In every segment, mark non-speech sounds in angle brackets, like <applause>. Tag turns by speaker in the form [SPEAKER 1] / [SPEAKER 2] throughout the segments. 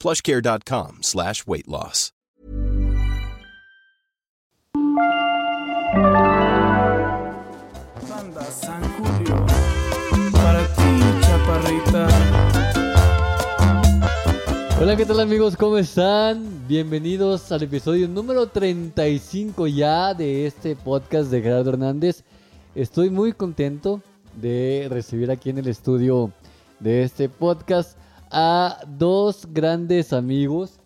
[SPEAKER 1] Plushcare.com slash weight loss.
[SPEAKER 2] Banda San Julio, para ti, chaparrita.
[SPEAKER 3] Hola, ¿qué tal amigos? ¿Cómo están? Bienvenidos al episodio número 35 ya de este podcast de Gerardo Hernández. Estoy muy contento de recibir aquí en el estudio de este podcast a dos grandes amigos.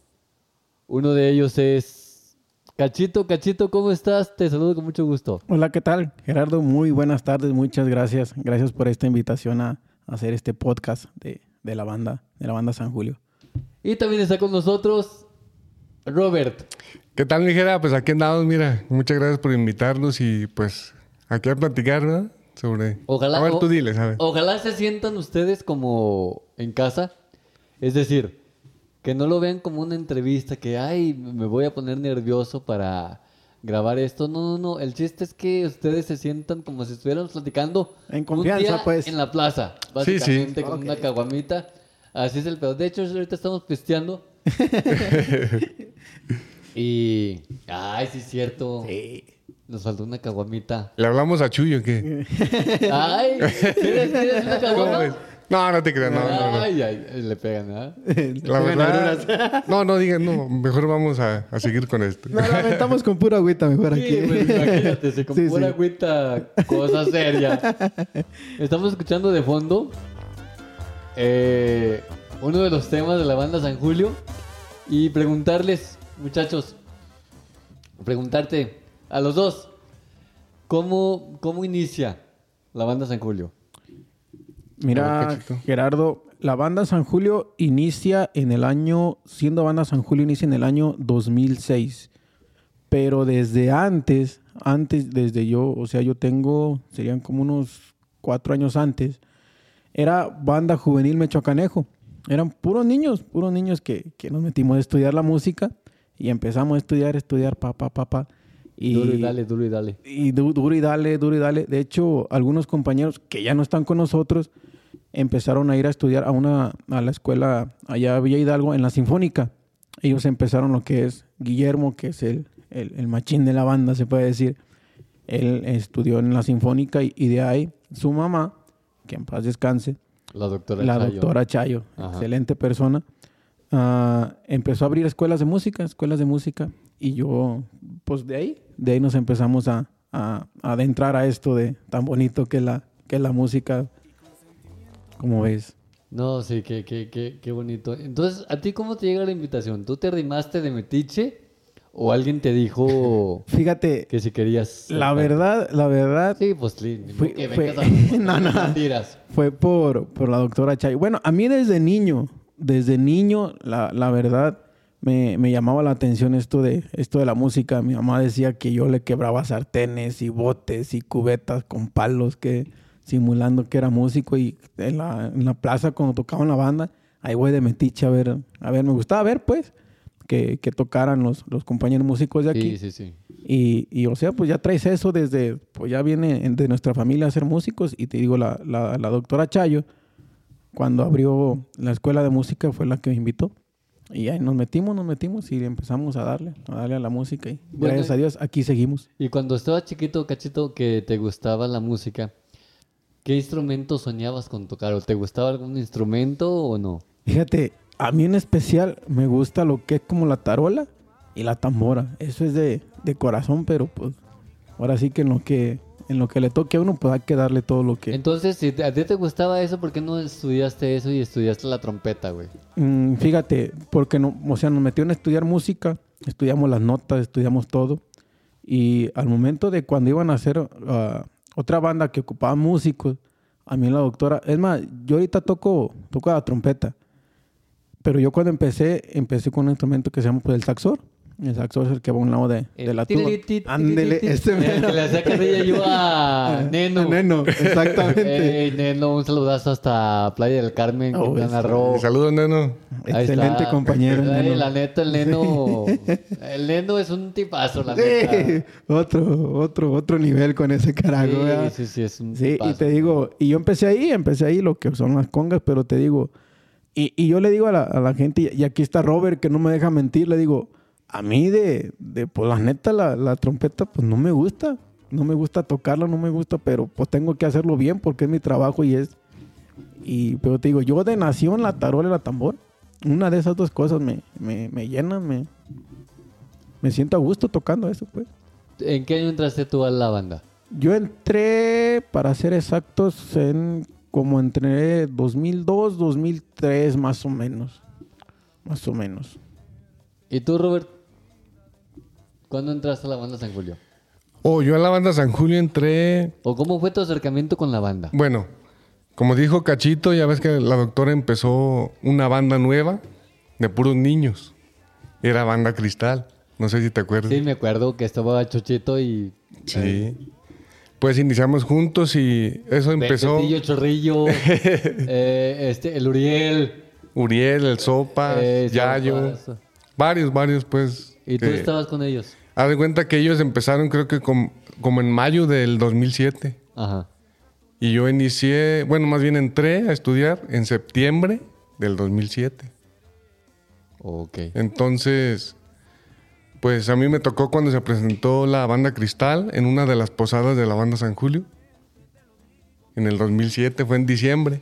[SPEAKER 3] Uno de ellos es Cachito. Cachito, ¿cómo estás? Te saludo con mucho gusto.
[SPEAKER 4] Hola, ¿qué tal? Gerardo, muy buenas tardes, muchas gracias. Gracias por esta invitación a, a hacer este podcast de, de la banda, de la banda San Julio.
[SPEAKER 3] Y también está con nosotros Robert.
[SPEAKER 5] ¿Qué tal, Ligera? Pues aquí andamos, mira. Muchas gracias por invitarnos y pues aquí a platicar, ¿verdad? Sobre.
[SPEAKER 3] Ojalá.
[SPEAKER 5] A ver,
[SPEAKER 3] o-
[SPEAKER 5] tú diles, a ver.
[SPEAKER 3] Ojalá se sientan ustedes como en casa. Es decir, que no lo vean como una entrevista, que ay, me voy a poner nervioso para grabar esto. No, no, no. El chiste es que ustedes se sientan como si estuviéramos platicando.
[SPEAKER 4] En
[SPEAKER 3] un
[SPEAKER 4] confianza,
[SPEAKER 3] día
[SPEAKER 4] pues.
[SPEAKER 3] En la plaza,
[SPEAKER 5] Sí, sí.
[SPEAKER 3] básicamente, con una caguamita. Así es el pedo. De hecho, ahorita estamos
[SPEAKER 4] <laughs>
[SPEAKER 3] pisteando. y. Ay, sí, es cierto. Nos faltó una caguamita.
[SPEAKER 5] Le hablamos a Chuyo, ¿qué?
[SPEAKER 3] Ay, ¿quieres, quieres una
[SPEAKER 5] ¿Cómo
[SPEAKER 3] caguama?
[SPEAKER 5] ves? No, no te creas, no, no, no.
[SPEAKER 3] Ay, ay, ay, le pegan, ¿ah?
[SPEAKER 5] La verdad. No, no digan, no. Mejor vamos a, a seguir con esto.
[SPEAKER 4] Nos lamentamos con pura agüita mejor aquí.
[SPEAKER 3] Sí, pues, imagínate, se
[SPEAKER 4] Sí,
[SPEAKER 3] compone
[SPEAKER 4] sí.
[SPEAKER 3] agüita, cosa seria. Estamos escuchando de fondo eh, uno de los temas de la banda San Julio y preguntarles, muchachos, preguntarte a los dos, ¿cómo, cómo inicia la banda San Julio?
[SPEAKER 5] A ver,
[SPEAKER 4] Mira,
[SPEAKER 5] Cachito.
[SPEAKER 4] Gerardo, la banda San Julio inicia en el año, siendo banda San Julio, inicia en el año 2006. Pero desde antes, antes, desde yo, o sea, yo tengo, serían como unos cuatro años antes, era banda juvenil mechoacanejo. Eran puros niños, puros niños que, que nos metimos a estudiar la música y empezamos a estudiar, estudiar, pa, pa, pa, pa. Y,
[SPEAKER 3] Duro y dale, duro y dale.
[SPEAKER 4] y du- duro y dale, duro y dale. De hecho, algunos compañeros que ya no están con nosotros empezaron a ir a estudiar a una a la escuela allá a Villa Hidalgo en la Sinfónica. Ellos empezaron lo que es Guillermo, que es el, el, el machín de la banda, se puede decir. Él estudió en la Sinfónica y, y de ahí su mamá, que en paz descanse,
[SPEAKER 3] La doctora
[SPEAKER 4] la
[SPEAKER 3] Chayo.
[SPEAKER 4] doctora Chayo,
[SPEAKER 3] Ajá.
[SPEAKER 4] excelente persona, ah, empezó a abrir escuelas de música, escuelas de música, y yo, pues de ahí, de ahí nos empezamos a, a- a adentrar a esto de tan bonito que la, que la música, como ves.
[SPEAKER 3] No, sí, qué, qué, qué, qué bonito. Entonces, ¿a ti cómo te llega la invitación? ¿Tú te rimaste de metiche o alguien te dijo
[SPEAKER 4] Fíjate,
[SPEAKER 3] que si querías...
[SPEAKER 4] <laughs> la verdad, la verdad,
[SPEAKER 3] Sí, pues sí, ni modo
[SPEAKER 4] Fui-
[SPEAKER 3] que
[SPEAKER 4] fue-
[SPEAKER 3] vengas a-
[SPEAKER 4] <laughs> No, no.
[SPEAKER 3] Mentiras.
[SPEAKER 4] fue por, por la doctora Chay. Bueno, a mí desde niño, desde niño, la, la verdad, me, me llamaba la atención esto de, esto de la música. Mi mamá decía que yo le quebraba sartenes y botes y cubetas con palos, que simulando que era músico. Y en la, en la plaza, cuando tocaban la banda, ahí voy de metiche a ver, a ver, me gustaba ver, pues, que, que tocaran los, los compañeros músicos de aquí.
[SPEAKER 3] Sí, sí, sí.
[SPEAKER 4] Y, y, o sea, pues ya traes eso desde, pues ya viene en- de nuestra familia a ser músicos. Y te digo, la, la, la doctora Chayo, cuando abrió la escuela de música, fue la que me invitó. Y ahí nos metimos, nos metimos y empezamos a darle, a darle a la música. Y
[SPEAKER 3] Bueno,
[SPEAKER 4] gracias
[SPEAKER 3] y-
[SPEAKER 4] a Dios, aquí seguimos.
[SPEAKER 3] Y cuando estabas chiquito, cachito, que te gustaba la música, ¿qué instrumento soñabas con tocar? ¿O te gustaba algún instrumento o no?
[SPEAKER 4] Fíjate, a mí en especial me gusta lo que es como la tarola y la tambora. Eso es de, de corazón, pero pues ahora sí que en lo que, en lo que le toque a uno, pues hay que darle todo lo que...
[SPEAKER 3] Entonces, si te- a ti te gustaba eso, ¿por qué no estudiaste eso y estudiaste la trompeta, güey?
[SPEAKER 4] Mm, fíjate, porque no, o sea, nos metieron a estudiar música, estudiamos las notas, estudiamos todo. Y al momento de cuando iban a hacer ah, otra banda que ocupaba músicos, a mí la doctora, es más, yo ahorita toco, toco la trompeta, pero yo cuando empecé, empecé con un instrumento que se llama pues, el saxor, El saxo es el que va a un lado de, de la tuba.
[SPEAKER 3] Tiririt,
[SPEAKER 4] Ándele,
[SPEAKER 3] tiririt, <laughs>
[SPEAKER 4] este
[SPEAKER 3] el
[SPEAKER 4] mero.
[SPEAKER 3] que le hacía carrilla yo
[SPEAKER 4] <laughs>
[SPEAKER 3] a Neno.
[SPEAKER 4] Neno,
[SPEAKER 3] <laughs>
[SPEAKER 4] exactamente.
[SPEAKER 3] Eh, Neno, un saludazo hasta Playa del Carmen,
[SPEAKER 4] Oh,
[SPEAKER 3] Quintana
[SPEAKER 4] este-
[SPEAKER 3] Roo.
[SPEAKER 5] Saludos, neno.
[SPEAKER 3] Ahí
[SPEAKER 4] Excelente
[SPEAKER 3] está.
[SPEAKER 4] compañero.
[SPEAKER 3] Ay,
[SPEAKER 4] Neno.
[SPEAKER 3] La neta, el Neno. El Neno es un tipazo, la
[SPEAKER 4] Sí,
[SPEAKER 3] neta.
[SPEAKER 4] otro, otro, otro nivel con ese carajo. Ah, ¿verdad?
[SPEAKER 3] Sí, sí, sí, es un
[SPEAKER 4] Sí, y
[SPEAKER 3] tipazo.
[SPEAKER 4] te digo, y yo empecé ahí, empecé ahí lo que son las congas, pero te digo, y, y yo le digo a la, a la gente, y- y aquí está Robert que no me deja mentir, le digo, a mí de, de pues la neta, la, la trompeta, pues no me gusta, no me gusta tocarla, no me gusta, pero pues tengo que hacerlo bien porque es mi trabajo y es, y, pero te digo, yo de nación la tarola y la tambor, una de esas dos cosas me, me, me llenan, me, me siento a gusto tocando eso, pues.
[SPEAKER 3] ¿En qué año entraste tú a la banda?
[SPEAKER 4] Yo entré, para ser exactos, en como entre 2002, 2003, más o menos. Más o menos.
[SPEAKER 3] ¿Y tú, Robert? ¿Cuándo entraste a la banda San Julio?
[SPEAKER 5] Oh, yo a la banda San Julio entré.
[SPEAKER 3] ¿O cómo fue tu acercamiento con la banda?
[SPEAKER 4] Mm.
[SPEAKER 5] Bueno, como dijo Cachito, ya ves que la doctora empezó una banda nueva de puros niños. Era banda cristal. No sé si te acuerdas.
[SPEAKER 3] Sí, me acuerdo que estaba Chochito y
[SPEAKER 5] Sí. Pues iniciamos juntos y eso empezó.
[SPEAKER 3] Pepillo
[SPEAKER 5] <laughs>
[SPEAKER 3] Chorrillo, eh, este, el Uriel.
[SPEAKER 5] Uriel, el Sopa,
[SPEAKER 3] Eh,
[SPEAKER 5] Yayo.
[SPEAKER 3] Sopas.
[SPEAKER 5] Varios, varios, pues.
[SPEAKER 3] Y tú
[SPEAKER 5] que-
[SPEAKER 3] estabas con ellos.
[SPEAKER 5] Haz de cuenta que ellos empezaron, creo que com- como en mayo del 2007.
[SPEAKER 3] Ajá.
[SPEAKER 5] Y yo inicié, bueno, más bien entré a estudiar en septiembre del 2007.
[SPEAKER 3] Ok.
[SPEAKER 5] Entonces, pues a mí me tocó cuando se presentó la banda Cristal en una de las posadas de la banda San Julio. En el 2007, fue en diciembre.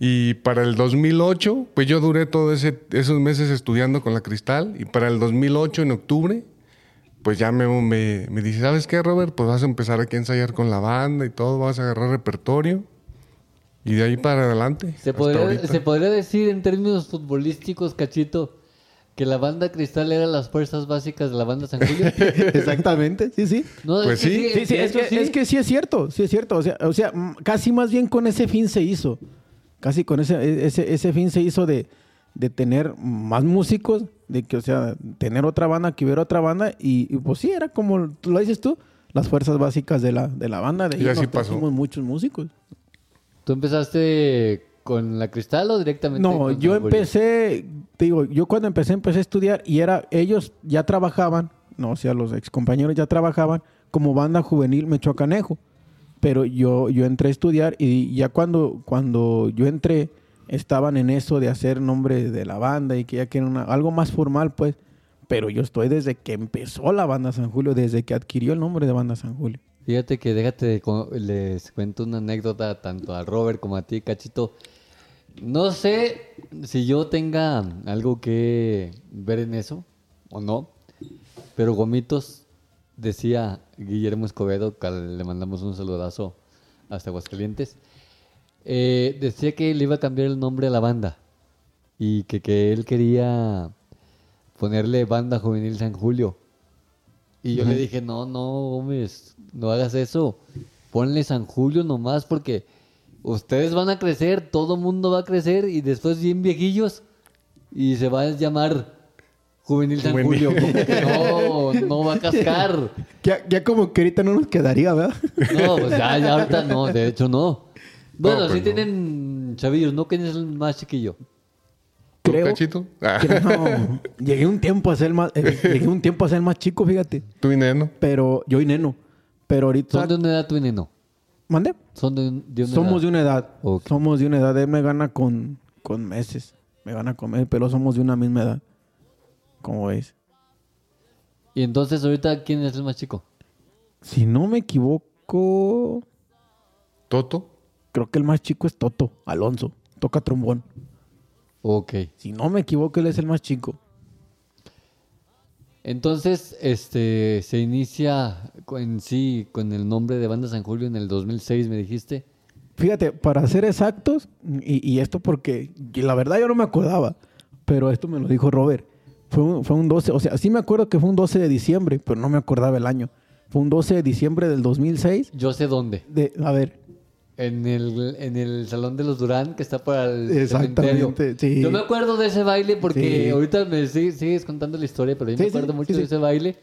[SPEAKER 5] Y para el 2008, pues yo duré todos esos meses estudiando con la Cristal. Y para el 2008, en octubre, pues ya me, me, me dice, ¿sabes qué, Robert? Pues vas a empezar aquí a ensayar con la banda y todo, vas a agarrar repertorio. Y de ahí para adelante.
[SPEAKER 3] ¿Se
[SPEAKER 5] hasta
[SPEAKER 3] podría,
[SPEAKER 5] ahorita.
[SPEAKER 3] se podría decir en términos futbolísticos, Cachito, que la banda Cristal era las fuerzas básicas de la banda San
[SPEAKER 5] <laughs>
[SPEAKER 3] Julio?
[SPEAKER 4] Exactamente, sí, sí.
[SPEAKER 3] No, es
[SPEAKER 5] Pues
[SPEAKER 3] que
[SPEAKER 5] sí.
[SPEAKER 4] Sí, sí,
[SPEAKER 3] de
[SPEAKER 4] es
[SPEAKER 3] hecho
[SPEAKER 4] que, es que sí es cierto, sí es cierto. O sea, o sea, mm, casi más bien con ese fin se hizo. Casi con ese, e- ese, ese fin se hizo de, de tener más músicos, de que, o sea, tener otra banda, que hubiera otra banda. Y, y, pues sí, era como tú lo dices tú, las fuerzas básicas de la, de la banda. De
[SPEAKER 5] Y
[SPEAKER 4] ahí
[SPEAKER 5] así
[SPEAKER 4] nos
[SPEAKER 5] pasó.
[SPEAKER 4] trajimos muchos músicos.
[SPEAKER 3] ¿Tú empezaste con la Cristal o directamente?
[SPEAKER 4] No,
[SPEAKER 3] con
[SPEAKER 4] yo
[SPEAKER 3] San Julio?
[SPEAKER 4] empecé, te digo, yo cuando empecé, empecé a estudiar y era, ellos ya trabajaban, no, o sea, los excompañeros ya trabajaban como banda juvenil mechoacanejo. Pero yo, yo entré a estudiar y ya cuando, cuando yo entré, estaban en eso de hacer nombre de la banda y que ya quieren una- algo más formal, pues. Pero yo estoy desde que empezó la banda San Julio, desde que adquirió el nombre de banda San Julio.
[SPEAKER 3] Fíjate que déjate, de co- les cuento una anécdota tanto a Robert como a ti, Cachito. No sé si yo tenga algo que ver en eso o no, pero Gomitos decía Guillermo Escobedo, que le mandamos un saludazo hasta Aguascalientes, eh, decía que le iba a cambiar el nombre a la banda y que, que él quería ponerle Banda Juvenil San Julio. Y yo le dije, no, no, Gómez, no hagas eso. Ponle San Julio nomás porque ustedes van a crecer, todo mundo va a crecer y después bien viejillos y se va a llamar Juvenil San
[SPEAKER 5] Juvenil.
[SPEAKER 3] Julio. como que No, no va a cascar.
[SPEAKER 4] Ya, ya como que ahorita no nos quedaría, ¿verdad?
[SPEAKER 3] No, pues ya, ya ahorita no, de hecho no. Bueno,
[SPEAKER 5] No, pues
[SPEAKER 3] sí
[SPEAKER 5] no.
[SPEAKER 3] tienen chavillos, ¿no? ¿Quién es el más chiquillo?
[SPEAKER 5] ¿Tú,
[SPEAKER 4] creo-
[SPEAKER 5] Cachito? Ah,
[SPEAKER 4] Que no, llegué un tiempo a ser más, eh, llegué un tiempo a ser más chico, fíjate.
[SPEAKER 5] <laughs> Tú y Neno.
[SPEAKER 4] Pero yo y Neno. Pero ahorita.
[SPEAKER 3] ¿Son de una edad tú y Neno?
[SPEAKER 4] ¿Mande?
[SPEAKER 3] Son de, un- de una
[SPEAKER 4] Somos
[SPEAKER 3] edad.
[SPEAKER 4] de una edad.
[SPEAKER 3] Ok.
[SPEAKER 4] Somos de una edad. Él me gana con, con meses. Me gana con meses, pero somos de una misma edad. Como ves.
[SPEAKER 3] Y entonces ahorita, ¿quién es el más chico?
[SPEAKER 4] Si no me equivoco,
[SPEAKER 5] Toto.
[SPEAKER 4] creo que el más chico es Toto, Alonso. Toca trombón.
[SPEAKER 3] Ok.
[SPEAKER 4] Si no me equivoco, él es el más chico.
[SPEAKER 3] Entonces, este, se inicia con- en sí con el nombre de Banda San Julio en el 2006, me dijiste.
[SPEAKER 4] Fíjate, para ser exactos, y, y esto porque y la verdad yo no me acordaba, pero esto me lo dijo Robert. Fue un, fue un 12, o sea, sí me acuerdo que fue un 12 de diciembre, pero no me acordaba el año. Fue un 12 de diciembre del 2006.
[SPEAKER 3] Yo sé dónde.
[SPEAKER 4] De, a ver,
[SPEAKER 3] En el, en el salón de los Durán, que está para el
[SPEAKER 4] Exactamente,
[SPEAKER 3] cementerio.
[SPEAKER 4] sí.
[SPEAKER 3] Yo me acuerdo de ese baile porque
[SPEAKER 4] Sí.
[SPEAKER 3] ahorita me sig- sigues contando la historia, pero yo
[SPEAKER 4] Sí,
[SPEAKER 3] me
[SPEAKER 4] sí,
[SPEAKER 3] acuerdo mucho
[SPEAKER 4] sí, sí.
[SPEAKER 3] de ese baile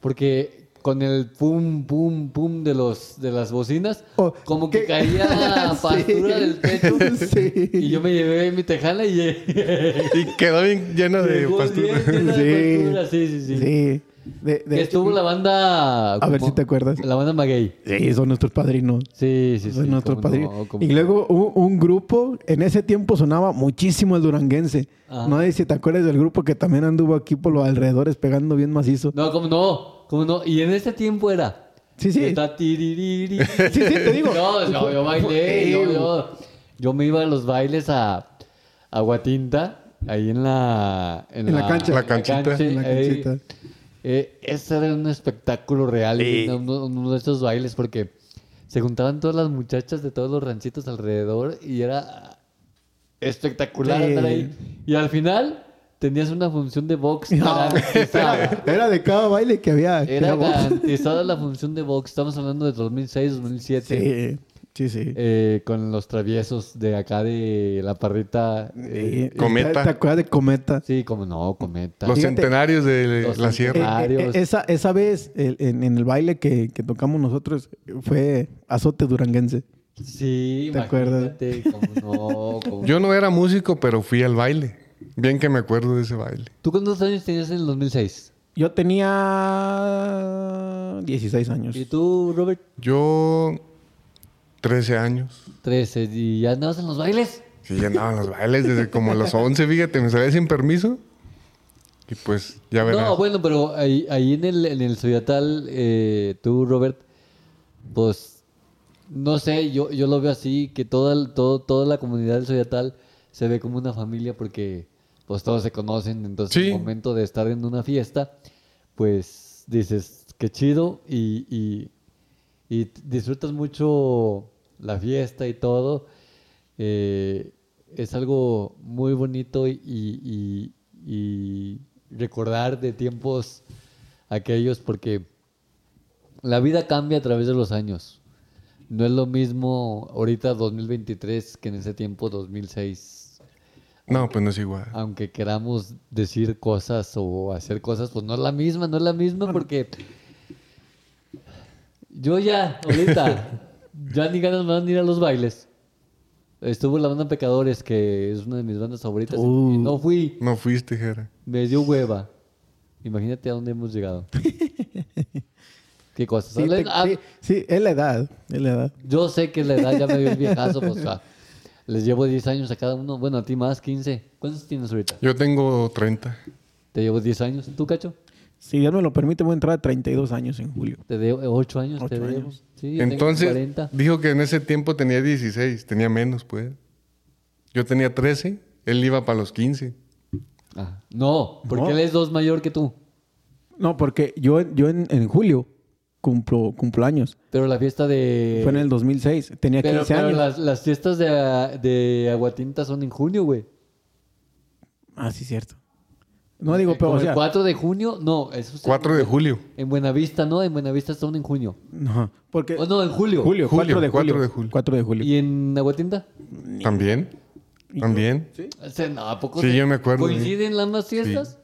[SPEAKER 3] porque con el pum, pum, pum de los de las bocinas,
[SPEAKER 4] Oh,
[SPEAKER 3] como que
[SPEAKER 4] ¿qué?
[SPEAKER 3] caía
[SPEAKER 4] <laughs> Sí.
[SPEAKER 3] pastura del techo.
[SPEAKER 4] <laughs> Sí.
[SPEAKER 3] Y yo me llevé mi tejana y <laughs>
[SPEAKER 4] <laughs>
[SPEAKER 3] llegó
[SPEAKER 5] Y quedó bien lleno de
[SPEAKER 3] bien
[SPEAKER 5] pastura.
[SPEAKER 3] llena de
[SPEAKER 4] Sí.
[SPEAKER 3] pastura. Sí, sí, sí.
[SPEAKER 4] Sí. De,
[SPEAKER 3] Que
[SPEAKER 4] de hecho,
[SPEAKER 3] estuvo la banda...
[SPEAKER 4] A ver
[SPEAKER 3] como-
[SPEAKER 4] si te acuerdas.
[SPEAKER 3] La banda Maguey.
[SPEAKER 4] Sí, son nuestros padrinos.
[SPEAKER 3] Sí, sí, sí.
[SPEAKER 4] Son nuestros
[SPEAKER 3] cómo
[SPEAKER 4] padrinos.
[SPEAKER 3] no, cómo
[SPEAKER 4] y
[SPEAKER 3] no.
[SPEAKER 4] luego un, un grupo, en ese tiempo sonaba muchísimo el duranguense.
[SPEAKER 3] Ajá.
[SPEAKER 4] No sé si te acuerdas del grupo que también anduvo aquí por los alrededores pegando bien macizo.
[SPEAKER 3] No, cómo no, cómo no. Y en este tiempo era.
[SPEAKER 4] Sí, sí.
[SPEAKER 3] Está tiririri.
[SPEAKER 4] <laughs> Sí, sí, te digo.
[SPEAKER 3] No, no, yo bailé. Yo, yo, yo me iba a los bailes a, a Guatinta, ahí en la...
[SPEAKER 4] En la cancha.
[SPEAKER 5] La canchita.
[SPEAKER 4] En la
[SPEAKER 3] ahí.
[SPEAKER 4] canchita.
[SPEAKER 3] Eh, ese era un espectáculo real, era uno, uno de esos bailes, porque se juntaban todas las muchachas de todos los ranchitos alrededor y era espectacular
[SPEAKER 4] Sí.
[SPEAKER 3] andar ahí. Y al final tenías una función de box
[SPEAKER 4] <laughs>
[SPEAKER 3] garantizada.
[SPEAKER 4] Era, era de cada baile que había. que
[SPEAKER 3] Era
[SPEAKER 4] era box.
[SPEAKER 3] <laughs> garantizada la función de box. Estamos hablando de 2006, 2007.
[SPEAKER 4] Sí, sí, sí.
[SPEAKER 3] eh, con los traviesos de acá de la parrita. eh,
[SPEAKER 4] Sí.
[SPEAKER 5] Cometa.
[SPEAKER 4] ¿Te, te acuerdas de Cometa?
[SPEAKER 3] sí, como no, cometa.
[SPEAKER 5] Los
[SPEAKER 4] Fíjate.
[SPEAKER 5] centenarios de
[SPEAKER 3] Los
[SPEAKER 5] la
[SPEAKER 4] Eh, eh,
[SPEAKER 5] sierra.
[SPEAKER 3] Varios.
[SPEAKER 4] eh, esa, esa vez el- en, en el baile que, que tocamos nosotros fue azote duranguense.
[SPEAKER 3] Sí,
[SPEAKER 4] ¿Te acuerdas?
[SPEAKER 3] imagínate, cómo no, cómo
[SPEAKER 5] Yo no era músico, pero fui al baile. Bien que me acuerdo de ese baile.
[SPEAKER 3] ¿Tú cuántos años tenías en el 2006?
[SPEAKER 4] Yo tenía 16 años.
[SPEAKER 3] ¿Y tú, Robert?
[SPEAKER 5] Yo, 13 años.
[SPEAKER 3] 13. ¿Y ya andabas en los bailes?
[SPEAKER 5] Sí, ya andaba en los bailes desde como a los 11, fíjate, me salía sin permiso. Y pues, ya verás.
[SPEAKER 3] No, bueno, pero ahí, ahí en el, en el Zodiatal, eh, tú, Robert, pues, no sé, yo, yo lo veo así, que toda, el- todo, toda la comunidad del Zodiatal se ve como una familia porque, pues, todos se conocen, entonces
[SPEAKER 5] Sí.
[SPEAKER 3] el momento de estar en una fiesta, pues, dices, qué chido y, y, y t- disfrutas mucho la fiesta y todo. Eh, es algo muy bonito y, y- y recordar de tiempos aquellos porque la vida cambia a través de los años. No es lo mismo ahorita 2023 que en ese tiempo 2006.
[SPEAKER 5] No, pues no es igual.
[SPEAKER 3] Aunque queramos decir cosas o hacer cosas, pues no es la misma, no es la misma porque yo ya, ahorita, ya ni ganas me dan de ir a los bailes. Estuvo la banda Pecadores, que es una de mis bandas favoritas, y
[SPEAKER 4] Uh.
[SPEAKER 3] no fui,
[SPEAKER 5] No fuiste, Jera.
[SPEAKER 3] me dio hueva. Imagínate a dónde hemos llegado.
[SPEAKER 4] <laughs>
[SPEAKER 3] Qué cosas.
[SPEAKER 4] Sí,
[SPEAKER 3] Hablen-
[SPEAKER 4] te-
[SPEAKER 3] ah,
[SPEAKER 4] sí, sí, es la edad. Es la edad.
[SPEAKER 3] Yo sé que la edad ya me dio el viejazo, pues ah, les llevo 10 años a cada uno. Bueno, a ti más, 15. ¿Cuántos tienes ahorita?
[SPEAKER 5] Yo tengo 30.
[SPEAKER 3] Te llevo 10 años. ¿Tú, Cacho?
[SPEAKER 4] Si Dios me lo permite, voy a entrar a 32 años en julio.
[SPEAKER 3] Te debo 8 años, te
[SPEAKER 4] Ocho
[SPEAKER 3] debo.
[SPEAKER 4] años.
[SPEAKER 3] Sí, yo tengo
[SPEAKER 5] Entonces,
[SPEAKER 3] 40.
[SPEAKER 5] dijo que en ese tiempo tenía 16, tenía menos, pues. Yo tenía 13, él iba para los 15.
[SPEAKER 3] Ah, no, porque
[SPEAKER 4] No.
[SPEAKER 3] él es dos mayor que tú.
[SPEAKER 4] No, porque yo, yo en, en julio cumplo, cumplo años.
[SPEAKER 3] Pero la fiesta de.
[SPEAKER 4] Fue en el 2006. Tenía
[SPEAKER 3] pero,
[SPEAKER 4] 15
[SPEAKER 3] pero
[SPEAKER 4] años.
[SPEAKER 3] Las, las fiestas de, de Aguatinta son en junio, güey.
[SPEAKER 4] Ah, sí, cierto. No digo,
[SPEAKER 3] Eh,
[SPEAKER 4] pero
[SPEAKER 3] Como
[SPEAKER 4] o
[SPEAKER 3] el
[SPEAKER 4] sea,
[SPEAKER 3] 4 de junio, no, eso es
[SPEAKER 5] 4 de julio.
[SPEAKER 3] en Buenavista, ¿no? En Buenavista son en junio.
[SPEAKER 4] no, porque
[SPEAKER 3] O Pues no, en julio.
[SPEAKER 4] julio, 4 de julio,
[SPEAKER 5] 4 de julio.
[SPEAKER 4] 4 de julio.
[SPEAKER 3] ¿Y en Aguatinta?
[SPEAKER 5] ¿También? ¿También?
[SPEAKER 3] O sea, no, ¿a poco
[SPEAKER 5] Sí,
[SPEAKER 3] se-
[SPEAKER 5] yo me acuerdo, sí.
[SPEAKER 3] ¿Coinciden las más fiestas?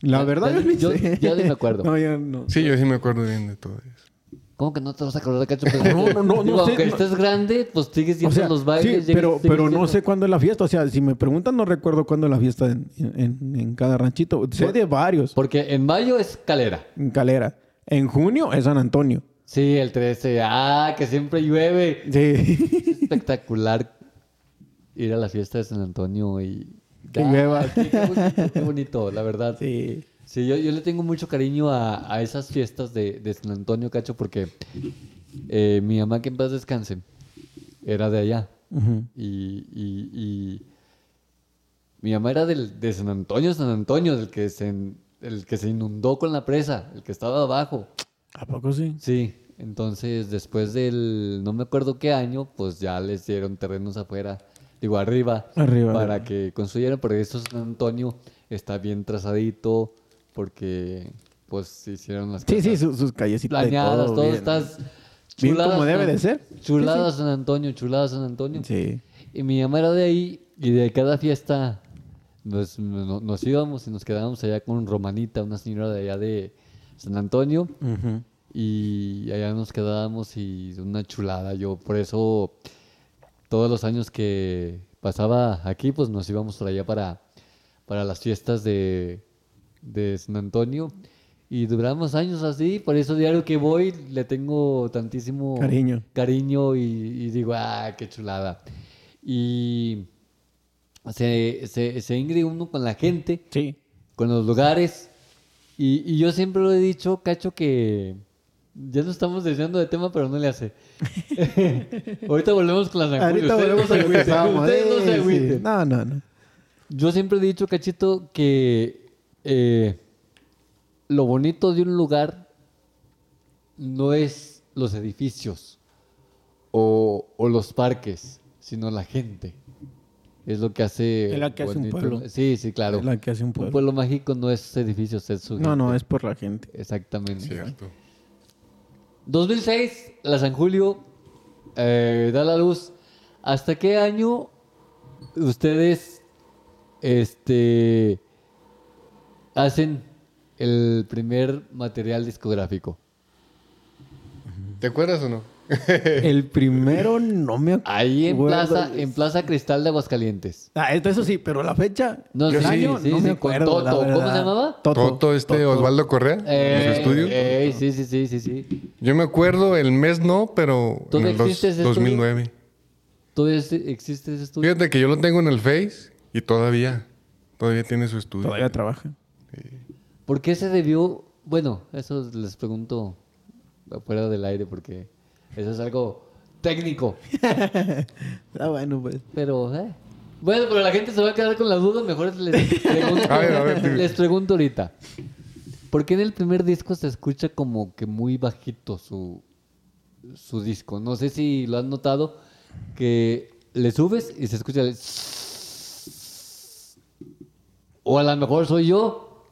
[SPEAKER 4] La verdad,
[SPEAKER 3] Ya-
[SPEAKER 4] yo, ni
[SPEAKER 3] yo-
[SPEAKER 4] sé.
[SPEAKER 3] yo ni me acuerdo.
[SPEAKER 4] No, yo no.
[SPEAKER 5] Sí, yo sí me acuerdo bien de todo eso.
[SPEAKER 3] ¿Cómo que no te vas a acordar,
[SPEAKER 4] <laughs>
[SPEAKER 3] Cacho?
[SPEAKER 4] No, no, no, no
[SPEAKER 3] Digo,
[SPEAKER 4] sé,
[SPEAKER 3] aunque
[SPEAKER 4] no.
[SPEAKER 3] estés grande, pues sigues
[SPEAKER 4] O
[SPEAKER 3] yendo
[SPEAKER 4] sea,
[SPEAKER 3] a los bailes.
[SPEAKER 4] sí,
[SPEAKER 3] llegas-
[SPEAKER 4] pero,
[SPEAKER 3] sigues
[SPEAKER 4] pero no
[SPEAKER 3] yendo.
[SPEAKER 4] sé cuándo es la fiesta. O sea, si me preguntan, no recuerdo cuándo es la fiesta en, en- en cada ranchito. Sé de varios.
[SPEAKER 3] Porque en mayo es Calera.
[SPEAKER 4] En Calera. En junio es San Antonio.
[SPEAKER 3] Sí, el 13. Ah, que siempre llueve.
[SPEAKER 4] Sí.
[SPEAKER 3] Es espectacular ir a la fiesta de San Antonio y...
[SPEAKER 4] Que
[SPEAKER 3] Ah,
[SPEAKER 4] llueva.
[SPEAKER 3] sí, Qué bonito, qué bonito, la verdad.
[SPEAKER 4] <laughs> sí.
[SPEAKER 3] Sí, yo, yo le tengo mucho cariño a, a esas fiestas de, de San Antonio, Cacho, porque eh, mi mamá, que en paz descanse, era de allá.
[SPEAKER 4] Ujú.
[SPEAKER 3] Y, y- y mi mamá era del, de San Antonio, San Antonio, del que se, en- el que se inundó con la presa, el que estaba abajo.
[SPEAKER 4] ¿A poco sí?
[SPEAKER 3] Sí, entonces después del no me acuerdo qué año, pues ya les dieron terrenos afuera, digo arriba,
[SPEAKER 4] Arriba,
[SPEAKER 3] para
[SPEAKER 4] arriba.
[SPEAKER 3] que construyeran, porque eso San Antonio está bien trazadito, porque pues hicieron las
[SPEAKER 4] Sí,
[SPEAKER 3] cosas
[SPEAKER 4] sí, su- sus callecitas. y
[SPEAKER 3] planeadas, todo,
[SPEAKER 4] bien.
[SPEAKER 3] estás
[SPEAKER 4] Bien
[SPEAKER 3] Chulada
[SPEAKER 4] como
[SPEAKER 3] San-
[SPEAKER 4] debe de ser.
[SPEAKER 3] Chulada San Antonio, chulada San Antonio.
[SPEAKER 4] Sí.
[SPEAKER 3] Y mi mamá era de ahí y de cada fiesta nos, no- nos íbamos y nos quedábamos allá con Romanita, una señora de allá de San Antonio. Y allá nos quedábamos y una chulada. Yo por eso todos los años que pasaba aquí, pues nos íbamos para allá para, para las fiestas de, de San Antonio. Y duramos años así, por eso diario que voy le tengo tantísimo
[SPEAKER 4] Cariño.
[SPEAKER 3] cariño y, y digo, ah, qué chulada. Y se, se, se ingre uno con la gente
[SPEAKER 4] Sí.
[SPEAKER 3] con los lugares. Y, y yo siempre lo he dicho, Cacho, que ya nos estamos desviando de tema, pero no le hace. <laughs> Ahorita volvemos con las San Julio.
[SPEAKER 4] Ahorita
[SPEAKER 3] Ustedes no se
[SPEAKER 4] volvemos a lo que
[SPEAKER 3] agüiten.
[SPEAKER 4] estábamos.
[SPEAKER 3] Ustedes no se
[SPEAKER 4] Eh, sí.
[SPEAKER 3] agüiten.
[SPEAKER 4] No, no, no.
[SPEAKER 3] Yo siempre he dicho, Cachito, que eh, lo bonito de un lugar no es los edificios o, o los parques, sino la gente. Es lo que hace.
[SPEAKER 4] Es la que hace un
[SPEAKER 3] bonito.
[SPEAKER 4] pueblo.
[SPEAKER 3] Sí, sí, claro.
[SPEAKER 4] Es la que hace un pueblo.
[SPEAKER 3] Un pueblo mágico no es edificios, es su.
[SPEAKER 4] No,
[SPEAKER 3] gente.
[SPEAKER 4] no, es por la gente.
[SPEAKER 3] Exactamente.
[SPEAKER 5] Cierto.
[SPEAKER 3] 2006, la San Julio eh, da la luz. ¿Hasta qué año ustedes este, hacen el primer material discográfico?
[SPEAKER 5] ¿Te acuerdas o no?
[SPEAKER 4] El primero no me acuerdo.
[SPEAKER 3] Ahí en Plaza, en Plaza Cristal de Aguascalientes.
[SPEAKER 4] Ah, esto- eso sí, pero la fecha.
[SPEAKER 3] No,
[SPEAKER 4] el
[SPEAKER 3] sí,
[SPEAKER 4] año,
[SPEAKER 3] sí,
[SPEAKER 4] no
[SPEAKER 3] sí,
[SPEAKER 4] me
[SPEAKER 3] con
[SPEAKER 4] acuerdo. la
[SPEAKER 3] Toto. ¿Cómo
[SPEAKER 4] verdad.
[SPEAKER 3] se llamaba?
[SPEAKER 5] Toto, este
[SPEAKER 4] Toto.
[SPEAKER 5] Osvaldo Correa, en
[SPEAKER 3] Eh,
[SPEAKER 5] su estudio.
[SPEAKER 3] eh, sí, sí, sí, sí, sí.
[SPEAKER 5] Yo me acuerdo, el mes no, pero en
[SPEAKER 3] ¿Dónde
[SPEAKER 5] el dos-
[SPEAKER 3] existe ese
[SPEAKER 5] 2009.
[SPEAKER 3] ¿Todavía es- existe ese estudio?
[SPEAKER 5] Fíjate que yo lo tengo en el Face y todavía, todavía tiene su estudio.
[SPEAKER 4] Todavía trabaja.
[SPEAKER 3] ¿Por qué se debió? Bueno, eso les pregunto afuera del aire porque eso es algo técnico.
[SPEAKER 4] Ah, bueno, pues.
[SPEAKER 3] Pero, eh. Bueno, pero la gente se va a quedar con la duda, mejor
[SPEAKER 5] <laughs>
[SPEAKER 3] les pregunto,
[SPEAKER 5] A ver, a ver, tú.
[SPEAKER 3] les pregunto ahorita. ¿Por qué en el primer disco se escucha como que muy bajito su, su disco? No sé si lo han notado, que le subes y se escucha el... O a lo mejor soy yo.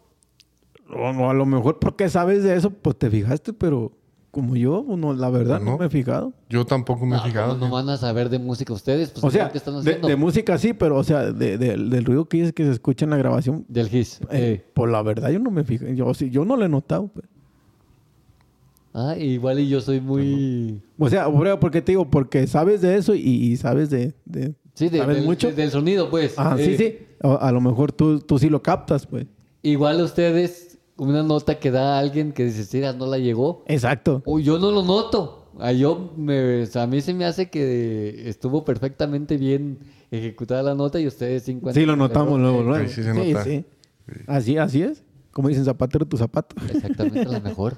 [SPEAKER 4] O, o a lo mejor porque sabes de eso, pues te fijaste, pero como yo, no, la verdad no,
[SPEAKER 5] Ah, No.
[SPEAKER 4] me he fijado.
[SPEAKER 5] Yo tampoco me he
[SPEAKER 3] Ah,
[SPEAKER 5] fijado.
[SPEAKER 3] ¿cómo no van a saber de música ustedes, pues
[SPEAKER 4] o sea,
[SPEAKER 3] ¿qué están
[SPEAKER 4] de,
[SPEAKER 3] haciendo?
[SPEAKER 4] de música sí, pero o sea, de- de- del ruido que es que se escucha en la grabación,
[SPEAKER 3] Del GIS.
[SPEAKER 4] eh, pues la verdad yo no me fijé. Yo, sí, yo no lo he notado. pues.
[SPEAKER 3] Ah, igual y yo soy muy...
[SPEAKER 4] O sea, por- porque te digo, porque sabes de eso y, y sabes de... de-
[SPEAKER 3] Sí, de-
[SPEAKER 4] ¿Sabes
[SPEAKER 3] del,
[SPEAKER 4] mucho?
[SPEAKER 3] de- del sonido, pues.
[SPEAKER 4] Ah,
[SPEAKER 3] Eh,
[SPEAKER 4] sí, sí. O- a lo mejor tú, tú sí lo captas, pues.
[SPEAKER 3] Igual ustedes, una nota que da alguien que dice, "Sira, no la llegó.
[SPEAKER 4] Exacto.
[SPEAKER 3] Uy, yo no lo noto. A, yo me- a mí se me hace que estuvo perfectamente bien ejecutada la nota y ustedes cinco
[SPEAKER 4] Sí, lo notamos luego, luego.
[SPEAKER 5] Ahí sí se nota.
[SPEAKER 4] Así, así es. Como dicen, zapatero tu zapato.
[SPEAKER 3] Exactamente, a lo mejor.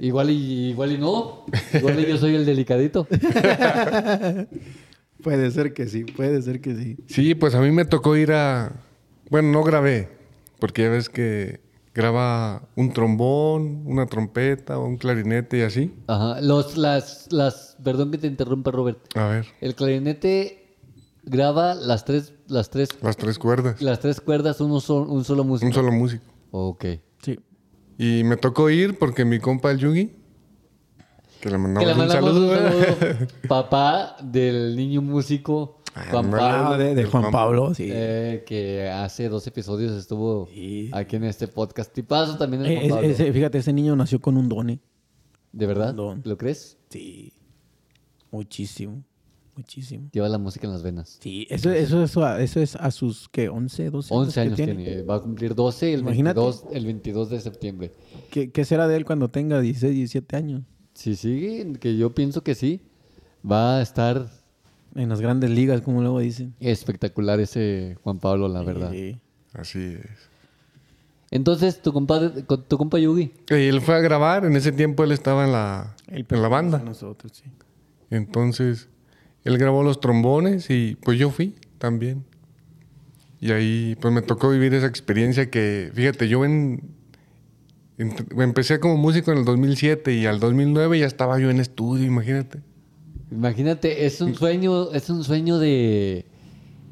[SPEAKER 3] Igual y, igual y no. Igual y yo soy el delicadito.
[SPEAKER 4] puede ser que sí, puede ser que sí.
[SPEAKER 5] Sí, pues a mí me tocó ir a... Bueno, no grabé, porque ya ves que graba un trombón, una trompeta o un clarinete y así.
[SPEAKER 3] Ajá. Los, las, las, perdón que te interrumpa, Robert.
[SPEAKER 5] A ver,
[SPEAKER 3] El clarinete graba las tres, las tres,
[SPEAKER 5] las tres cuerdas,
[SPEAKER 3] las tres cuerdas, un, sol- un solo músico.
[SPEAKER 5] un solo músico.
[SPEAKER 3] Ok.
[SPEAKER 4] Sí.
[SPEAKER 5] Y me tocó ir porque mi compa el Yugi, que le mandamos,
[SPEAKER 3] que le
[SPEAKER 5] un
[SPEAKER 3] mandamos
[SPEAKER 5] saludo,
[SPEAKER 3] un saludo. papá del niño músico Juan
[SPEAKER 5] no.
[SPEAKER 3] Pablo,
[SPEAKER 4] Ah, de, de Juan
[SPEAKER 5] Juan-
[SPEAKER 4] Pablo, sí.
[SPEAKER 3] eh, que hace dos episodios estuvo
[SPEAKER 4] Sí.
[SPEAKER 3] aquí en este podcast. Tipazo también el
[SPEAKER 4] Eh,
[SPEAKER 3] Juan
[SPEAKER 4] es-
[SPEAKER 3] Pablo.
[SPEAKER 4] ese- fíjate, ese niño nació con un done.
[SPEAKER 3] ¿De verdad?
[SPEAKER 4] Don.
[SPEAKER 3] ¿Lo crees?
[SPEAKER 4] Sí. Muchísimo. Muchísimo.
[SPEAKER 3] Lleva la música en las venas.
[SPEAKER 4] Sí, eso, eso, eso, a- eso es a sus, pues, ¿qué? 11, 12
[SPEAKER 3] 11
[SPEAKER 4] que
[SPEAKER 3] años tiene. Va a cumplir 12 el
[SPEAKER 4] Imagínate.
[SPEAKER 3] 22, el 22 de septiembre.
[SPEAKER 4] ¿Qué, qué será de él cuando tenga 16, 17 años?
[SPEAKER 3] Si sigue, que yo pienso que sí, va a estar
[SPEAKER 4] En las grandes ligas, como luego dicen.
[SPEAKER 3] espectacular ese Juan Pablo, la verdad.
[SPEAKER 4] Sí.
[SPEAKER 5] <laughs> Así es.
[SPEAKER 3] Entonces, tu compadre, con- tu compa Yugi,
[SPEAKER 5] Y él fue a grabar, en ese tiempo él estaba en la,
[SPEAKER 4] Él
[SPEAKER 5] en la
[SPEAKER 4] pertenece
[SPEAKER 5] banda.
[SPEAKER 4] a Nosotros, sí.
[SPEAKER 5] Entonces, él grabó los trombones y pues yo fui también. Y ahí pues me tocó vivir esa experiencia que, fíjate, yo en, en- empecé como músico en el 2007 y al 2009 ya estaba yo en estudio, imagínate.
[SPEAKER 3] Imagínate, es un sueño, es un sueño de,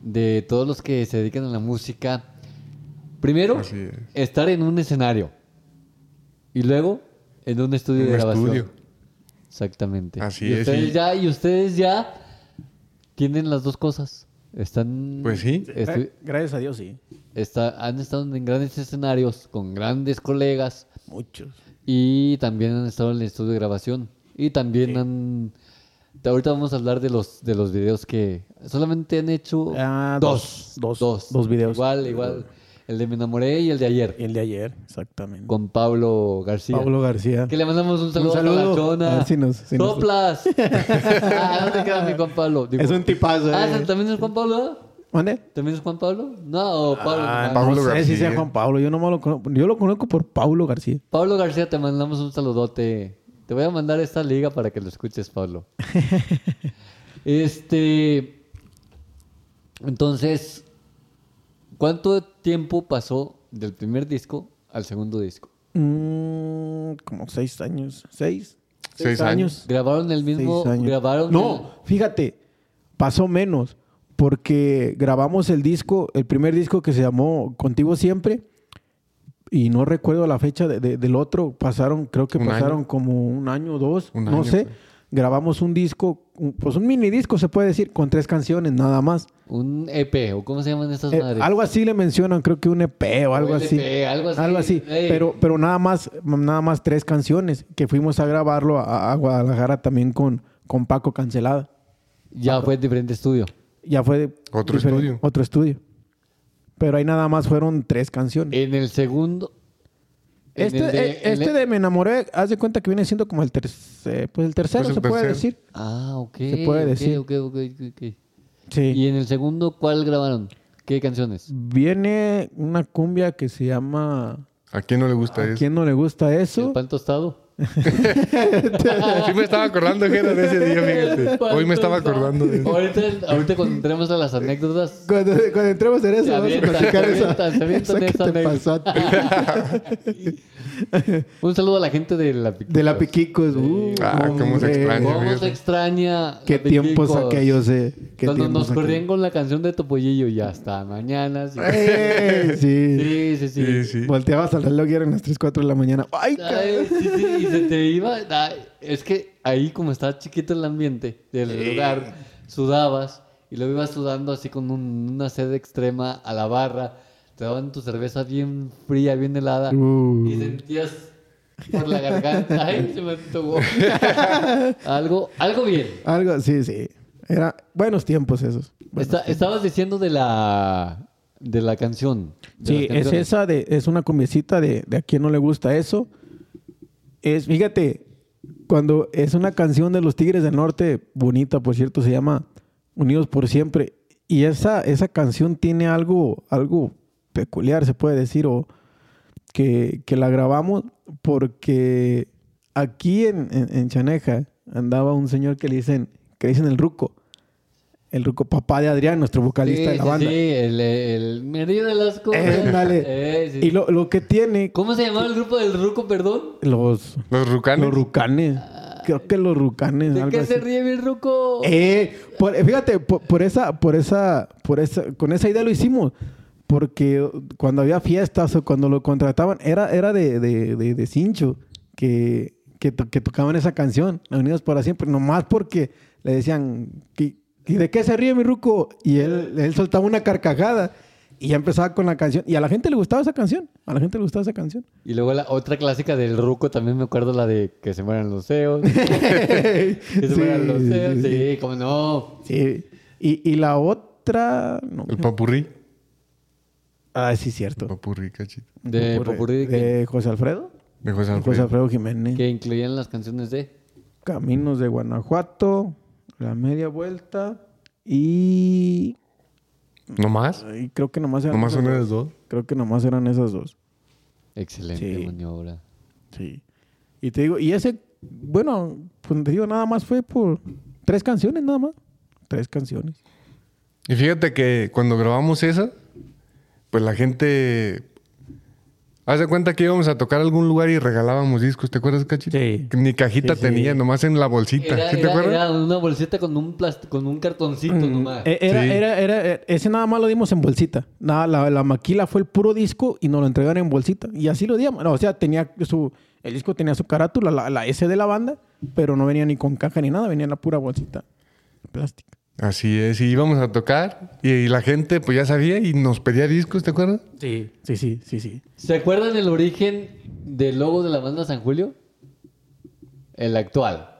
[SPEAKER 3] de todos los que se dedican a la música. Primero,
[SPEAKER 5] Así es.
[SPEAKER 3] estar en un escenario. Y luego, en un estudio
[SPEAKER 5] En
[SPEAKER 3] de
[SPEAKER 5] un
[SPEAKER 3] grabación.
[SPEAKER 5] estudio.
[SPEAKER 3] Exactamente.
[SPEAKER 5] Así
[SPEAKER 3] y
[SPEAKER 5] es,
[SPEAKER 3] Ustedes
[SPEAKER 5] sí.
[SPEAKER 3] ya, y ustedes ya tienen las dos cosas. Están.
[SPEAKER 5] Pues sí.
[SPEAKER 3] estu-
[SPEAKER 4] Gracias a Dios, sí.
[SPEAKER 3] está- han estado en grandes escenarios con grandes colegas
[SPEAKER 4] Muchos.
[SPEAKER 3] y también han estado en el estudio de grabación y también han. de- Ahorita vamos a hablar de los de los videos que solamente han hecho
[SPEAKER 4] Ah,
[SPEAKER 3] dos,
[SPEAKER 4] dos, dos, dos videos.
[SPEAKER 3] Igual, igual. El de Me Enamoré y el de ayer
[SPEAKER 4] El de ayer, exactamente.
[SPEAKER 3] con Pablo García.
[SPEAKER 4] Pablo García.
[SPEAKER 3] Que le mandamos un saludo,
[SPEAKER 4] saludo.
[SPEAKER 3] a la
[SPEAKER 4] A
[SPEAKER 3] chona.
[SPEAKER 4] ver si nos- si nos-
[SPEAKER 3] ¡Soplas! <laughs> ah, no te creas mi Juan
[SPEAKER 4] <laughs>
[SPEAKER 3] Pablo. Digo,
[SPEAKER 4] Es un tipazo,
[SPEAKER 3] Ah,
[SPEAKER 4] eh.
[SPEAKER 3] ¿también es Juan Pablo?
[SPEAKER 4] ¿Mande?
[SPEAKER 3] ¿También es Juan Pablo? No, o Pablo.
[SPEAKER 4] Ah,
[SPEAKER 3] García.
[SPEAKER 5] Pablo
[SPEAKER 4] no sé si
[SPEAKER 5] García.
[SPEAKER 4] sea Juan Pablo. Yo nomás lo conozco. Yo lo conozco por Pablo García.
[SPEAKER 3] Pablo García, te mandamos un saludote. Te voy a mandar esta liga para que lo escuches,
[SPEAKER 4] <laughs>
[SPEAKER 3] Pablo. este. Entonces, ¿cuánto tiempo pasó del primer disco al segundo disco?
[SPEAKER 4] Mm, como seis años. ¿Seis?
[SPEAKER 5] Seis años.
[SPEAKER 3] ¿Grabaron el mismo?
[SPEAKER 4] Seis años.
[SPEAKER 3] ¿Grabaron?
[SPEAKER 4] No, fíjate, pasó menos. Porque grabamos el disco, el primer disco que se llamó Contigo Siempre. Y no recuerdo la fecha de- de- del otro. Pasaron, creo que
[SPEAKER 5] Un
[SPEAKER 4] pasaron
[SPEAKER 5] año.
[SPEAKER 4] como un año o dos.
[SPEAKER 5] Un
[SPEAKER 4] no
[SPEAKER 5] año,
[SPEAKER 4] sé.
[SPEAKER 5] pues.
[SPEAKER 4] Grabamos un disco, un- pues un mini disco se puede decir, con tres canciones nada más.
[SPEAKER 3] el- un EP, ¿o cómo se llaman estas
[SPEAKER 4] Eh,
[SPEAKER 3] madres?
[SPEAKER 4] algo así le mencionan, creo que un EP o algo
[SPEAKER 3] O
[SPEAKER 4] así.
[SPEAKER 3] LP, algo así, ey.
[SPEAKER 4] Pero, pero nada más, nada más tres canciones que fuimos a grabarlo a, a Guadalajara también con, con Paco Cancelada.
[SPEAKER 3] Ya fue diferente estudio.
[SPEAKER 4] Ya fue de-
[SPEAKER 5] Otro
[SPEAKER 4] diferente-
[SPEAKER 5] estudio.
[SPEAKER 4] Otro estudio. Pero ahí nada más fueron tres canciones.
[SPEAKER 3] En el segundo. en
[SPEAKER 4] este
[SPEAKER 3] el
[SPEAKER 4] de,
[SPEAKER 3] en
[SPEAKER 4] este
[SPEAKER 3] el-
[SPEAKER 4] de Me Enamoré, haz de cuenta que viene siendo como el tercer, pues el tercero
[SPEAKER 5] Pues el
[SPEAKER 4] se puede
[SPEAKER 5] tercero.
[SPEAKER 4] decir.
[SPEAKER 3] Ah, ok.
[SPEAKER 4] Se puede
[SPEAKER 3] ok,
[SPEAKER 4] decir.
[SPEAKER 3] ok, ok, ok, ok. Y
[SPEAKER 4] Sí.
[SPEAKER 3] en el segundo, ¿cuál grabaron? ¿Qué canciones?
[SPEAKER 4] Viene una cumbia que se llama
[SPEAKER 5] ¿A quién no le gusta
[SPEAKER 4] ¿A
[SPEAKER 5] eso?
[SPEAKER 4] quién no le gusta
[SPEAKER 3] ¿El
[SPEAKER 4] eso?
[SPEAKER 3] pan tostado?
[SPEAKER 5] Sí me estaba acordando, Jera, de ese día,
[SPEAKER 3] El
[SPEAKER 4] <laughs>
[SPEAKER 5] fíjate.
[SPEAKER 3] pan
[SPEAKER 5] Hoy me estaba
[SPEAKER 3] tostado.
[SPEAKER 5] acordando de eso.
[SPEAKER 3] Ahorita, ahorita cuando entremos a las anécdotas.
[SPEAKER 4] Cuando, cuando entremos
[SPEAKER 3] Se
[SPEAKER 4] en eso, vamos a
[SPEAKER 3] avientan,
[SPEAKER 4] platicar
[SPEAKER 3] se
[SPEAKER 4] esa-
[SPEAKER 3] avientan, se avientan
[SPEAKER 4] esa que
[SPEAKER 3] esa
[SPEAKER 4] te
[SPEAKER 3] anécdota. <laughs>
[SPEAKER 4] pasaste.
[SPEAKER 3] Un saludo a la gente de la Piquicos.
[SPEAKER 4] De la Piquicos. uh,
[SPEAKER 5] Ah, cómo se
[SPEAKER 4] hombre.
[SPEAKER 5] extraña.
[SPEAKER 3] ¿Cómo se
[SPEAKER 5] Fíjate.
[SPEAKER 3] extraña?
[SPEAKER 4] Qué
[SPEAKER 3] la
[SPEAKER 4] tiempos
[SPEAKER 3] Piquicos?
[SPEAKER 4] aquellos, eh. Qué
[SPEAKER 3] Cuando
[SPEAKER 4] tiempos
[SPEAKER 3] nos corrían
[SPEAKER 4] aquellos.
[SPEAKER 3] con la canción de Topollillo y hasta mañana. sí.
[SPEAKER 4] Eh, sí.
[SPEAKER 3] Sí, sí, sí.
[SPEAKER 5] Sí, sí.
[SPEAKER 4] Volteabas al reloj y eran las 3, 4 de la mañana. ¡Ay, cabrón!
[SPEAKER 3] Ay, sí, sí, y se te iba. ay, es que ahí, como estaba chiquito el ambiente del lugar, sudabas y luego ibas sudando así con un- una sed extrema a la barra. Te daban tu cerveza bien fría, bien helada
[SPEAKER 4] Uh.
[SPEAKER 3] y sentías por la garganta. Ay, se me
[SPEAKER 4] <laughs>
[SPEAKER 3] antojó. algo, algo bien.
[SPEAKER 4] Algo, sí, sí. Era buenos tiempos esos. Buenos
[SPEAKER 3] Está- estabas diciendo de la, de la canción. de
[SPEAKER 4] Sí,
[SPEAKER 3] las
[SPEAKER 4] es
[SPEAKER 3] canciones.
[SPEAKER 4] esa de, es una cumbiecita de, de a quién no le gusta eso. Es, fíjate, cuando es una canción de los Tigres del Norte, bonita por cierto, se llama Unidos por Siempre. Y esa, esa canción tiene algo, algo peculiar, se puede decir, o que, que la grabamos porque aquí en, en, en Chaneja andaba un señor que le dicen, que le dicen el Ruco. El Ruco, papá de Adrián, nuestro
[SPEAKER 3] Sí,
[SPEAKER 4] vocalista de la
[SPEAKER 3] sí,
[SPEAKER 4] banda.
[SPEAKER 3] Sí, el, el medio de las cosas.
[SPEAKER 4] Eh, <laughs> dale.
[SPEAKER 3] <laughs> Eh, sí.
[SPEAKER 4] Y lo, lo que tiene
[SPEAKER 3] ¿Cómo se llamaba el grupo del Ruco, perdón?
[SPEAKER 4] Los,
[SPEAKER 5] Los rucanos.
[SPEAKER 4] los rucanes. Creo que los rucanes.
[SPEAKER 3] ¿De
[SPEAKER 4] algo
[SPEAKER 3] qué se
[SPEAKER 4] así.
[SPEAKER 3] ríe mi Ruco?
[SPEAKER 4] Eh, por- fíjate, por, por esa, por esa, por esa, con esa idea lo hicimos. Porque cuando había fiestas o cuando lo contrataban, era, era de, de, de- de cincho que, que, to- que tocaban esa canción, La Unidos para Siempre, nomás porque le decían, "¿Y- ¿y de qué se ríe mi ruco? Y él, él soltaba una carcajada y ya empezaba con la canción. Y a la gente le gustaba esa canción, a la gente le gustaba esa canción.
[SPEAKER 3] Y luego la otra clásica del Ruco, también me acuerdo la de que se mueran los
[SPEAKER 4] <laughs>
[SPEAKER 3] CEOs.
[SPEAKER 4] <laughs> Sí,
[SPEAKER 3] Que se mueran los
[SPEAKER 4] sí,
[SPEAKER 3] CEOs.
[SPEAKER 4] sí, sí.
[SPEAKER 3] Sí, cómo no.
[SPEAKER 4] Sí. Y, y la otra. No.
[SPEAKER 5] El papurrí.
[SPEAKER 4] Ah, sí, cierto.
[SPEAKER 5] Papurrí, cachito.
[SPEAKER 3] De
[SPEAKER 4] Popurrí.
[SPEAKER 3] Popurrí, que,
[SPEAKER 4] de José Alfredo.
[SPEAKER 5] De José
[SPEAKER 4] José
[SPEAKER 5] Alfredo.
[SPEAKER 4] Alfredo Jiménez.
[SPEAKER 3] que incluían las canciones de.
[SPEAKER 4] Caminos de Guanajuato. La media vuelta. Y.
[SPEAKER 5] ¿No más?
[SPEAKER 4] ay, creo que nomás eran.
[SPEAKER 5] ¿No más
[SPEAKER 4] esas
[SPEAKER 5] una de
[SPEAKER 4] dos.
[SPEAKER 5] las dos?
[SPEAKER 4] Creo que nomás eran esas dos.
[SPEAKER 3] Excelente
[SPEAKER 4] Sí.
[SPEAKER 3] maniobra.
[SPEAKER 4] Sí. Y te digo, y ese. Bueno, pues te digo, nada más fue por tres canciones, nada más. Tres canciones.
[SPEAKER 5] Y fíjate que cuando grabamos esa, pues la gente. Hace cuenta que íbamos a tocar a algún lugar y regalábamos discos, ¿te acuerdas, Cachito?
[SPEAKER 4] Sí.
[SPEAKER 5] Que Ni cajita
[SPEAKER 4] Sí, sí.
[SPEAKER 5] tenía, nomás en la bolsita.
[SPEAKER 3] Era,
[SPEAKER 5] ¿Sí te
[SPEAKER 3] era-
[SPEAKER 5] acuerdas?
[SPEAKER 3] era una bolsita con un, plast- con un cartoncito nomás.
[SPEAKER 4] Eh, Era,
[SPEAKER 5] Sí.
[SPEAKER 4] era, era, eh, ese nada más lo dimos en bolsita. Nada, la, la maquila fue el puro disco y nos lo entregaron en bolsita. Y así lo dimos. No, o sea, tenía su, el disco tenía su carátula, la, la S de la banda, pero no venía ni con caja ni nada, venía en la pura bolsita de plástico.
[SPEAKER 5] Así es, y íbamos a tocar y, y la gente pues ya sabía y nos pedía discos, ¿te acuerdas?
[SPEAKER 4] Sí. Sí, sí, sí, sí.
[SPEAKER 3] ¿Se acuerdan el origen del logo de la banda San Julio? El actual.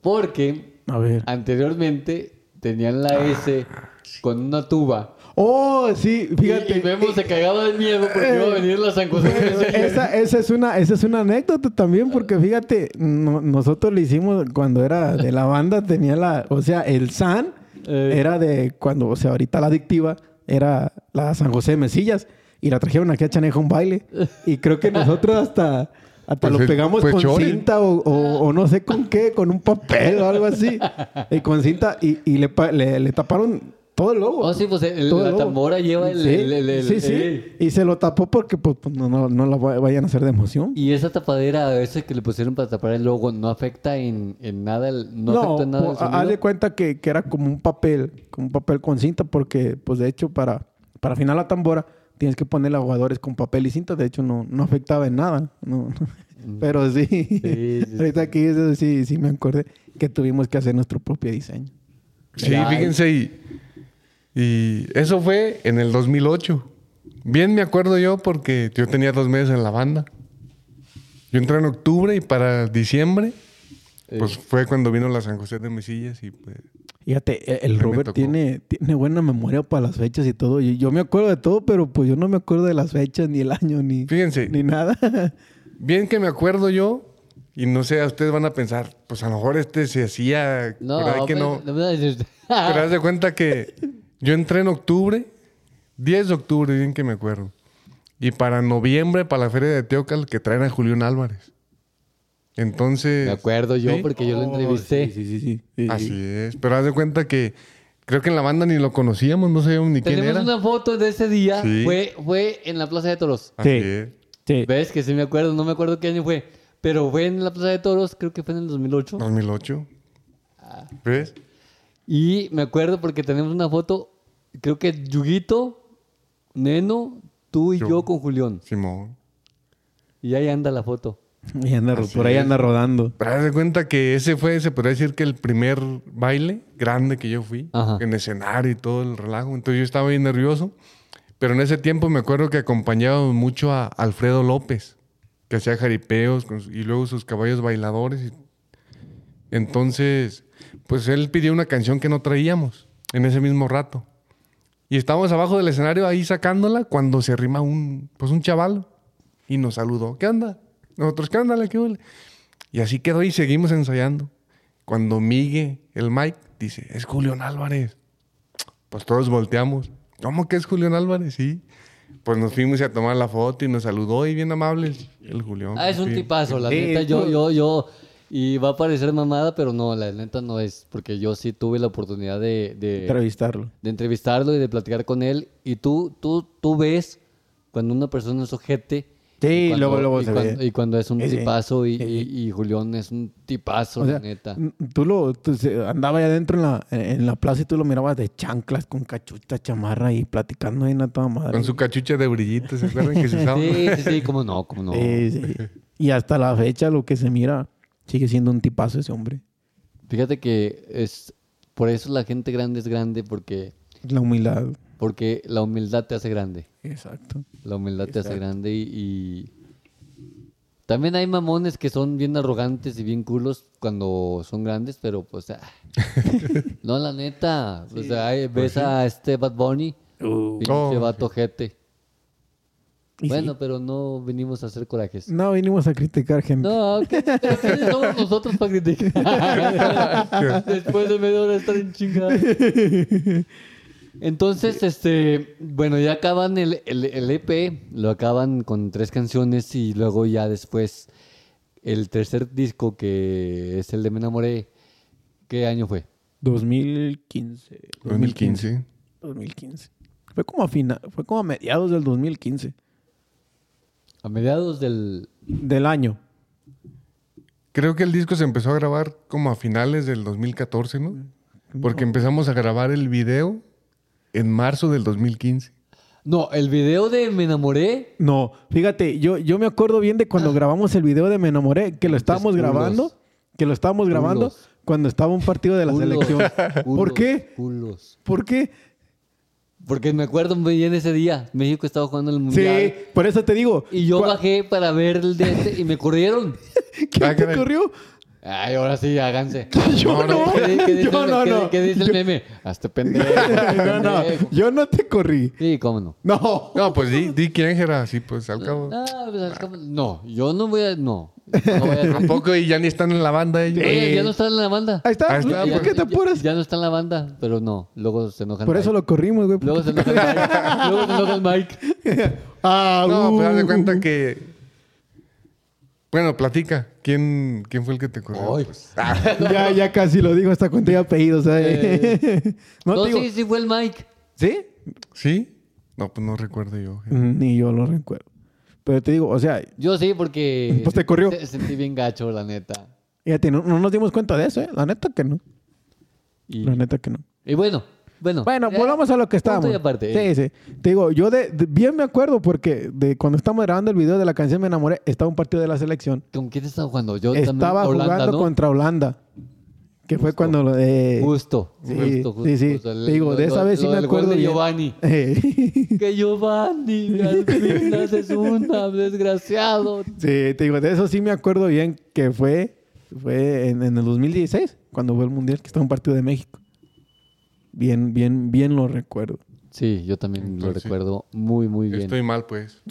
[SPEAKER 3] Porque
[SPEAKER 4] A ver.
[SPEAKER 3] anteriormente tenían la S
[SPEAKER 4] Ah,
[SPEAKER 3] con una tuba.
[SPEAKER 4] Oh, sí, fíjate.
[SPEAKER 3] Y, y Memo se cagaba de miedo porque iba a venir la San José.
[SPEAKER 4] Esa, esa es una, esa es una anécdota también, porque fíjate, no- nosotros le hicimos cuando era de la banda, tenía la, o sea, el San
[SPEAKER 3] Eh.
[SPEAKER 4] era de cuando, o sea, ahorita la adictiva era la San José de Mesillas y la trajeron aquí a Chanejo a un baile. Y creo que nosotros hasta, hasta
[SPEAKER 5] Pues
[SPEAKER 4] lo
[SPEAKER 5] es-
[SPEAKER 4] pegamos
[SPEAKER 5] pues
[SPEAKER 4] con
[SPEAKER 5] chore.
[SPEAKER 4] cinta o, o- o no sé con qué, con un papel o algo así. Y con cinta y, y le, pa- le- le taparon todo el logo.
[SPEAKER 3] <laughs> Oh, sí, pues el-
[SPEAKER 4] Todo
[SPEAKER 3] la
[SPEAKER 4] lobo.
[SPEAKER 3] tambora lleva el...
[SPEAKER 4] Sí,
[SPEAKER 3] el- el- el-
[SPEAKER 4] sí, sí.
[SPEAKER 3] eh.
[SPEAKER 4] Y se lo tapó porque pues, pues, no, no, no la va- vayan a hacer de emoción.
[SPEAKER 3] Y esa tapadera a veces que le pusieron para tapar el logo no afecta en, en nada, el, no, afecta en nada el
[SPEAKER 4] pues, ha- haz de
[SPEAKER 3] sonido.
[SPEAKER 4] cuenta que, que era como un papel, como un papel con cinta, porque pues de hecho para, para afinar la tambora tienes que ponerle aguadores con papel y cinta. De hecho no, no afectaba en nada. No, <laughs> Pero sí,
[SPEAKER 3] Mm. sí,
[SPEAKER 4] ahorita aquí eso sí, sí me acordé que tuvimos que hacer nuestro propio diseño.
[SPEAKER 5] Sí,
[SPEAKER 3] Ay.
[SPEAKER 5] fíjense, y, y eso fue en el 2008. Bien me acuerdo yo porque yo tenía dos meses en la banda. Yo entré en octubre y para diciembre, pues fue cuando vino la San José de Mesillas y pues...
[SPEAKER 4] Fíjate, e-, el- el
[SPEAKER 5] Me
[SPEAKER 4] Robert
[SPEAKER 5] tocó.
[SPEAKER 4] tiene, tiene buena memoria para las fechas y todo. Yo, yo me acuerdo de todo, pero pues yo no me acuerdo de las fechas, ni el año, ni,
[SPEAKER 5] Fíjense,
[SPEAKER 4] ni nada.
[SPEAKER 5] bien que me acuerdo yo, y no sé, ustedes van a pensar, pues a lo mejor este se hacía...
[SPEAKER 3] No,
[SPEAKER 5] por ahí que
[SPEAKER 3] pues,
[SPEAKER 5] no.
[SPEAKER 3] me vas a decir-
[SPEAKER 5] Pero haz de cuenta que yo entré en octubre, 10 de octubre, bien que me acuerdo. Y para noviembre, para la feria de Teocal, que traen a Julián Álvarez.
[SPEAKER 3] <laughs>
[SPEAKER 5] Entonces.
[SPEAKER 3] Me acuerdo yo
[SPEAKER 5] ¿sí? Oh,
[SPEAKER 3] porque
[SPEAKER 4] <laughs>
[SPEAKER 3] yo lo entrevisté.
[SPEAKER 4] Oh, Sí, sí, sí. sí.
[SPEAKER 5] Así es. Pero haz de cuenta que creo que en la banda ni lo conocíamos, no sabíamos ni quién
[SPEAKER 3] Tenemos
[SPEAKER 5] era.
[SPEAKER 3] una foto de ese día.
[SPEAKER 5] Sí.
[SPEAKER 3] Fue, fue en la Plaza de Toros.
[SPEAKER 5] Así
[SPEAKER 4] Sí.
[SPEAKER 5] es.
[SPEAKER 4] Sí.
[SPEAKER 3] ¿Ves? Que sí me acuerdo. No me acuerdo qué año fue. Pero fue en la Plaza de Toros. Creo que fue en el 2008.
[SPEAKER 5] 2008.
[SPEAKER 3] Ah.
[SPEAKER 5] ¿Ves?
[SPEAKER 3] Y me acuerdo porque tenemos una foto. Creo que Yuguito, Neno, tú y yo,
[SPEAKER 5] Yo.
[SPEAKER 3] con Julián.
[SPEAKER 5] Simón.
[SPEAKER 3] Y ahí anda la foto.
[SPEAKER 4] Y anda, ro-
[SPEAKER 5] Así
[SPEAKER 4] por ahí
[SPEAKER 5] es.
[SPEAKER 4] anda rodando.
[SPEAKER 5] Pero haz de cuenta que ese fue, se podría decir que el primer baile grande que yo fui,
[SPEAKER 3] Ajá.
[SPEAKER 5] en escenario y todo el relajo. Entonces yo estaba bien nervioso, pero en ese tiempo me acuerdo que acompañábamos mucho a Alfredo López, que hacía jaripeos con su- y luego sus caballos bailadores. y- Entonces, pues él pidió una canción que no traíamos en ese mismo rato. Y estábamos abajo del escenario ahí sacándola cuando se arrima un, pues un chaval y nos saludó. ¿Qué onda? Nosotros, ¿qué onda? ¿Qué huele? Y así quedó y seguimos ensayando. Cuando Migue, el Mike, dice, es Julián Álvarez. Pues todos volteamos. ¿Cómo que es Julián Álvarez? Sí. Pues nos fuimos a tomar la foto y nos saludó y bien amables el Julián.
[SPEAKER 3] Ah, es un
[SPEAKER 5] Sí.
[SPEAKER 3] tipazo, la neta. Yo, yo, yo. Y va a parecer mamada, pero no, la neta no es. Porque yo sí tuve la oportunidad de- de,
[SPEAKER 4] Entrevistarlo.
[SPEAKER 3] de entrevistarlo y de platicar con él. Y tú, tú, tú ves cuando una persona es ojete.
[SPEAKER 4] Sí,
[SPEAKER 3] y cuando-
[SPEAKER 4] luego, luego
[SPEAKER 3] y
[SPEAKER 4] se
[SPEAKER 3] cuando,
[SPEAKER 4] ve.
[SPEAKER 3] y cuando es un
[SPEAKER 4] Sí, sí.
[SPEAKER 3] tipazo y,
[SPEAKER 4] Sí,
[SPEAKER 3] y- y Julián es un tipazo,
[SPEAKER 4] O sea,
[SPEAKER 3] la neta.
[SPEAKER 4] n- tú lo tú se- andaba allá adentro en la, en la plaza y tú lo mirabas de chanclas con cachucha, chamarra y platicando ahí en la toda madre.
[SPEAKER 5] Con su cachucha de brillitos, ¿se acuerdan
[SPEAKER 3] <laughs>
[SPEAKER 5] que se usaba?
[SPEAKER 3] Sí, sí, sí, cómo no, cómo no.
[SPEAKER 4] Sí, sí. Y hasta la fecha lo que se mira sigue siendo un tipazo ese hombre.
[SPEAKER 3] Fíjate que es por eso la gente grande es grande, porque,
[SPEAKER 4] La humildad.
[SPEAKER 3] porque la humildad te hace grande.
[SPEAKER 4] Exacto.
[SPEAKER 3] La humildad te hace grande y, y también hay mamones que son bien arrogantes y bien culos cuando son grandes, pero pues
[SPEAKER 4] <laughs>
[SPEAKER 3] ah. no la neta, o sea, ahí
[SPEAKER 4] Pues
[SPEAKER 3] ves a este Bad Bunny, pinche
[SPEAKER 5] Oh,
[SPEAKER 3] vato ojete.
[SPEAKER 4] Uh. Y
[SPEAKER 3] Bueno, pero no venimos a hacer corajes.
[SPEAKER 4] No vinimos a criticar gente.
[SPEAKER 3] No, ¿qué, pero ¿quiénes somos nosotros para
[SPEAKER 4] <laughs>
[SPEAKER 3] criticar? Después de media hora estar en chingada. Entonces, este, bueno, ya acaban el, el, el EP, lo acaban con tres canciones y luego ya después el tercer disco que es el de Me Enamoré, ¿qué año fue?
[SPEAKER 4] 2015.
[SPEAKER 5] 2015.
[SPEAKER 4] 2015. Fue como a fina- fue como a mediados del 2015.
[SPEAKER 3] A mediados del...
[SPEAKER 4] Del año.
[SPEAKER 5] Creo que el disco se empezó a grabar como a finales del 2014, ¿no? Porque empezamos a grabar el video en marzo del 2015.
[SPEAKER 3] No, el video de Me Enamoré, Ah.
[SPEAKER 4] No, fíjate, yo, yo me acuerdo bien de cuando grabamos el video de Me Enamoré, que lo estábamos
[SPEAKER 3] culos.
[SPEAKER 4] grabando, que lo estábamos grabando
[SPEAKER 3] Culos.
[SPEAKER 4] cuando estaba un partido de la
[SPEAKER 3] Culos,
[SPEAKER 4] selección. ¿Por
[SPEAKER 3] culos,
[SPEAKER 4] qué?
[SPEAKER 3] Culos.
[SPEAKER 4] ¿Por qué?
[SPEAKER 3] Porque me acuerdo muy bien ese día. México estaba jugando el
[SPEAKER 4] Sí,
[SPEAKER 3] mundial.
[SPEAKER 4] por eso te digo.
[SPEAKER 3] Y yo
[SPEAKER 4] cua-
[SPEAKER 3] bajé para ver el de este y me corrieron.
[SPEAKER 4] <laughs> ¿Qué
[SPEAKER 5] Ah,
[SPEAKER 4] te
[SPEAKER 5] caray.
[SPEAKER 4] corrió?
[SPEAKER 3] Ay, ahora sí, háganse.
[SPEAKER 4] <laughs> Yo no,
[SPEAKER 3] ¿Qué, di- qué dice,
[SPEAKER 4] yo
[SPEAKER 3] el-
[SPEAKER 4] no,
[SPEAKER 3] qué di-
[SPEAKER 4] no.
[SPEAKER 3] qué dice el meme?
[SPEAKER 4] <laughs>
[SPEAKER 3] Hasta pendejo. hazte
[SPEAKER 4] No, no,
[SPEAKER 3] pendejo.
[SPEAKER 4] yo no te corrí.
[SPEAKER 3] Sí, cómo no.
[SPEAKER 4] No.
[SPEAKER 5] No, pues di, di quién era, así pues al <laughs> cabo.
[SPEAKER 3] Ah, pues, al cabo- no, yo no voy a. No.
[SPEAKER 4] <laughs>
[SPEAKER 3] no voy a-
[SPEAKER 5] Tampoco, y ya ni están en la banda ellos.
[SPEAKER 3] Oye, ya no está en la banda.
[SPEAKER 4] Ahí está.
[SPEAKER 5] Ahí está,
[SPEAKER 4] ¿Por
[SPEAKER 5] pues.
[SPEAKER 4] qué te apuras?
[SPEAKER 3] Ya no está en la banda, pero no. Luego se enojan.
[SPEAKER 4] Por eso
[SPEAKER 3] Mike.
[SPEAKER 4] lo corrimos, güey.
[SPEAKER 3] Luego se enoja el Mike. Luego se enoja el Mike.
[SPEAKER 4] <laughs> Ah, uh.
[SPEAKER 5] No,
[SPEAKER 3] pues,
[SPEAKER 5] pero haz de cuenta que. Bueno, platica. ¿Quién, quién fue el que te corrió?
[SPEAKER 3] Ay.
[SPEAKER 5] Pues,
[SPEAKER 4] <laughs> Ya, ya casi lo digo hasta con tu apellido, ¿sabes? <laughs> no,
[SPEAKER 3] No,
[SPEAKER 4] te digo.
[SPEAKER 3] sí, sí fue el Mike.
[SPEAKER 4] ¿Sí?
[SPEAKER 5] ¿Sí? No, pues no recuerdo yo.
[SPEAKER 4] Mm, Ni yo lo recuerdo. Pero te digo, o sea,
[SPEAKER 3] Yo sí, porque.
[SPEAKER 4] Pues te corrió.
[SPEAKER 3] se- sentí bien gacho, la neta.
[SPEAKER 4] fíjate, no, no nos dimos cuenta de eso, ¿eh? La neta que no.
[SPEAKER 3] Y,
[SPEAKER 4] La neta que no.
[SPEAKER 3] y bueno, bueno.
[SPEAKER 4] Bueno,
[SPEAKER 3] Eh,
[SPEAKER 4] volvamos a lo
[SPEAKER 3] punto
[SPEAKER 4] que estábamos.
[SPEAKER 3] y aparte.
[SPEAKER 4] Sí, sí. Te digo, yo de, de- bien me acuerdo porque de cuando estábamos grabando el video de la canción Me Enamoré, estaba un partido de la selección.
[SPEAKER 3] ¿Con quién estaba jugando? Yo
[SPEAKER 4] Estaba
[SPEAKER 3] también.
[SPEAKER 4] jugando
[SPEAKER 3] ¿no?
[SPEAKER 4] contra Holanda. Que fue cuando lo de.
[SPEAKER 3] Justo.
[SPEAKER 4] Sí,
[SPEAKER 3] justo, justo,
[SPEAKER 4] sí, sí.
[SPEAKER 3] justo. El-
[SPEAKER 4] Te digo,
[SPEAKER 3] lo-
[SPEAKER 4] de esa
[SPEAKER 3] lo-
[SPEAKER 4] vez sí
[SPEAKER 3] lo
[SPEAKER 4] me
[SPEAKER 3] del gol
[SPEAKER 4] acuerdo.
[SPEAKER 3] de
[SPEAKER 4] bien. <laughs>
[SPEAKER 3] Giovanni.
[SPEAKER 4] Eh.
[SPEAKER 3] Que Giovanni, al
[SPEAKER 4] <laughs>
[SPEAKER 3] fin haces una, desgraciado.
[SPEAKER 4] Sí, te digo, de eso sí me acuerdo bien que fue, fue en, en el 2016, cuando fue el Mundial, que estaba un partido de México. Bien, bien, bien lo recuerdo.
[SPEAKER 3] Sí, yo también lo
[SPEAKER 5] Entonces,
[SPEAKER 3] recuerdo muy, muy bien.
[SPEAKER 5] Estoy mal, pues.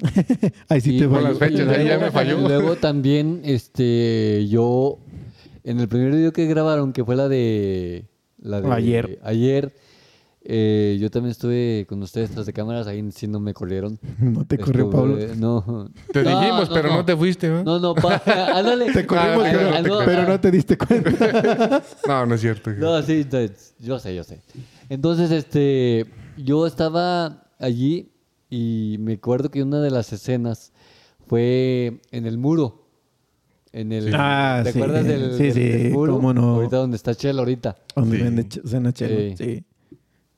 [SPEAKER 4] Ahí sí
[SPEAKER 3] Y-
[SPEAKER 4] te
[SPEAKER 5] Por
[SPEAKER 4] falló.
[SPEAKER 5] las fechas,
[SPEAKER 3] y
[SPEAKER 5] ahí ya
[SPEAKER 3] luego-
[SPEAKER 5] me falló.
[SPEAKER 3] y
[SPEAKER 5] <laughs>
[SPEAKER 3] Luego también, este, yo, en el primer video que grabaron, que fue la de... La de
[SPEAKER 4] Ayer.
[SPEAKER 3] Ayer, eh, yo también estuve con ustedes tras de cámaras, ahí sí no me corrieron.
[SPEAKER 4] <laughs> No te corrió,
[SPEAKER 3] Estuve-
[SPEAKER 4] Pablo.
[SPEAKER 3] No.
[SPEAKER 5] Te
[SPEAKER 3] No,
[SPEAKER 5] dijimos, pero no. te fuiste, ¿no? No,
[SPEAKER 3] No, no, pa- <laughs> ándale.
[SPEAKER 4] Te corrimos,
[SPEAKER 5] Ah,
[SPEAKER 4] pero,
[SPEAKER 5] ah,
[SPEAKER 4] pero
[SPEAKER 5] ah,
[SPEAKER 4] no,
[SPEAKER 5] ah.
[SPEAKER 4] te diste cuenta.
[SPEAKER 3] <laughs>
[SPEAKER 5] no, es cierto.
[SPEAKER 3] No, sí, no, es- yo sé, yo sé. Entonces, este, yo estaba allí y me acuerdo que una de las escenas fue en el muro. En el,
[SPEAKER 4] Ah,
[SPEAKER 3] ¿Te
[SPEAKER 4] sí.
[SPEAKER 3] acuerdas del,
[SPEAKER 4] Sí,
[SPEAKER 3] del- del
[SPEAKER 4] sí,
[SPEAKER 3] muro?
[SPEAKER 4] cómo no.
[SPEAKER 3] Ahorita donde está Chelo ahorita.
[SPEAKER 4] Donde
[SPEAKER 5] Sí.
[SPEAKER 4] vende ch- cena
[SPEAKER 3] Sí.
[SPEAKER 4] chela. Sí.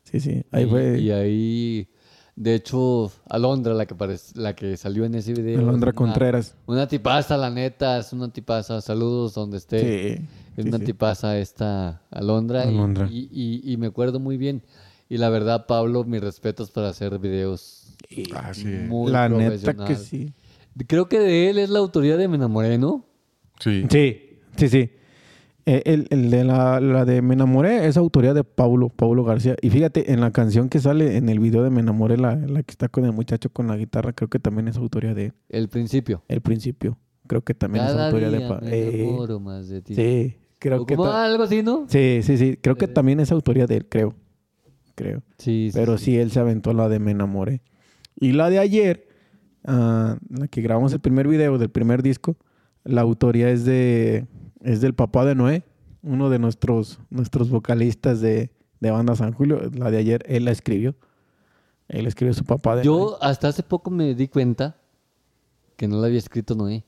[SPEAKER 4] sí, sí. Ahí
[SPEAKER 3] y,
[SPEAKER 4] fue
[SPEAKER 3] Y ahí, de hecho, Alondra, la que, parec- la que salió en ese video.
[SPEAKER 4] Alondra
[SPEAKER 3] es una-
[SPEAKER 4] Contreras.
[SPEAKER 3] Una tipaza, la neta, es una tipaza. Saludos donde esté.
[SPEAKER 4] Sí.
[SPEAKER 3] Es
[SPEAKER 4] sí,
[SPEAKER 3] una
[SPEAKER 4] sí.
[SPEAKER 3] tipaza esta Alondra. y-
[SPEAKER 4] Alondra.
[SPEAKER 3] Y, y- y me acuerdo muy bien. Y la verdad, Pablo, mis respetos para hacer videos
[SPEAKER 5] Ah, sí.
[SPEAKER 3] muy
[SPEAKER 4] La neta que
[SPEAKER 3] profesional.
[SPEAKER 4] sí.
[SPEAKER 3] Creo que de él es la autoría de Me Enamoré, ¿no?
[SPEAKER 5] Sí.
[SPEAKER 4] Sí, sí, sí. Eh, El, el de la, la de Me Enamoré es autoría de Paulo, Paulo García. Y fíjate, en la canción que sale en el video de Me Enamoré, la, la que está con el muchacho con la guitarra, creo que también es autoría de
[SPEAKER 3] El principio.
[SPEAKER 4] El Principio. Creo que también es
[SPEAKER 3] Cada
[SPEAKER 4] autoría
[SPEAKER 3] día
[SPEAKER 4] de Pa-
[SPEAKER 3] me
[SPEAKER 4] eh,
[SPEAKER 3] enamoro más de ti. Eh.
[SPEAKER 4] Sí, creo
[SPEAKER 3] O
[SPEAKER 4] que
[SPEAKER 3] como
[SPEAKER 4] ta-
[SPEAKER 3] algo así, ¿no?
[SPEAKER 4] Sí, sí, sí. Creo que también es autoría de él, creo. Creo.
[SPEAKER 3] Sí, sí,
[SPEAKER 4] Pero sí, él se aventó la de Me Enamoré. Y la de ayer, ah, la que grabamos el primer video del primer disco, la autoría es de es del papá de Noé, uno de nuestros, nuestros vocalistas de, de Banda San Julio. La de ayer, él la escribió. Él escribió su papá de
[SPEAKER 3] Yo hasta hace poco me di cuenta que no la había escrito Noé.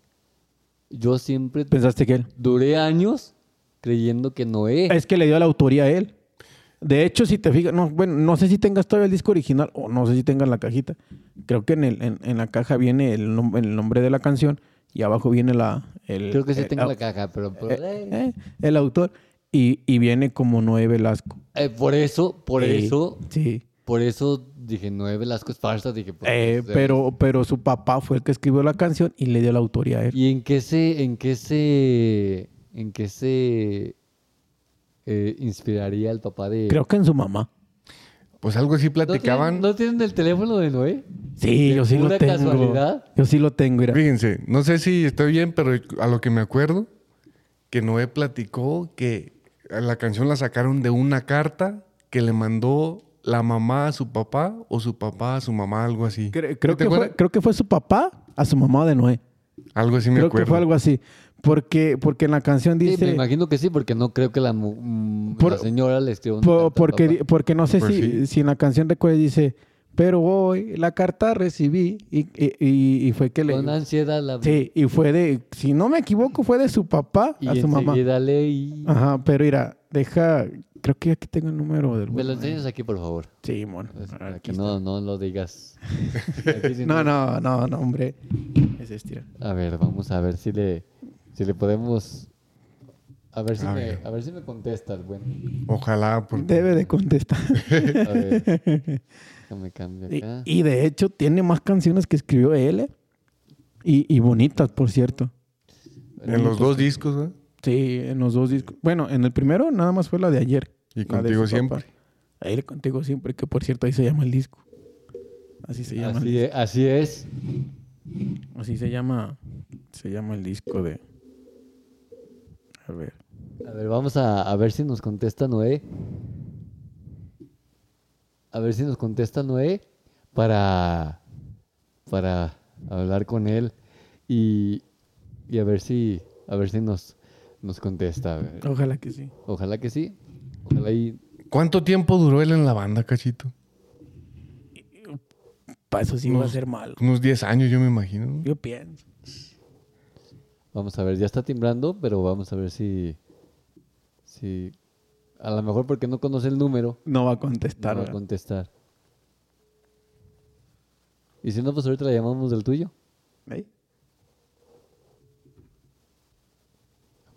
[SPEAKER 3] Yo siempre
[SPEAKER 4] Noé. ¿Pensaste que él?
[SPEAKER 3] duré años creyendo que Noé.
[SPEAKER 4] Es que le dio la autoría a él. De hecho, si te fijas, no, bueno, no sé si tengas todavía el disco original o no sé si tengas la cajita. Creo que en, el, en, en la caja viene el, nom- el nombre de la canción y abajo viene la... El,
[SPEAKER 3] Creo que sí
[SPEAKER 4] el-
[SPEAKER 3] tengo la
[SPEAKER 4] au-
[SPEAKER 3] caja, pero... pero-
[SPEAKER 4] eh, eh, el autor. Y, y viene como Noé Velasco.
[SPEAKER 3] Eh, por eso, por
[SPEAKER 4] Eh,
[SPEAKER 3] eso,
[SPEAKER 4] Sí.
[SPEAKER 3] por eso dije, no es Velasco es farsa, dije, pues,
[SPEAKER 4] Eh,
[SPEAKER 3] o sea,
[SPEAKER 4] pero, pero su papá fue el que escribió la canción y le dio la autoría a él.
[SPEAKER 3] ¿Y en qué se, en qué se, en qué se eh, inspiraría el papá de...
[SPEAKER 4] Creo que en su mamá.
[SPEAKER 5] Pues algo así
[SPEAKER 3] ¿No tienen-
[SPEAKER 5] platicaban.
[SPEAKER 3] ¿No tienen, el teléfono de Noé?
[SPEAKER 4] Sí,
[SPEAKER 3] ¿De
[SPEAKER 4] yo sí lo
[SPEAKER 3] pura
[SPEAKER 4] tengo.
[SPEAKER 3] casualidad?
[SPEAKER 4] Yo sí lo tengo, mira.
[SPEAKER 5] Fíjense, no sé si estoy bien, pero a lo que me acuerdo, que Noé platicó que la canción la sacaron de una carta que le mandó la mamá a su papá o su papá a su mamá, algo así.
[SPEAKER 4] Cre- creo,
[SPEAKER 5] ¿Te
[SPEAKER 4] que fue,
[SPEAKER 5] acuerdas?
[SPEAKER 4] creo que fue su papá a su mamá de Noé.
[SPEAKER 5] Algo así me
[SPEAKER 4] creo
[SPEAKER 5] acuerdo.
[SPEAKER 4] que fue algo así. Porque, porque en la canción
[SPEAKER 3] Sí, me
[SPEAKER 4] dice.
[SPEAKER 3] imagino que sí, porque no creo que la, mu- mm,
[SPEAKER 4] Por-
[SPEAKER 3] la señora le escriba una
[SPEAKER 4] po-
[SPEAKER 3] carta al
[SPEAKER 4] porque, di-
[SPEAKER 3] papá.
[SPEAKER 4] porque no sé
[SPEAKER 5] Pues
[SPEAKER 4] si,
[SPEAKER 5] sí.
[SPEAKER 4] si en la canción recuerda, dice. Pero hoy la carta recibí y, y- y- y fue que le.
[SPEAKER 3] Con ansiedad la...
[SPEAKER 4] Sí, y fue de. Si no me equivoco, fue de su papá
[SPEAKER 3] y
[SPEAKER 4] a su mamá. Ah,
[SPEAKER 3] enseguida leí...
[SPEAKER 4] Ajá, pero mira, deja. Creo que aquí tengo el número
[SPEAKER 3] Me
[SPEAKER 4] del.
[SPEAKER 3] lo
[SPEAKER 4] bueno, eh.
[SPEAKER 3] enseñas aquí, por favor.
[SPEAKER 4] Sí, mon.
[SPEAKER 3] Para
[SPEAKER 4] Aquí
[SPEAKER 3] que no,
[SPEAKER 4] está.
[SPEAKER 3] no lo
[SPEAKER 4] <laughs>
[SPEAKER 3] digas. Aquí sí
[SPEAKER 4] No, no, no, no, hombre. Es este, mira.
[SPEAKER 3] A ver, vamos a ver si le, si le podemos A ver si,
[SPEAKER 5] A
[SPEAKER 3] me,
[SPEAKER 5] ver.
[SPEAKER 3] A ver si me contestas,
[SPEAKER 4] <laughs>
[SPEAKER 3] bueno.
[SPEAKER 5] Ojalá. porque-
[SPEAKER 4] Debe
[SPEAKER 3] <laughs>
[SPEAKER 4] de contestar.
[SPEAKER 3] A ver. Déjame cambiar
[SPEAKER 4] Y,
[SPEAKER 3] acá.
[SPEAKER 4] y de hecho tiene más canciones que escribió él. eh, Y, y bonitas, por cierto.
[SPEAKER 5] En los dos discos, ¿verdad?
[SPEAKER 4] Sí, en los dos discos. Bueno, en el primero nada más fue la de ayer.
[SPEAKER 5] Y
[SPEAKER 4] la de
[SPEAKER 5] Contigo
[SPEAKER 4] su papá.
[SPEAKER 5] Siempre.
[SPEAKER 4] Ahí contigo siempre, que por cierto ahí se llama el disco. Así se llama. el
[SPEAKER 3] Así es, así es.
[SPEAKER 4] Así se llama. Se llama el disco de. A ver.
[SPEAKER 3] A ver, vamos a, a ver si nos contesta Noé. A ver si nos contesta Noé para, para hablar con él y, y a ver si, a ver si nos, nos contesta. A ver,
[SPEAKER 4] Ojalá que sí.
[SPEAKER 3] Ojalá que sí. Ojalá y
[SPEAKER 5] ¿Cuánto tiempo duró él en la banda, cachito?
[SPEAKER 4] Para eso sí
[SPEAKER 5] No.
[SPEAKER 4] va a ser malo.
[SPEAKER 5] Unos 10 años, yo me imagino. ¿no?
[SPEAKER 4] Yo pienso.
[SPEAKER 3] vamos a ver, ya está timbrando, pero vamos a ver si, si a lo mejor porque no conoce el número,
[SPEAKER 4] No va a
[SPEAKER 3] no
[SPEAKER 4] contestar.
[SPEAKER 3] va a
[SPEAKER 4] ¿verdad?
[SPEAKER 3] contestar. Y si no, pues ahorita la llamamos del tuyo.
[SPEAKER 4] ¿Eh?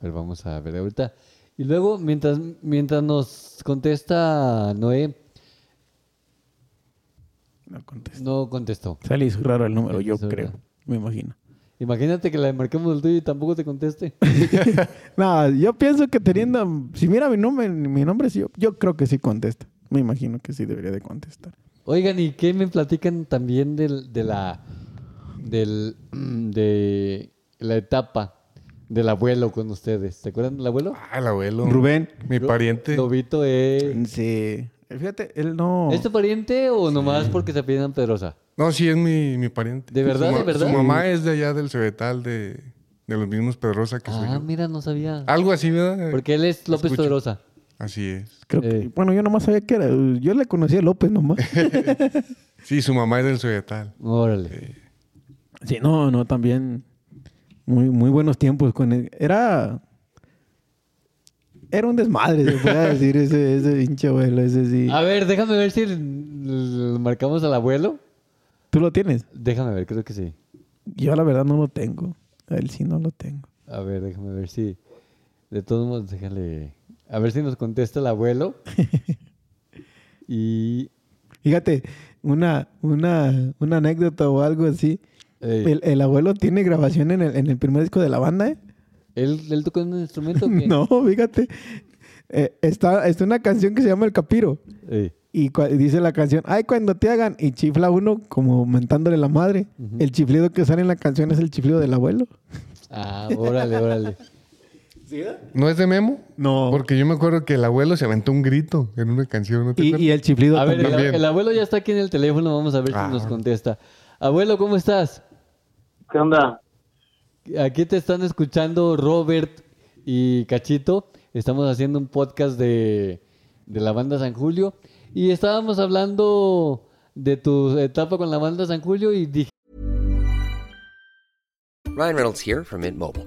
[SPEAKER 3] A ver, vamos a ver ahorita. Y luego, mientras, mientras nos contesta Noé,
[SPEAKER 4] No contesta.
[SPEAKER 3] no contestó.
[SPEAKER 4] Se le hizo raro el
[SPEAKER 3] Se
[SPEAKER 4] número,
[SPEAKER 3] le
[SPEAKER 4] yo
[SPEAKER 3] hizo
[SPEAKER 4] creo.
[SPEAKER 3] raro.
[SPEAKER 4] Me imagino.
[SPEAKER 3] Imagínate que la marquemos del tuyo y tampoco te conteste.
[SPEAKER 4] No, yo pienso que teniendo. Si mira mi nombre, mi nombre sí, yo, yo creo que sí contesta. Me imagino que sí debería de contestar.
[SPEAKER 3] Oigan, ¿y qué me platican también del, de la del, <clears throat> de la etapa del abuelo con ustedes? ¿Se acuerdan del abuelo?
[SPEAKER 5] Ah, el abuelo.
[SPEAKER 4] Rubén.
[SPEAKER 5] Mi pariente.
[SPEAKER 3] Lobito es.
[SPEAKER 4] Mm, Sí. Eh, Fíjate, él no.
[SPEAKER 3] ¿Es tu eh, ¿este pariente o nomás porque se apellidan Pedrosa?
[SPEAKER 5] No, sí, es mi, mi pariente.
[SPEAKER 3] ¿De verdad,
[SPEAKER 5] Su ma-
[SPEAKER 3] de verdad?
[SPEAKER 5] Su mamá es de allá del Cebetal, de, de los mismos Pedrosa que soy
[SPEAKER 3] Ah,
[SPEAKER 5] yo.
[SPEAKER 3] mira, no sabía.
[SPEAKER 5] Algo así, ¿verdad?
[SPEAKER 3] Porque él es López
[SPEAKER 5] Escucha.
[SPEAKER 3] Pedrosa.
[SPEAKER 5] Así es.
[SPEAKER 4] Creo que-
[SPEAKER 3] Eh.
[SPEAKER 4] Bueno, yo nomás sabía que era. Yo le conocí a López nomás.
[SPEAKER 3] <laughs>
[SPEAKER 5] Sí, su mamá es del Cebetal.
[SPEAKER 3] Órale.
[SPEAKER 4] Sí, no, no, también muy, muy buenos tiempos con él. Era. Era un desmadre,
[SPEAKER 3] <laughs>
[SPEAKER 4] se puede decir, ese, ese pinche abuelo, ese sí.
[SPEAKER 3] A ver, déjame ver si l- l- marcamos al abuelo.
[SPEAKER 4] ¿Tú lo tienes?
[SPEAKER 3] Déjame ver, creo que sí.
[SPEAKER 4] Yo la verdad no lo tengo. A él sí no lo tengo.
[SPEAKER 3] A ver, déjame ver si. De todos modos, déjale. A ver si nos contesta el <laughs> abuelo. y.
[SPEAKER 4] Fíjate, una, una, una anécdota o algo así.
[SPEAKER 3] ey,
[SPEAKER 4] Pues El, el abuelo tiene grabación en el, en el primer disco de la banda, ¿eh?
[SPEAKER 3] ¿él, él tocó un instrumento? o qué?
[SPEAKER 4] <laughs> No, fíjate. Eh, está, está una canción que se llama El Capiro.
[SPEAKER 3] Ey,
[SPEAKER 4] Y cua- y dice la canción, ay, cuando te hagan, y chifla uno como mentándole la madre. El chiflido que sale en la canción es el chiflido del abuelo.
[SPEAKER 3] Ah, órale, órale.
[SPEAKER 5] ¿No es de Memo?
[SPEAKER 4] No.
[SPEAKER 5] Porque yo me acuerdo que el abuelo se aventó un grito en una canción, ¿no te
[SPEAKER 4] Y, <laughs>
[SPEAKER 5] acuerdas?
[SPEAKER 4] y el chiflido
[SPEAKER 3] A ver, el,
[SPEAKER 4] también.
[SPEAKER 5] También.
[SPEAKER 3] el abuelo ya está aquí en el teléfono. Vamos a ver
[SPEAKER 5] Ah.
[SPEAKER 3] si nos contesta. Abuelo, ¿cómo estás?
[SPEAKER 6] ¿Qué onda?
[SPEAKER 3] Aquí te están escuchando Robert y Cachito. Estamos haciendo un podcast de, de la banda San Julio. Y estábamos hablando de tu etapa con la banda San Julio y dij-
[SPEAKER 7] Ryan Reynolds here from Mint Mobile.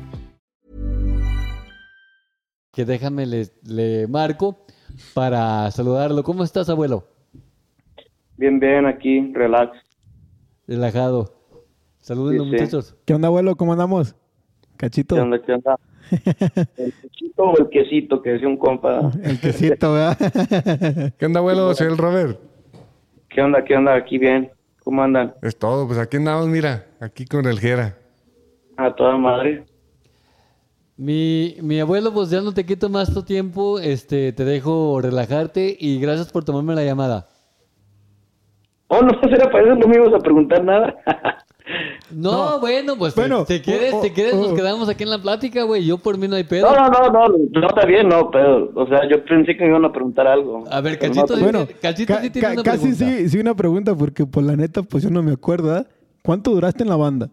[SPEAKER 3] que déjame le, le marco para saludarlo. ¿Cómo estás, abuelo?
[SPEAKER 6] Bien, bien, aquí, relax.
[SPEAKER 3] Relajado. Saluden los
[SPEAKER 6] Sí, sí.
[SPEAKER 3] muchachos.
[SPEAKER 4] ¿Qué onda, abuelo? ¿Cómo andamos? Cachito.
[SPEAKER 6] ¿Qué onda, qué onda? ¿El quesito o el quesito? Que decía un compa.
[SPEAKER 4] El
[SPEAKER 3] <laughs>
[SPEAKER 4] quesito, ¿verdad?
[SPEAKER 5] ¿Qué onda, abuelo? Soy el Robert.
[SPEAKER 6] ¿Qué onda, qué onda? Aquí bien. ¿Cómo andan?
[SPEAKER 5] Es todo. Pues aquí andamos, mira. Aquí con el Jera.
[SPEAKER 6] A toda madre.
[SPEAKER 3] Mi, mi abuelo, pues ya no te quito más tu tiempo, este, te dejo relajarte y gracias por tomarme la llamada.
[SPEAKER 6] Oh, no, será para eso no me ibas a preguntar nada.
[SPEAKER 3] No, bueno, pues te-
[SPEAKER 6] Bueno,
[SPEAKER 3] te, quieres,
[SPEAKER 6] oh,
[SPEAKER 3] te quieres,
[SPEAKER 6] oh,
[SPEAKER 3] nos
[SPEAKER 6] oh.
[SPEAKER 3] quedamos aquí en la plática, güey. Yo por mí no hay pedo.
[SPEAKER 6] No, no, no, no, no, está bien, no, pero, o sea, yo pensé que me iban a preguntar algo. A ver,
[SPEAKER 4] bueno, ca- ca- casi sí, sí una pregunta, porque por la neta, pues yo no me acuerdo. ¿eh? ¿Cuánto duraste en la banda?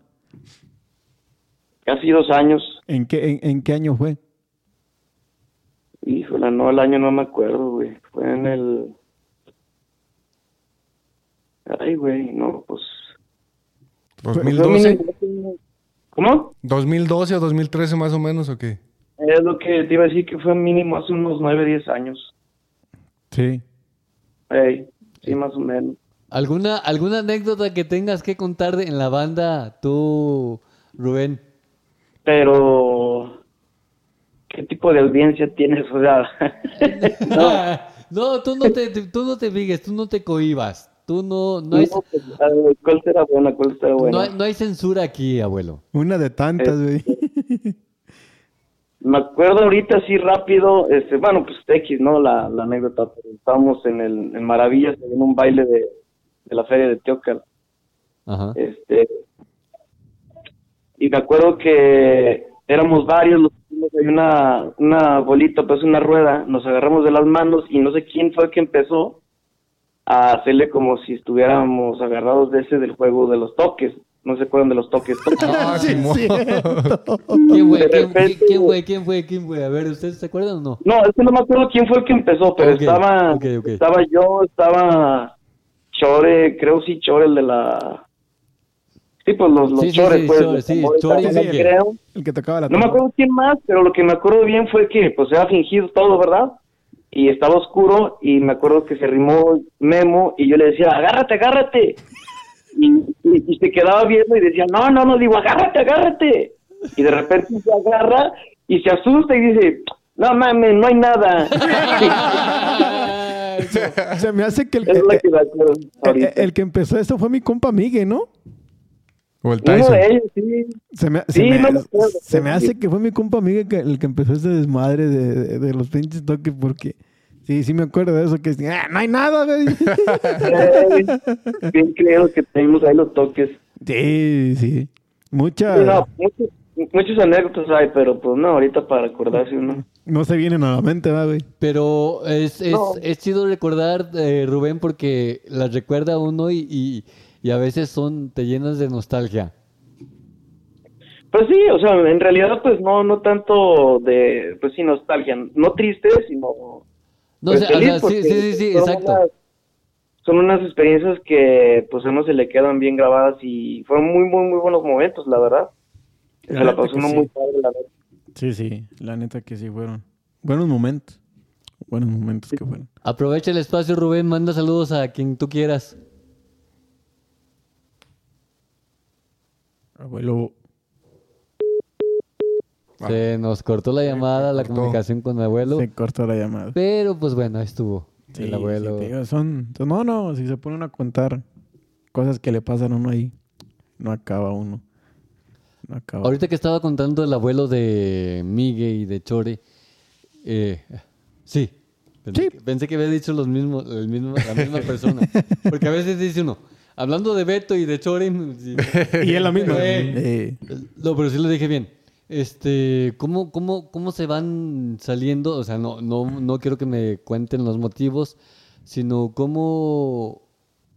[SPEAKER 6] Casi dos años,
[SPEAKER 4] ¿En qué, en, en qué año fue?
[SPEAKER 6] híjole, no, el año no me acuerdo, güey, fue en el... Ay, güey, no, pues...
[SPEAKER 5] ¿2012?
[SPEAKER 6] ¿Cómo?
[SPEAKER 5] ¿2012 o 2013 más o menos o qué?
[SPEAKER 6] Es lo que te iba a decir que fue mínimo hace unos nueve, diez años.
[SPEAKER 4] Sí.
[SPEAKER 6] Ey, sí, más o menos.
[SPEAKER 3] ¿Alguna, ¿Alguna anécdota que tengas que contar de- en la banda, tú, Rubén?
[SPEAKER 6] Pero, ¿qué tipo de audiencia tienes? O sea, <laughs>
[SPEAKER 3] no, tú <laughs> no te, te- tú no te figues, tú no te cohibas. Tú no, no, hay,
[SPEAKER 6] no, pues, a ver, ¿cuál será buena? ¿Cuál será
[SPEAKER 3] no,
[SPEAKER 6] buena?
[SPEAKER 3] hay, no hay censura aquí, abuelo.
[SPEAKER 4] Una de tantas, güey.
[SPEAKER 6] Me acuerdo ahorita así rápido, este, bueno, pues X, ¿no? La, la anécdota. pero Estábamos en, el, en Maravillas, en un baile de, de la feria de Teócar.
[SPEAKER 3] Ajá.
[SPEAKER 6] Este, y me acuerdo que éramos varios, los que hicimos ahí una, una bolita, pues una rueda, nos agarramos de las manos y no sé quién fue que empezó a hacerle como si estuviéramos agarrados de ese del juego de los toques. No se acuerdan de los toques.
[SPEAKER 3] <laughs>
[SPEAKER 6] <laughs>
[SPEAKER 4] <laughs>
[SPEAKER 3] ¿Quién fue? ¿Quién, quién- quién fue? ¿Quién fue? ¿Quién fue? A ver, ¿ustedes se acuerdan o no?
[SPEAKER 6] No, es que no me acuerdo quién fue el que empezó, pero
[SPEAKER 3] Ok,
[SPEAKER 6] estaba,
[SPEAKER 3] ok, ok.
[SPEAKER 6] estaba yo, estaba Chore, creo sí Chore, el de la... Sí, pues los, los
[SPEAKER 4] Sí, sí,
[SPEAKER 6] Chores,
[SPEAKER 4] sí,
[SPEAKER 6] pues.
[SPEAKER 4] Chore,
[SPEAKER 6] los
[SPEAKER 4] sí,
[SPEAKER 6] tambores,
[SPEAKER 4] Chore y
[SPEAKER 6] también,
[SPEAKER 4] Miguel.
[SPEAKER 6] creo.
[SPEAKER 4] El que tocaba la
[SPEAKER 6] No me
[SPEAKER 4] trompeta.
[SPEAKER 6] acuerdo quién más, pero lo que me acuerdo bien fue que pues era fingido todo, ¿verdad? Y estaba oscuro y me acuerdo que se rimó Memo y yo le decía, agárrate, agárrate. Y, y- y se quedaba viendo y decía, no, no, no, digo, agárrate, agárrate. Y de repente se agarra y se asusta y dice, no mames, no hay nada.
[SPEAKER 4] Se me hace que el,
[SPEAKER 6] es la que me acuerdo
[SPEAKER 4] el,
[SPEAKER 6] ahorita.
[SPEAKER 4] el que empezó esto fue mi compa Miguel, ¿no?
[SPEAKER 5] O el
[SPEAKER 6] Uno de ellos, sí.
[SPEAKER 4] Se me,
[SPEAKER 6] Sí,
[SPEAKER 4] se me-
[SPEAKER 6] no me acuerdo.
[SPEAKER 4] se me hace que fue mi compa amiga que- el que empezó ese desmadre de, de- de los pinches toques porque sí, sí me acuerdo de eso que es, "Ah, no hay nada, güey.
[SPEAKER 6] <laughs> Eh, Bien creo que tenemos ahí los toques.
[SPEAKER 4] sí, sí. Mucha
[SPEAKER 6] Sí, no, muchos, muchos anécdotas hay, pero pues no, ahorita para acordarse uno.
[SPEAKER 4] no se viene a la mente, va, güey.
[SPEAKER 3] Pero es, es,
[SPEAKER 6] No.
[SPEAKER 3] es chido recordar, eh, Rubén, porque las recuerda uno y, y, y a veces son, te llenas de nostalgia.
[SPEAKER 6] Pues sí, o sea, en realidad pues no no tanto de, pues sí, nostalgia, no triste, sino...
[SPEAKER 3] No,
[SPEAKER 6] pues,
[SPEAKER 3] o sea, o
[SPEAKER 6] feliz,
[SPEAKER 3] sea, sí,
[SPEAKER 6] porque
[SPEAKER 3] sí, sí, sí,
[SPEAKER 6] son
[SPEAKER 3] exacto.
[SPEAKER 6] unas- son unas experiencias que pues a uno se le quedan bien grabadas y fueron muy, muy, muy buenos momentos, la verdad. Se
[SPEAKER 4] La
[SPEAKER 6] la
[SPEAKER 4] neta
[SPEAKER 6] pasó
[SPEAKER 4] que
[SPEAKER 6] uno
[SPEAKER 4] sí.
[SPEAKER 6] muy padre, la verdad.
[SPEAKER 4] Sí, sí, la neta que sí fueron. Buenos momentos. Buenos momentos que fueron.
[SPEAKER 3] Aprovecha el espacio, Rubén, manda saludos a quien tú quieras.
[SPEAKER 4] Abuelo. Ah.
[SPEAKER 3] Se nos cortó la llamada, la comunicación con el abuelo.
[SPEAKER 4] Se cortó la llamada.
[SPEAKER 3] Pero pues bueno, ahí estuvo
[SPEAKER 4] Sí,
[SPEAKER 3] el abuelo.
[SPEAKER 4] sí, te digo, son, son- no, no, si se ponen a contar cosas que le pasan a uno ahí, no acaba uno. No acaba.
[SPEAKER 3] Ahorita que estaba contando el abuelo de Migue y de Chore, eh, sí, pensé, Que, pensé que había dicho los mismos, el mismo, la misma persona. Porque a veces dice uno, hablando de Beto y de Chore.
[SPEAKER 4] Y es la misma.
[SPEAKER 3] Eh, No, pero sí lo dije bien. Este, ¿cómo, cómo, ¿Cómo se van saliendo? O sea, no, no, no quiero que me cuenten los motivos, sino cómo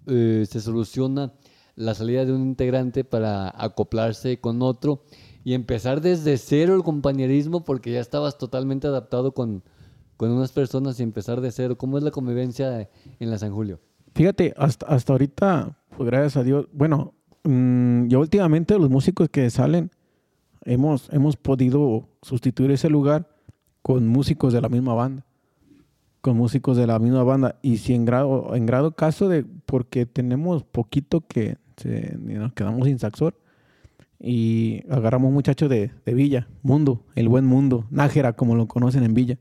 [SPEAKER 3] eh, se soluciona la salida de un integrante para acoplarse con otro y empezar desde cero el compañerismo porque ya estabas totalmente adaptado con, con unas personas y empezar de cero. ¿Cómo es la convivencia en la San Julio?
[SPEAKER 4] Fíjate, hasta, hasta ahorita, pues gracias a Dios, bueno, mm, yo últimamente los músicos que salen, hemos, hemos podido sustituir ese lugar con músicos de la misma banda, con músicos de la misma banda, y si en grado, en grado caso de, porque tenemos poquito que se- nos quedamos sin saxor, y agarramos un muchacho de, de Villa, Mundo, el buen Mundo, Nájera, como lo conocen en Villa.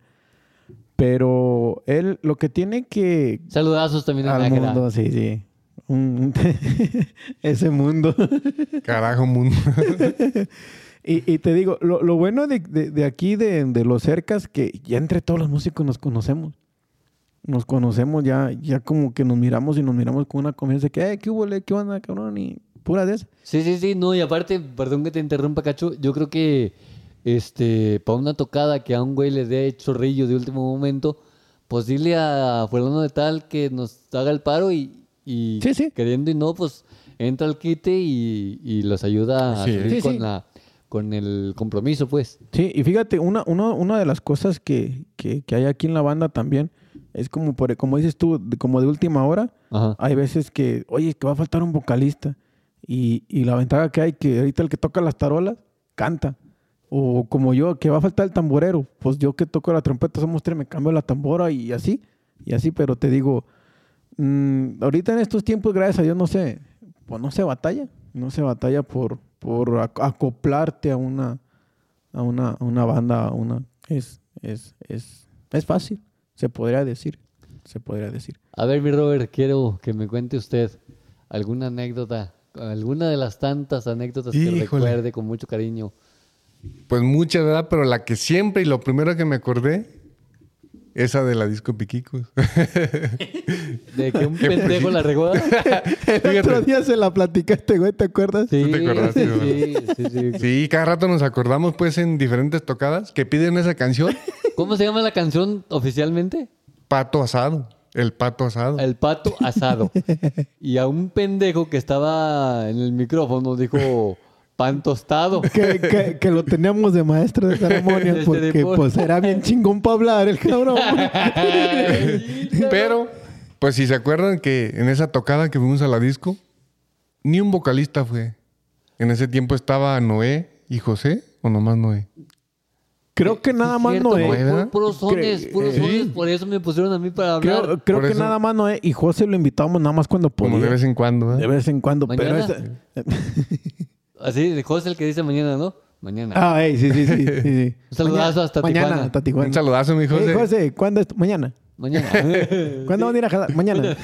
[SPEAKER 4] Pero él lo que tiene que...
[SPEAKER 3] Saludazos también a
[SPEAKER 4] al
[SPEAKER 3] Nájera.
[SPEAKER 4] mundo, sí, sí. Un- un- <laughs> ese mundo.
[SPEAKER 5] Carajo, mundo.
[SPEAKER 4] Y, y te digo, lo, lo bueno de, de- de aquí, de, de los cercas, que ya entre todos los músicos nos conocemos. Nos conocemos ya, ya como que nos miramos y nos miramos con una confianza que, eh, ¿qué hubo, le? ¿Qué onda, cabrón? Y pura de esa.
[SPEAKER 3] Sí, sí, sí, no, y aparte, perdón que te interrumpa, Cacho, yo creo que este, para una tocada que a un güey le dé chorrillo de último momento, pues dile a fulano de tal que nos haga el paro y, y
[SPEAKER 4] Sí, sí.
[SPEAKER 3] queriendo y no, pues entra al quite y, y los ayuda a
[SPEAKER 5] Sí,
[SPEAKER 3] salir
[SPEAKER 4] sí,
[SPEAKER 3] con
[SPEAKER 4] sí.
[SPEAKER 3] la con el compromiso, pues.
[SPEAKER 4] Sí, y fíjate, una, una, una de las cosas que, que, que hay aquí en la banda también es como, por, como dices tú, de- como de última hora,
[SPEAKER 3] Ajá.
[SPEAKER 4] hay veces que, oye, que va a faltar un vocalista. Y, y la ventaja que hay que ahorita el que toca las tarolas canta. O como yo, que va a faltar el tamborero. Pues yo que toco la trompeta, somos tres, me cambio la tambora y así. Y así, pero te digo, mm, ahorita en estos tiempos, gracias a Dios, no se, pues no se batalla. No se batalla por, por ac- acoplarte a una, a una, a una banda, a una... Es, es, es, es fácil, se podría decir. Se podría decir.
[SPEAKER 3] A ver, mi Robert, quiero que me cuente usted alguna anécdota, alguna de las tantas anécdotas que
[SPEAKER 5] Híjole.
[SPEAKER 3] recuerde con mucho cariño.
[SPEAKER 5] Pues mucha verdad, pero la que siempre y lo primero que me acordé, esa de la disco <laughs> Piquicos.
[SPEAKER 3] De
[SPEAKER 4] <laughs>
[SPEAKER 3] que un pendejo la regó.
[SPEAKER 4] El otro día se la platicaste, güey, ¿te acuerdas?
[SPEAKER 3] Sí,
[SPEAKER 5] te acordaste,
[SPEAKER 3] sí, sí, sí, sí.
[SPEAKER 5] Sí, cada rato nos acordamos pues en diferentes tocadas que piden esa canción.
[SPEAKER 3] ¿Cómo se llama la canción oficialmente?
[SPEAKER 5] Pato asado, el pato asado.
[SPEAKER 3] El pato asado. Y a un pendejo que estaba en el micrófono dijo pan tostado.
[SPEAKER 4] Que, que- que lo teníamos de maestro de ceremonias
[SPEAKER 3] <laughs> Este,
[SPEAKER 4] porque
[SPEAKER 3] de por-
[SPEAKER 4] pues era bien chingón para hablar el cabrón.
[SPEAKER 5] Pero, pues si se acuerdan que en esa tocada que fuimos a la disco, ni un vocalista fue. En ese tiempo estaba Noé y José, o nomás Noé.
[SPEAKER 4] Creo que nada más
[SPEAKER 3] Cierto,
[SPEAKER 4] Noé.
[SPEAKER 5] güey.
[SPEAKER 3] pu-
[SPEAKER 5] ¿verdad?
[SPEAKER 3] Puros sones,
[SPEAKER 4] Cre-
[SPEAKER 3] puros
[SPEAKER 5] eh,
[SPEAKER 3] sones.
[SPEAKER 5] sí.
[SPEAKER 3] Por eso me pusieron a mí para hablar.
[SPEAKER 4] Creo, creo
[SPEAKER 5] Por
[SPEAKER 4] que
[SPEAKER 5] eso-
[SPEAKER 4] nada más Noé. Y José lo invitábamos nada más cuando podía.
[SPEAKER 5] Como de vez en cuando, ¿verdad?
[SPEAKER 4] De vez en cuando. Pero
[SPEAKER 3] Mañana.
[SPEAKER 4] esa-
[SPEAKER 3] Así, de José el que dice mañana, ¿no? Mañana.
[SPEAKER 4] Ah, ey, sí, sí, sí. sí, sí.
[SPEAKER 3] Un saludazo
[SPEAKER 4] Mañana-
[SPEAKER 3] hasta
[SPEAKER 4] Mañana,
[SPEAKER 3] Tijuana.
[SPEAKER 4] hasta Tijuana.
[SPEAKER 5] Un saludazo, mi José.
[SPEAKER 4] Ey, José, ¿cuándo es? Mañana.
[SPEAKER 3] Mañana.
[SPEAKER 4] ¿Cuándo van a ir a jalar? Mañana.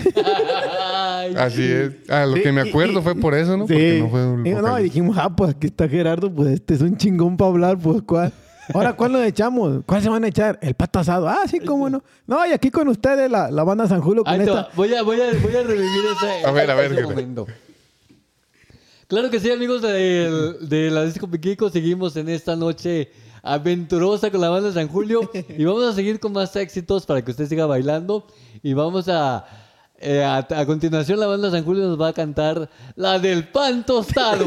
[SPEAKER 3] Ay,
[SPEAKER 5] Así es. A lo que me acuerdo fue por eso, ¿no? Porque no fue el
[SPEAKER 4] Y no, y
[SPEAKER 5] vocalista.
[SPEAKER 4] dijimos, ah, pues aquí está Gerardo, pues este es un chingón para hablar, pues cuál. Ahora, ¿cuál nos echamos? ¿Cuál se van a echar? El pato asado. Ah, sí, cómo no. No, y aquí con ustedes, la, la banda San Julio, con
[SPEAKER 3] Ahí te va.
[SPEAKER 4] esta.
[SPEAKER 3] Voy a, voy a, voy a revivir ese,
[SPEAKER 5] A ver, a ver,
[SPEAKER 3] ese
[SPEAKER 5] que-
[SPEAKER 3] momento. Claro que sí, amigos de, de la Disco Piquico. Seguimos en esta noche aventurosa con la banda San Julio. Y vamos a seguir con más éxitos para que usted siga bailando. Y vamos a. eh, a, a continuación, la banda San Julio nos va a cantar la del pan
[SPEAKER 5] <laughs>
[SPEAKER 3] tostado.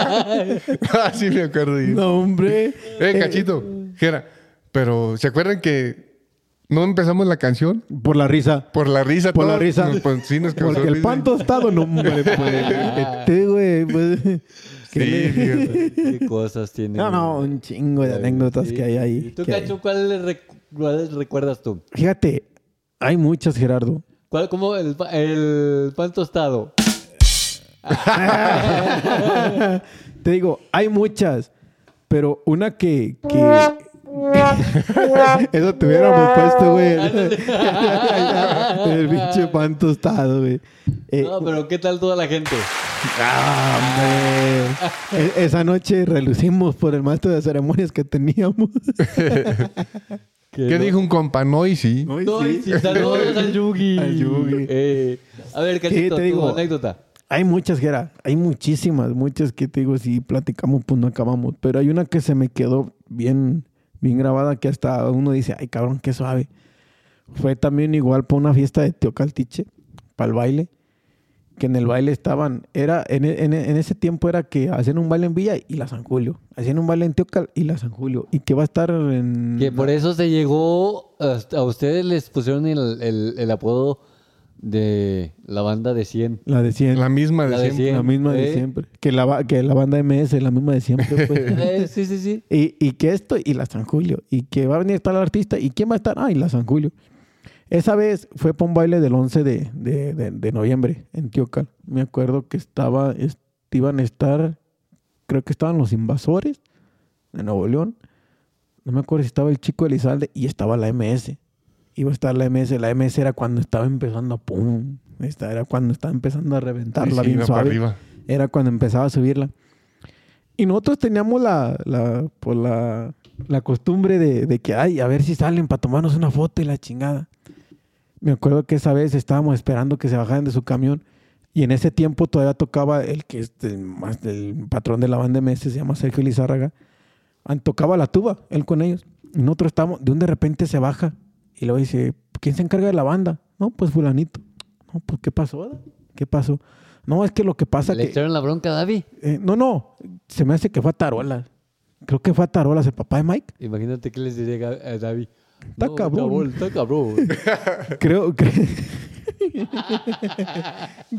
[SPEAKER 5] Ah, sí, me acuerdo. Y-
[SPEAKER 4] No, hombre.
[SPEAKER 5] Eh, cachito, Jera, pero ¿se acuerdan que no empezamos la canción?
[SPEAKER 4] Por la risa.
[SPEAKER 5] Por la risa.
[SPEAKER 4] Por la
[SPEAKER 5] todos
[SPEAKER 4] risa.
[SPEAKER 5] nos- pues, sí, nos causó
[SPEAKER 4] Porque el
[SPEAKER 5] risa.
[SPEAKER 4] pan tostado, no,
[SPEAKER 5] <laughs>
[SPEAKER 4] hombre. Pues, este, güey, pues. que
[SPEAKER 5] Sí,
[SPEAKER 4] le-
[SPEAKER 5] fíjate.
[SPEAKER 3] Qué cosas tiene.
[SPEAKER 4] No, no, un chingo de anécdotas
[SPEAKER 3] Sí.
[SPEAKER 4] que hay ahí.
[SPEAKER 3] ¿Y tú,
[SPEAKER 4] que hay.
[SPEAKER 3] Cacho, cuáles recu- cuáles recuerdas tú?
[SPEAKER 4] Fíjate, hay muchas, Gerardo.
[SPEAKER 3] ¿Cuál, ¿Cómo el, pa- el pan
[SPEAKER 4] <laughs>
[SPEAKER 3] tostado?
[SPEAKER 4] Te digo, hay muchas, pero una que. que... <laughs> Eso te hubiéramos puesto, güey. El pinche pan tostado, güey. Eh,
[SPEAKER 3] No, pues. pero ¿qué tal toda la gente?
[SPEAKER 4] ah, hombre. E- Esa noche relucimos por el maestro de ceremonias que teníamos.
[SPEAKER 5] ¿Qué dijo un compa? <laughs> No, y sí.
[SPEAKER 3] No, y si saludos al Yugi.
[SPEAKER 4] Al Yugi.
[SPEAKER 3] Eh, a ver,
[SPEAKER 4] Sí,
[SPEAKER 3] Cachito,
[SPEAKER 4] te
[SPEAKER 3] tu
[SPEAKER 4] digo.
[SPEAKER 3] anécdota.
[SPEAKER 4] Hay muchas, Gera. Hay muchísimas, muchas que te digo, si platicamos, pues no acabamos. Pero hay una que se me quedó bien, bien grabada que hasta uno dice, ay, cabrón, qué suave. Fue también igual para una fiesta de Teocaltiche, para el baile. Que en el baile estaban, era, en, e- en e- en ese tiempo era que hacían un baile en Villa y la San Julio. Hacían un baile en Teocal y la San Julio. Y que va a estar en.
[SPEAKER 3] Que por eso se llegó, hasta- a ustedes les pusieron el, el- el apodo de la banda de 100.
[SPEAKER 4] La de siempre.
[SPEAKER 5] La misma de
[SPEAKER 3] La de
[SPEAKER 5] siempre.
[SPEAKER 3] siempre.
[SPEAKER 4] La misma de
[SPEAKER 3] ¿eh?
[SPEAKER 4] siempre. Que la, ba- que la banda MS, la misma de
[SPEAKER 3] <laughs>
[SPEAKER 4] siempre. pues.
[SPEAKER 3] Eh, sí, sí, sí.
[SPEAKER 4] Y, y que esto y la San Julio. Y que va a venir tal artista. ¿Y quién va a estar? Ah, y la San Julio. Esa vez fue para un baile del 11 de, de, de- de noviembre en Teocal. Me acuerdo que estaba, est- iban a estar, creo que estaban los invasores de Nuevo León. No me acuerdo si estaba el chico Elizalde y estaba la MS. Iba a estar la MS. La MS era cuando estaba empezando a pum. Esta era cuando estaba empezando a reventarla
[SPEAKER 5] Sí, sí,
[SPEAKER 4] bien
[SPEAKER 5] iba para
[SPEAKER 4] suave.
[SPEAKER 5] arriba.
[SPEAKER 4] Era cuando empezaba a subirla. Y nosotros teníamos la, la, pues la, la costumbre de, de que, ay, a ver si salen para tomarnos una foto y la chingada. Me acuerdo que esa vez estábamos esperando que se bajaran de su camión y en ese tiempo todavía tocaba el que es el, más del patrón de la banda MS, se llama Sergio Lizárraga. An- Tocaba la tuba, él con ellos. Y nosotros estábamos, de un de repente se baja y luego dice, ¿quién se encarga de la banda? No, pues fulanito. No, pues ¿qué pasó? da? ¿Qué pasó? No, es que lo que pasa
[SPEAKER 3] Le
[SPEAKER 4] que...
[SPEAKER 3] echaron la bronca a David.
[SPEAKER 4] Eh, no, no. Se me hace que fue a Tarolas. Creo que fue a Tarolas el papá de Mike.
[SPEAKER 3] Imagínate qué les diría a a David.
[SPEAKER 4] Está cabrón.
[SPEAKER 3] bol- Está cabrón.
[SPEAKER 4] Creo <laughs> que.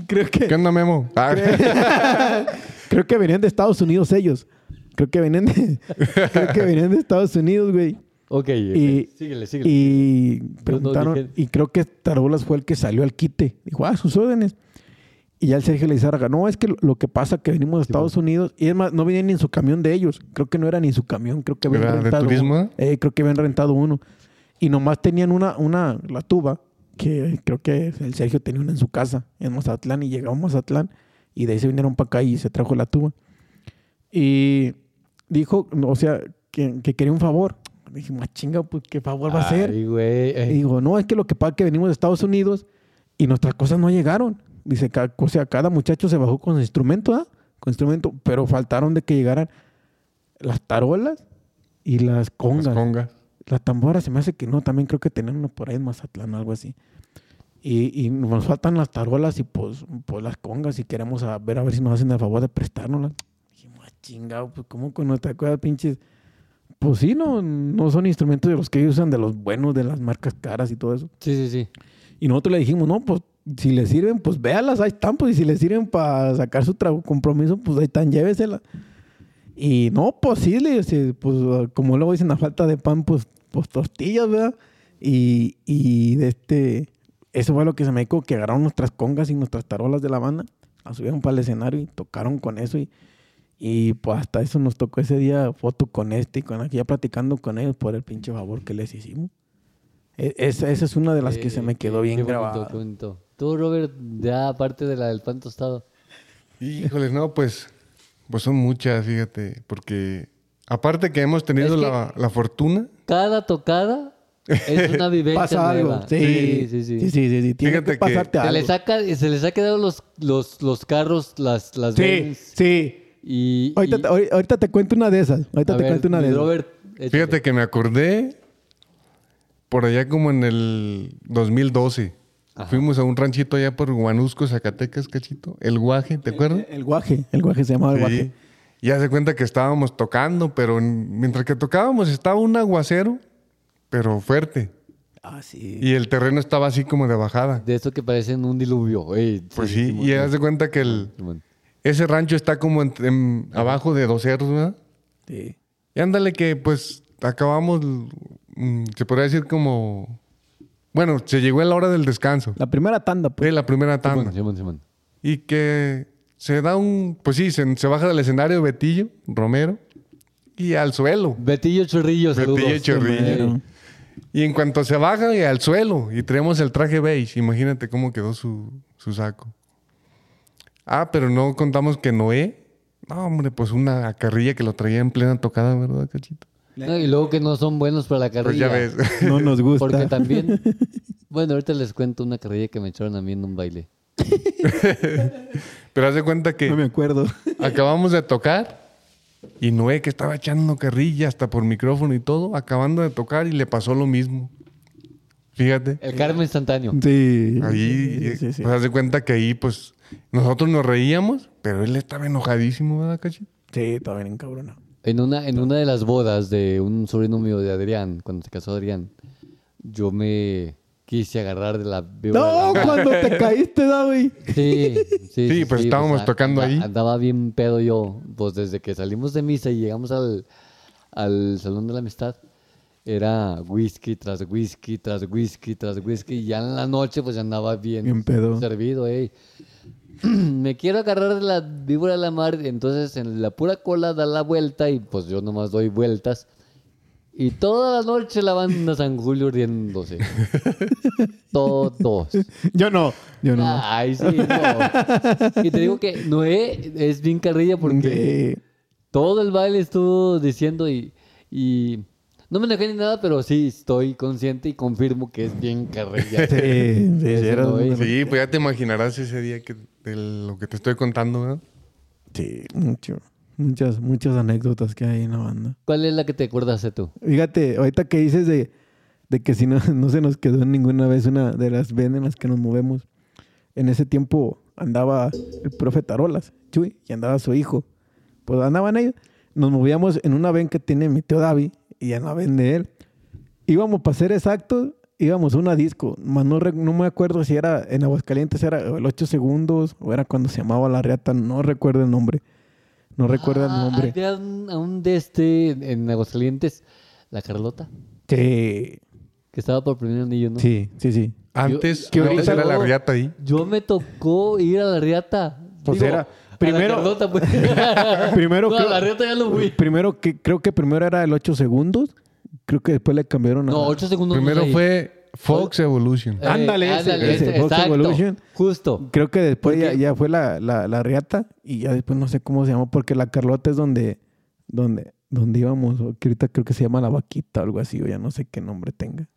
[SPEAKER 4] creo
[SPEAKER 5] ¿Qué
[SPEAKER 4] que.
[SPEAKER 5] onda, Memo? Ah, <laughs>
[SPEAKER 4] Creo que venían de Estados Unidos ellos. Creo que venían de. <laughs> creo que venían de Estados Unidos, güey.
[SPEAKER 3] ok,
[SPEAKER 4] Y-
[SPEAKER 3] ok, síguele, síguele.
[SPEAKER 4] Y
[SPEAKER 3] No,
[SPEAKER 4] preguntaron.
[SPEAKER 3] no, dije-
[SPEAKER 4] y creo que Tarolas fue el que salió al quite. Dijo, ah, sus órdenes. Y ya el Sergio Lizárraga, no, es que lo- lo que pasa es que venimos de Estados Unidos. Y es más, no venían ni en su camión de ellos. Creo que no era ni su camión. Creo que habían
[SPEAKER 5] ¿Era de
[SPEAKER 4] rentado
[SPEAKER 5] turismo,
[SPEAKER 4] uno. Eh, creo que habían rentado uno. Y nomás tenían una, una, la tuba, que creo que el Sergio tenía una en su casa, en Mazatlán. Y llegaba a Mazatlán. Y de ahí se vinieron para acá y se trajo la tuba. Y dijo, o sea, que, que quería un favor. Dije, más chinga, pues, ¿qué favor va a ser?
[SPEAKER 3] Ay, güey.
[SPEAKER 4] Y
[SPEAKER 3] eh,
[SPEAKER 4] digo, no, es que lo que pasa es que venimos de Estados Unidos y nuestras cosas no llegaron. Dice, ca- o sea, cada muchacho se bajó con su instrumento, ¿ah? Con instrumento, pero faltaron de que llegaran las tarolas y las congas.
[SPEAKER 5] las
[SPEAKER 4] Las,
[SPEAKER 5] congas.
[SPEAKER 4] tamboras se me hace que no, también creo que tenían una por ahí en Mazatlán, algo así. Y, y nos faltan las tarolas y pues, pues las congas y queremos a ver a ver si nos hacen el favor de prestárnoslas. Dijimos, "Ah, chingado, pues cómo con nuestra cosa pinches. Pues sí, no, no son instrumentos de los que ellos usan, de los buenos, de las marcas caras y todo eso.
[SPEAKER 3] Sí, sí, sí.
[SPEAKER 4] Y nosotros le dijimos, no, pues si les sirven, pues véalas, ahí están, pues y si les sirven para sacar su trago compromiso, pues ahí están, llévesela. Y no, pues sí, le dice, pues como luego dicen, a falta de pan, pues, pues tortillas, ¿verdad? Y, y de este, eso fue lo que se me dijo, que agarraron nuestras congas y nuestras tarolas de la banda, las subieron para el escenario y tocaron con eso y, y pues hasta eso nos tocó ese día foto con este y con aquí ya platicando con ellos por el pinche favor que les hicimos. E- Esa, esa es una de las que
[SPEAKER 3] Eh,
[SPEAKER 4] se me quedó
[SPEAKER 3] qué-
[SPEAKER 4] bien
[SPEAKER 3] qué bonito,
[SPEAKER 4] grabada.
[SPEAKER 3] qué bonito. Tú, Robert, ya aparte de la del pan tostado.
[SPEAKER 5] Híjole, no, pues, pues son muchas, fíjate, porque aparte que hemos tenido
[SPEAKER 3] Es que-
[SPEAKER 5] la, la fortuna,
[SPEAKER 3] Cada tocada
[SPEAKER 5] <laughs>
[SPEAKER 3] es una vivencia
[SPEAKER 4] Pasa algo.
[SPEAKER 3] nueva.
[SPEAKER 4] Sí,
[SPEAKER 3] sí, sí.
[SPEAKER 4] sí, sí, sí. Tiene
[SPEAKER 5] Fíjate
[SPEAKER 4] que pasarte
[SPEAKER 5] que-
[SPEAKER 3] Se,
[SPEAKER 4] algo.
[SPEAKER 3] les ha, ca- se les ha quedado los, los, los carros, las, las
[SPEAKER 4] Sí,
[SPEAKER 3] Benz
[SPEAKER 4] sí.
[SPEAKER 3] Y,
[SPEAKER 4] Ahorita,
[SPEAKER 3] y-
[SPEAKER 4] te- ahori- ahorita te cuento una de esas. Ahorita
[SPEAKER 3] a
[SPEAKER 4] te
[SPEAKER 3] ver,
[SPEAKER 4] cuento una
[SPEAKER 3] mi
[SPEAKER 4] de esas.
[SPEAKER 3] Robert, échale.
[SPEAKER 5] fíjate que me acordé por allá como en el 2012. Fuimos a un ranchito allá por Guanusco, Zacatecas, cachito. El Guaje, ¿te acuerdas?
[SPEAKER 4] El guaje. El guaje se llamaba el guaje.
[SPEAKER 5] Sí. Y hace cuenta que estábamos tocando, pero en- mientras que tocábamos estaba un aguacero, pero fuerte.
[SPEAKER 4] Ah, sí.
[SPEAKER 5] Y el terreno estaba así como de bajada.
[SPEAKER 3] De eso que parecen un diluvio. Ey,
[SPEAKER 5] Pues sí, y
[SPEAKER 3] Simón, Ah,
[SPEAKER 5] haz de cuenta que el,
[SPEAKER 3] Simón.
[SPEAKER 5] ese rancho está como en- en- abajo de dos cerros, ¿verdad?
[SPEAKER 4] Sí.
[SPEAKER 5] Y ándale que pues acabamos, mm, se podría decir como... Bueno, se llegó a la hora del descanso,
[SPEAKER 4] La primera tanda, pues.
[SPEAKER 5] de la primera
[SPEAKER 3] Simón,
[SPEAKER 5] tanda.
[SPEAKER 3] Simón, Simón.
[SPEAKER 5] Y que se da un... Pues sí, se, se baja del escenario Betillo, Romero, y al suelo.
[SPEAKER 3] Betillo Chorrillo,
[SPEAKER 5] Betillo
[SPEAKER 3] saludos.
[SPEAKER 5] Chorrillo.
[SPEAKER 3] Ey,
[SPEAKER 5] Y en cuanto se baja y al suelo y traemos el traje beige, imagínate cómo quedó su, su saco. Ah, pero no contamos que Noé. No, hombre, pues una carrilla que lo traía en plena tocada, ¿verdad, cachito?
[SPEAKER 3] no, y luego que no son buenos para la
[SPEAKER 5] Pues
[SPEAKER 3] carrilla.
[SPEAKER 5] ya ves. <laughs>
[SPEAKER 4] No nos gusta.
[SPEAKER 3] Porque también. Bueno, ahorita les cuento una carrilla que me echaron a mí en un baile.
[SPEAKER 5] Pero haz de cuenta
[SPEAKER 4] <laughs> No me
[SPEAKER 5] que <laughs>
[SPEAKER 4] acuerdo.
[SPEAKER 5] acabamos de tocar y Noé, que estaba echando carrilla hasta por micrófono y todo, acabando de tocar y le pasó lo mismo. Fíjate.
[SPEAKER 3] El Carmen instantáneo.
[SPEAKER 4] Sí.
[SPEAKER 5] Ahí,
[SPEAKER 4] Sí, sí, sí.
[SPEAKER 5] pues haz de cuenta que ahí, pues, nosotros nos reíamos, pero él estaba enojadísimo, ¿verdad, cachito?
[SPEAKER 4] Sí, todavía bien cabrona.
[SPEAKER 3] En una, en una de las bodas de un sobrino mío de Adrián, cuando se casó Adrián, yo me quise agarrar de la víbora de la
[SPEAKER 4] No, cuando
[SPEAKER 5] <laughs>
[SPEAKER 4] te caíste, da, güey. <laughs>
[SPEAKER 3] Sí, sí,
[SPEAKER 5] Sí, pues, estábamos
[SPEAKER 3] a-
[SPEAKER 5] tocando
[SPEAKER 3] anda-
[SPEAKER 5] ahí.
[SPEAKER 3] Andaba bien pedo yo, pues desde que salimos de misa y llegamos al, al Salón de la Amistad, era whisky tras whisky, tras whisky, tras whisky, y ya en la noche pues ya andaba bien,
[SPEAKER 4] Bien pedo.
[SPEAKER 3] servido, ey. <clears throat> Me quiero agarrar de la víbora de la mar, entonces en la pura cola da la vuelta y pues yo nomás doy vueltas. Y toda la noche la banda San Julio riéndose.
[SPEAKER 4] <laughs>
[SPEAKER 3] Todos.
[SPEAKER 4] Yo no. Yo no.
[SPEAKER 3] Ah, Ay, sí, no. Y te digo que Noé es bien carrilla porque
[SPEAKER 4] Sí.
[SPEAKER 3] Todo el baile estuvo diciendo y, y no me enojé ni nada, pero sí estoy consciente y confirmo que es bien carrilla.
[SPEAKER 5] <laughs>
[SPEAKER 4] Sí, sí, sí,
[SPEAKER 3] Eso
[SPEAKER 4] eras
[SPEAKER 3] no
[SPEAKER 4] muy-
[SPEAKER 3] es.
[SPEAKER 5] Sí, pues ya te imaginarás ese día que de lo que te estoy contando, ¿verdad?
[SPEAKER 4] sí, mucho. Muchas, muchas anécdotas que hay en la banda.
[SPEAKER 3] ¿Cuál es la que te acuerdas de tú?
[SPEAKER 4] Fíjate, ahorita que dices de, de que si no, <laughs> no se nos quedó ninguna vez una de las venas en las que nos movemos. En ese tiempo andaba el profe Tarolas, Chuy, y andaba su hijo. Pues andaban ellos. Nos movíamos en una ven que tiene mi tío David y en la ven de él. Íbamos, para ser exactos, íbamos a una disco. Más no, re- no me acuerdo si era en Aguascalientes, era el 8 segundos o era cuando se llamaba La Reata. No recuerdo el nombre. No recuerdo el
[SPEAKER 3] Ah,
[SPEAKER 4] nombre.
[SPEAKER 3] había un- a un de este en Aguascalientes, la Carlota,
[SPEAKER 4] Sí,
[SPEAKER 3] que estaba por primer anillo, ¿no?
[SPEAKER 4] sí, sí, sí.
[SPEAKER 5] Antes,
[SPEAKER 4] que
[SPEAKER 5] antes
[SPEAKER 4] ahorita
[SPEAKER 5] era la
[SPEAKER 3] luego-
[SPEAKER 5] riata ahí.
[SPEAKER 3] Yo me tocó ir a la Riata.
[SPEAKER 4] Pues era-
[SPEAKER 3] a
[SPEAKER 4] primero-
[SPEAKER 3] la Carlota, pues.
[SPEAKER 4] <laughs> Primero
[SPEAKER 3] No,
[SPEAKER 4] creo-
[SPEAKER 3] a la Riata ya lo fui.
[SPEAKER 4] Primero que creo que primero era el 8 segundos. Creo que después le cambiaron a
[SPEAKER 3] No, ocho segundos.
[SPEAKER 5] Primero
[SPEAKER 3] ahí.
[SPEAKER 5] fue Fox Evolution.
[SPEAKER 3] Eh,
[SPEAKER 4] ándale, ese, ese,
[SPEAKER 3] ese,
[SPEAKER 4] Box
[SPEAKER 3] exacto,
[SPEAKER 4] Evolution.
[SPEAKER 3] Justo.
[SPEAKER 4] Creo que después ya,
[SPEAKER 3] Porque-
[SPEAKER 4] ya fue la, la, la riata y ya después no sé cómo se llamó porque la Carlota es donde donde donde íbamos, o que ahorita creo que se llama la vaquita o algo así, o ya no sé qué nombre tenga.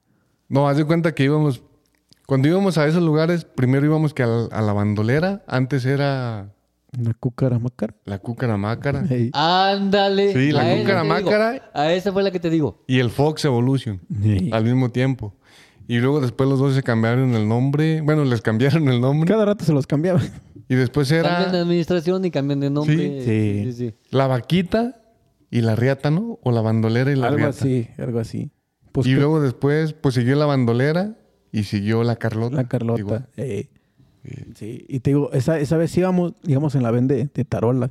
[SPEAKER 5] No, haz de cuenta que íbamos. Cuando íbamos a esos lugares, primero íbamos que al- a, la bandolera. Antes era
[SPEAKER 4] La cúcara macara.
[SPEAKER 5] la cucaramácara
[SPEAKER 4] Ey.
[SPEAKER 3] Ándale.
[SPEAKER 5] Sí, la
[SPEAKER 3] A esa
[SPEAKER 5] cúcara
[SPEAKER 3] te digo,
[SPEAKER 5] mácara.
[SPEAKER 3] A esa fue la que te digo.
[SPEAKER 5] y el Fox Evolution
[SPEAKER 4] Ey.
[SPEAKER 5] al mismo tiempo. Y luego después los dos se cambiaron el nombre. Bueno, les cambiaron el nombre.
[SPEAKER 4] Cada rato se los cambiaba.
[SPEAKER 5] Y después
[SPEAKER 3] Cambian de
[SPEAKER 5] era
[SPEAKER 3] administración y cambian de nombre. sí,
[SPEAKER 4] Sí.
[SPEAKER 3] sí.
[SPEAKER 5] la vaquita y la riata, ¿no? O la bandolera y la
[SPEAKER 4] algo
[SPEAKER 5] riata.
[SPEAKER 4] así, algo así. Pues
[SPEAKER 5] y
[SPEAKER 4] creo-
[SPEAKER 5] luego después, pues siguió la bandolera y siguió la Carlota.
[SPEAKER 4] La Carlota.
[SPEAKER 5] Igual.
[SPEAKER 4] eh. Sí, y te digo, esa, esa vez íbamos, íbamos en la vende de, de Tarola.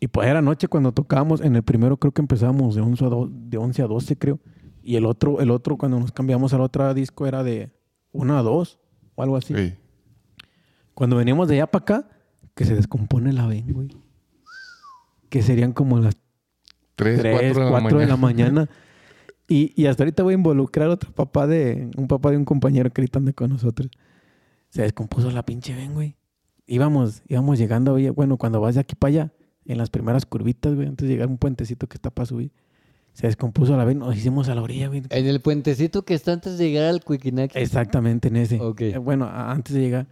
[SPEAKER 4] Y pues era noche cuando tocábamos. En el primero creo que empezábamos de 11 a, do- de 11 a 12, creo. Y el otro, el otro cuando nos cambiamos al otro disco era de 1 a 2 o algo así.
[SPEAKER 5] Sí.
[SPEAKER 4] Cuando veníamos de allá para acá, que se descompone la ven, güey. Que serían como las
[SPEAKER 5] Tres,
[SPEAKER 4] 3,
[SPEAKER 5] cuatro,
[SPEAKER 4] 4
[SPEAKER 5] de la mañana.
[SPEAKER 4] mañana. Y, y hasta ahorita voy a involucrar a otro papá de un papá de un compañero que ahorita anda con nosotros. Se descompuso la pinche ven, güey. Íbamos, íbamos llegando, güey. bueno, cuando vas de aquí para allá, en las primeras curvitas, güey, antes de llegar a un puentecito que está para subir, se descompuso la ven, nos hicimos a la orilla, güey.
[SPEAKER 5] Eh.
[SPEAKER 3] En el puentecito que está antes de llegar al Cuiquinac.
[SPEAKER 4] Exactamente en ese.
[SPEAKER 3] Ok.
[SPEAKER 4] Eh, Bueno, a- antes de llegar,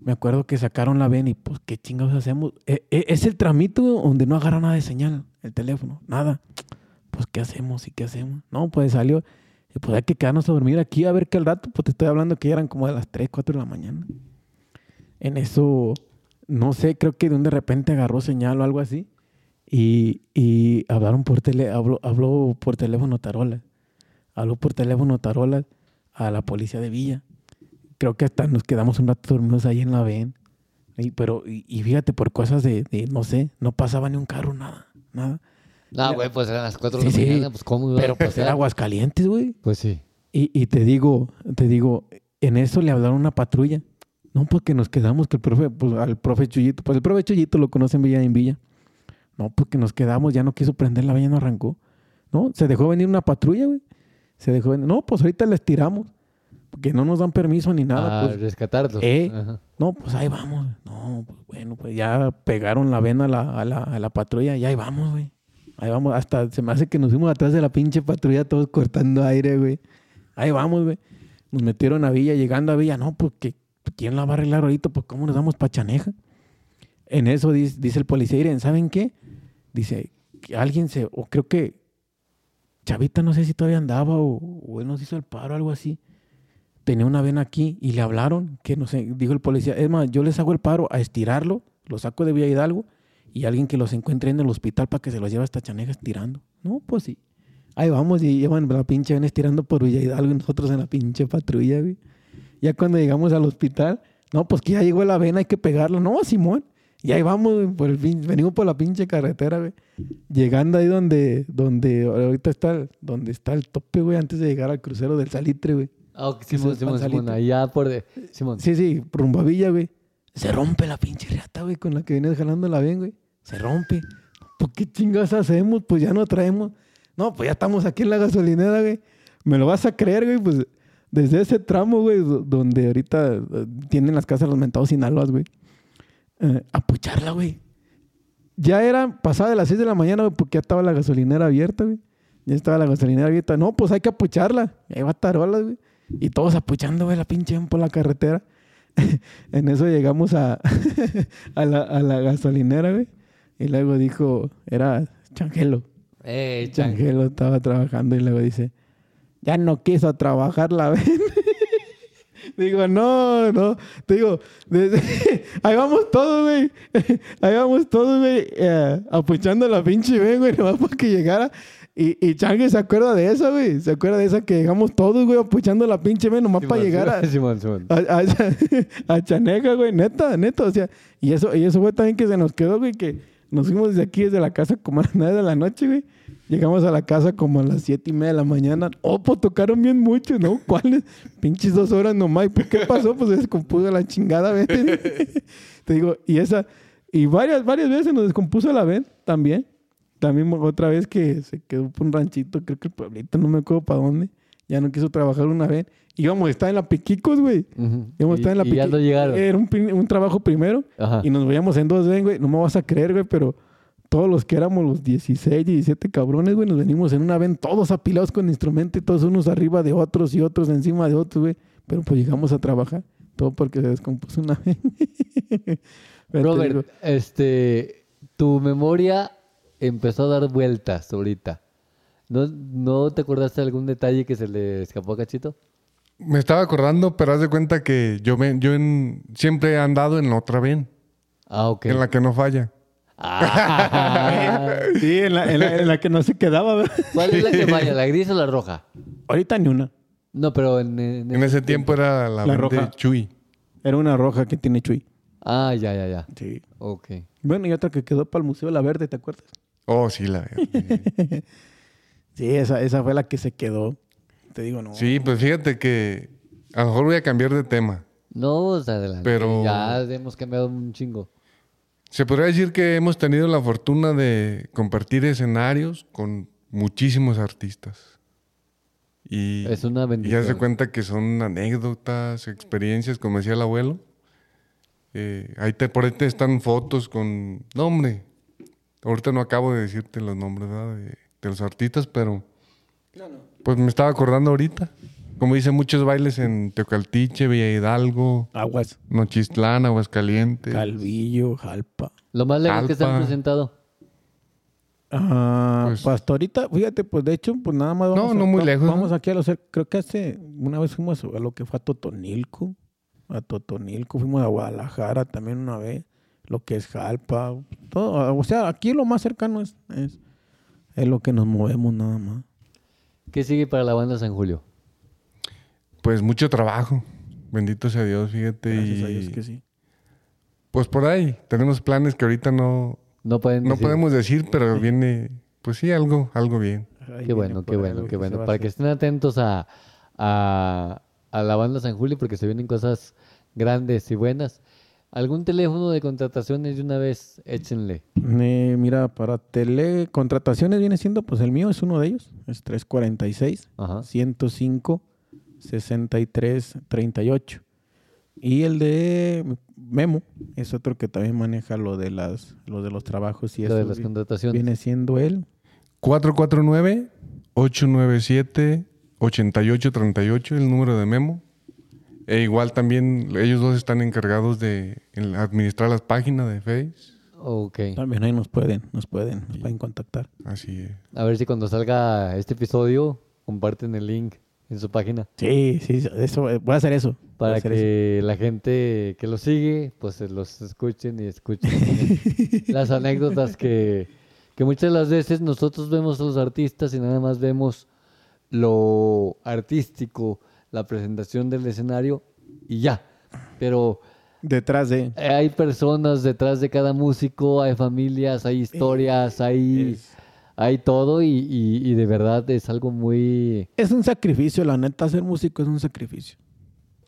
[SPEAKER 4] me acuerdo que sacaron la ven y pues qué chingados hacemos. E- e- es el tramito donde no agarra nada de señal, el teléfono, nada. Pues qué hacemos y qué hacemos. No, pues salió. Y pues hay que quedarnos a dormir aquí a ver que al rato, pues te estoy hablando que ya eran como de las 3, 4 de la mañana. En eso, no sé, creo que de un de repente agarró señal o algo así. Y, y hablaron por tele, habló, habló por teléfono Tarola. Habló por teléfono Tarola a la policía de Villa. Creo que hasta nos quedamos un rato dormidos ahí en la VEN. Y, pero, y, y fíjate, por cosas de, de, no sé, no pasaba ni un carro, nada, nada.
[SPEAKER 3] No, güey, pues eran las 4 de
[SPEAKER 4] Sí,
[SPEAKER 3] la
[SPEAKER 4] sí.
[SPEAKER 3] mañana. Pues cómo iba
[SPEAKER 4] Pero
[SPEAKER 3] a
[SPEAKER 4] pues
[SPEAKER 3] pasar?
[SPEAKER 4] era Aguascalientes, güey.
[SPEAKER 3] Pues sí.
[SPEAKER 4] Y, y te digo, te digo, en eso le hablaron a una patrulla. No, porque nos quedamos, que el profe, pues al profe Chuyito, pues el profe Chuyito lo conocen Villa en Villa. No, porque nos quedamos, ya no quiso prender la villa, no arrancó. No, se dejó venir una patrulla, güey. Se dejó venir. No, pues ahorita les tiramos. Porque no nos dan permiso ni nada.
[SPEAKER 3] a
[SPEAKER 4] pues.
[SPEAKER 3] rescatarlos.
[SPEAKER 4] Eh,
[SPEAKER 3] Ajá.
[SPEAKER 4] No, pues ahí vamos. No, pues bueno, pues ya pegaron la vena a la, a la, a la patrulla y ahí vamos, güey. Ahí vamos. Hasta se me hace que nos fuimos atrás de la pinche patrulla todos cortando aire, güey. Ahí vamos, güey. Nos metieron a Villa, llegando a Villa. No, porque ¿quién la va a arreglar ahorita? Pues ¿cómo nos damos pachaneja? En eso dice, dice el policía, miren, ¿saben qué? Dice, que alguien se, o creo que Chavita, no sé si todavía andaba o, o él nos hizo el paro, algo así tenía una vena aquí y le hablaron que no sé, dijo el policía, es más, yo les hago el paro a estirarlo, lo saco de Vía Hidalgo y alguien que los encuentre en el hospital para que se los lleve hasta Chaneja estirando. No, pues sí. Ahí vamos y llevan la pinche vena estirando por Villa Hidalgo y nosotros en la pinche patrulla, güey. Ya cuando llegamos al hospital, no, pues que ya llegó la vena, hay que pegarla. No, Simón. Y ahí vamos, güey, por el pin- venimos por la pinche carretera, güey. Llegando ahí donde, donde ahorita está, el- donde está el tope, güey, antes de llegar al crucero del Salitre, güey.
[SPEAKER 3] Ah, ok,
[SPEAKER 4] Que
[SPEAKER 3] Simón,
[SPEAKER 4] se
[SPEAKER 3] Simón, Simón.
[SPEAKER 4] panzalita.
[SPEAKER 3] Allá por... de- Simón.
[SPEAKER 4] Sí, sí, rumbo a Villa, güey. Se rompe la pinche riata, güey, con la que vienes jalando la bien, güey. Se rompe. ¿Por qué chingas hacemos? Pues ya no traemos. No, pues ya estamos aquí en la gasolinera, güey. Me lo vas a creer, güey, pues desde ese tramo, güey, do- donde ahorita eh, tienen las casas los mentados Sinaloas, güey. Eh, a pucharla, güey. ya era pasada de las 6 de la mañana, güey, porque ya estaba la gasolinera abierta, güey. Ya estaba la gasolinera abierta. No, pues hay que apucharla. Y ahí va tarolas, güey. Y todos apuchando, güey, la pinche M por la carretera. <laughs> en eso llegamos a, <laughs> a, la, a la gasolinera, güey. Y luego dijo, era Changelo.
[SPEAKER 3] Eh, change.
[SPEAKER 4] Changelo estaba trabajando y luego dice, ya no quiso trabajar la vez. <laughs> digo, no, no. Te digo, desde- <laughs> ahí vamos todos, güey. <laughs> Ahí vamos todos, güey. eh, apuchando la pinche ven, güey, nomás para que llegara. Y, y Changue se acuerda de esa, güey. Se acuerda de esa que llegamos todos, güey, apuchando la pinche ven, nomás para
[SPEAKER 3] Simón,
[SPEAKER 4] llegar a,
[SPEAKER 3] Simón, Simón.
[SPEAKER 4] <laughs> a, a Cha- a Chaneca, güey, neta, neta, o sea, y eso, y eso fue también que se nos quedó, güey, que nos fuimos desde aquí, desde la casa como a las 9 de la noche, güey. Llegamos a la casa como a las siete y media de la mañana. Oh, pues tocaron bien mucho, ¿no? ¿Cuáles? Pinches dos horas nomás. ¿Y pues, qué pasó? Pues se descompuso la chingada, ¿ven? <laughs> Te digo, y esa, y varias, varias veces nos descompuso la ven también. También otra vez que se quedó por un ranchito, creo que el pueblito, no me acuerdo para dónde. Ya no quiso trabajar una vez. Íbamos a estar en la Piquicos, güey.
[SPEAKER 3] Ujú.
[SPEAKER 4] Íbamos a estar en la
[SPEAKER 3] Y- y ya
[SPEAKER 4] Piqui- Eh,
[SPEAKER 3] no llegaron.
[SPEAKER 4] Era un, prim- un trabajo primero.
[SPEAKER 3] Ajá.
[SPEAKER 4] Y nos veíamos en dos ven, güey. No me vas a creer, güey, pero todos los que éramos los 16, 17 cabrones, güey, nos venimos en una ven todos apilados con instrumento y todos unos arriba de otros y otros encima de otros, güey. Pero pues llegamos a trabajar. Todo porque se descompuso una <laughs> ven. Pero te digo,
[SPEAKER 3] Robert, este, tu memoria empezó a dar vueltas ahorita. ¿No, ¿No te acordaste de algún detalle que se le escapó a Cachito?
[SPEAKER 5] <laughs> Me estaba acordando, pero haz de cuenta que yo, me, yo en- siempre he andado en la otra bien,
[SPEAKER 3] Ah, ok.
[SPEAKER 5] en la que no falla.
[SPEAKER 3] <laughs> Ah.
[SPEAKER 4] Sí, en la, en la- en la que no se quedaba, ¿verdad?
[SPEAKER 3] ¿Cuál es la que falla, la gris o la roja?
[SPEAKER 4] Ahorita ni una.
[SPEAKER 3] No, pero en, en-
[SPEAKER 5] En ese tiempo era la,
[SPEAKER 4] La
[SPEAKER 5] Vente
[SPEAKER 4] roja.
[SPEAKER 5] Chuy.
[SPEAKER 4] Era una roja que tiene Chuy.
[SPEAKER 3] Ah, ya, ya, ya.
[SPEAKER 4] Sí.
[SPEAKER 3] Ok.
[SPEAKER 4] Bueno, y otra que quedó para el Museo La Verde, ¿te acuerdas?
[SPEAKER 5] Oh, sí, la <laughs>
[SPEAKER 4] Sí, esa, esa fue la que se quedó. Te digo, no.
[SPEAKER 5] Sí, pues fíjate que a lo mejor voy a cambiar de tema.
[SPEAKER 3] No, o sea, adelante.
[SPEAKER 5] Pero-
[SPEAKER 3] Ya hemos cambiado un chingo.
[SPEAKER 5] Se podría decir que hemos tenido la fortuna de compartir escenarios con muchísimos artistas. Y
[SPEAKER 3] Es una bendición.
[SPEAKER 5] Y ya se cuenta que son anécdotas, experiencias, como decía el abuelo. Eh, ahí te, por ahí te están fotos con nombre. Ahorita no acabo de decirte los nombres ¿verdad? de, de los artistas, pero pues me estaba acordando ahorita. Como hice muchos bailes en Teocaltiche, Villa Hidalgo,
[SPEAKER 4] Aguas.
[SPEAKER 5] Nochistlán, Aguascalientes.
[SPEAKER 4] Calvillo, Jalpa.
[SPEAKER 3] Lo más legal que se han
[SPEAKER 5] Alpa.
[SPEAKER 3] presentado.
[SPEAKER 4] Ah,
[SPEAKER 5] Pues-
[SPEAKER 4] pues, hasta ahorita, fíjate, pues de hecho, pues nada más vamos.
[SPEAKER 5] No, no muy
[SPEAKER 4] va-
[SPEAKER 5] lejos, ¿no?
[SPEAKER 4] Vamos aquí a los. Creo que hace. Una vez fuimos a lo que fue a Totonilco. A Totonilco, fuimos a Guadalajara también una vez. Lo que es Jalpa. Todo. O sea, aquí lo más cercano es. Es, es lo que nos movemos nada más.
[SPEAKER 3] ¿Qué sigue para la banda San Julio?
[SPEAKER 5] Pues mucho trabajo. Bendito sea Dios, fíjate.
[SPEAKER 4] Gracias
[SPEAKER 5] y,
[SPEAKER 4] a Dios que sí.
[SPEAKER 5] Pues por ahí. Tenemos planes que ahorita no,
[SPEAKER 3] No pueden
[SPEAKER 5] no
[SPEAKER 3] decir.
[SPEAKER 5] podemos decir, pero viene, pues sí, algo, algo bien.
[SPEAKER 3] Qué bueno, qué bueno, qué bueno. Para que estén atentos a, a, a la banda San Julio porque se vienen cosas grandes y buenas. ¿Algún teléfono de contrataciones de una vez? Échenle.
[SPEAKER 4] Eh, mira, para telecontrataciones viene siendo, pues el mío es uno de ellos, es 346
[SPEAKER 3] Ajá.
[SPEAKER 4] 105 63 38. Y el de Memo es otro que también maneja lo de las lo de los trabajos y
[SPEAKER 3] Lo de
[SPEAKER 4] eso
[SPEAKER 3] las
[SPEAKER 4] vi-
[SPEAKER 3] contrataciones.
[SPEAKER 4] viene siendo él.
[SPEAKER 5] 449-897-8838, el número de Memo. E igual también ellos dos están encargados de en- administrar las páginas de Face.
[SPEAKER 3] Ok.
[SPEAKER 4] También ahí nos pueden, nos pueden, nos pueden contactar.
[SPEAKER 5] Así es. Pues
[SPEAKER 3] A ver si cuando salga este episodio comparten el link en su página
[SPEAKER 4] Sí, sí, eso eh, voy a hacer eso. voy a
[SPEAKER 3] para
[SPEAKER 4] hacer
[SPEAKER 3] que la gente que los sigue pues se los escuchen y escuchen
[SPEAKER 4] <laughs>
[SPEAKER 3] también las anécdotas que, que muchas de las veces nosotros vemos a los artistas y nada más vemos lo artístico, la presentación del escenario y ya. Pero eh,
[SPEAKER 4] eso. detrás de
[SPEAKER 3] hay personas detrás de cada músico, hay familias, hay historias, hay,
[SPEAKER 4] es-
[SPEAKER 3] hay todo y, y- y de verdad es algo muy...
[SPEAKER 4] es un sacrificio, la neta ser músico es un sacrificio.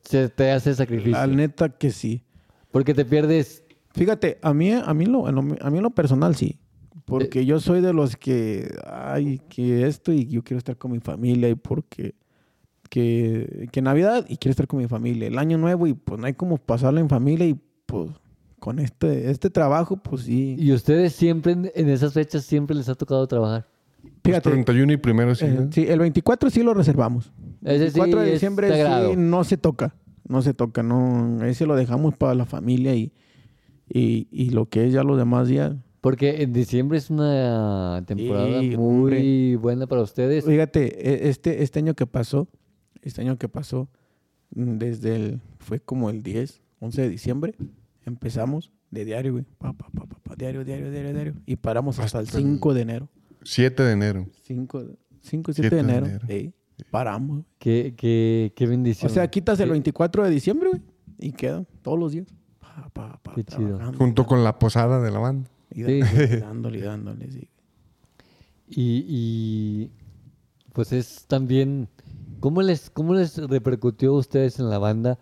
[SPEAKER 3] Se te hace sacrificio.
[SPEAKER 4] La neta que sí.
[SPEAKER 3] Porque te pierdes.
[SPEAKER 4] Fíjate, a mí, a mí, lo, a lo- a mí en lo personal sí. Porque
[SPEAKER 3] Eh.
[SPEAKER 4] yo soy de los que, ay, que esto y yo quiero estar con mi familia y porque, que, que Navidad y quiero estar con mi familia. El año nuevo y pues no hay como pasarlo en familia y pues con este, este trabajo, pues sí.
[SPEAKER 3] Y ustedes siempre, en- en esas fechas, siempre les ha tocado trabajar.
[SPEAKER 5] Pues
[SPEAKER 4] Fíjate,
[SPEAKER 5] 31 y primero, sí.
[SPEAKER 4] eh,
[SPEAKER 5] ¿no?
[SPEAKER 4] sí, el 24 sí lo reservamos.
[SPEAKER 3] Ese
[SPEAKER 4] El
[SPEAKER 3] sí
[SPEAKER 4] 4 de
[SPEAKER 3] es
[SPEAKER 4] diciembre
[SPEAKER 3] sagrado.
[SPEAKER 4] sí no se toca. No se toca, no. Ese lo dejamos para la familia y, y, y lo que es ya los demás días.
[SPEAKER 3] Porque en diciembre es una temporada muy
[SPEAKER 4] Sí, hombre.
[SPEAKER 3] buena para ustedes.
[SPEAKER 4] Fíjate, e- este, este año que pasó, este año que pasó, mm, desde el, fue como el 10, 11 de diciembre, empezamos de diario, güey. Pa, pa, pa, pa, pa, diario, diario, diario, diario. Y paramos hasta el
[SPEAKER 5] Hasta el-
[SPEAKER 4] 5 de enero.
[SPEAKER 5] 7 de enero.
[SPEAKER 4] 5, 5 7 de
[SPEAKER 5] Siete de
[SPEAKER 4] enero.
[SPEAKER 5] enero.
[SPEAKER 4] Ey, paramos. güey.
[SPEAKER 3] Qué, qué, qué bendición.
[SPEAKER 4] O sea, quitas el
[SPEAKER 3] Sí.
[SPEAKER 4] 24 de diciembre, güey, y quedan todos los días. Pa, pa, pa,
[SPEAKER 3] Qué chido.
[SPEAKER 4] trabajando,
[SPEAKER 5] Junto con la posada de la banda.
[SPEAKER 4] Y
[SPEAKER 3] Sí,
[SPEAKER 4] dándole, y dándole, y dándole, sí.
[SPEAKER 3] Y, y, pues es también, ¿cómo les, cómo les repercutió a ustedes en la banda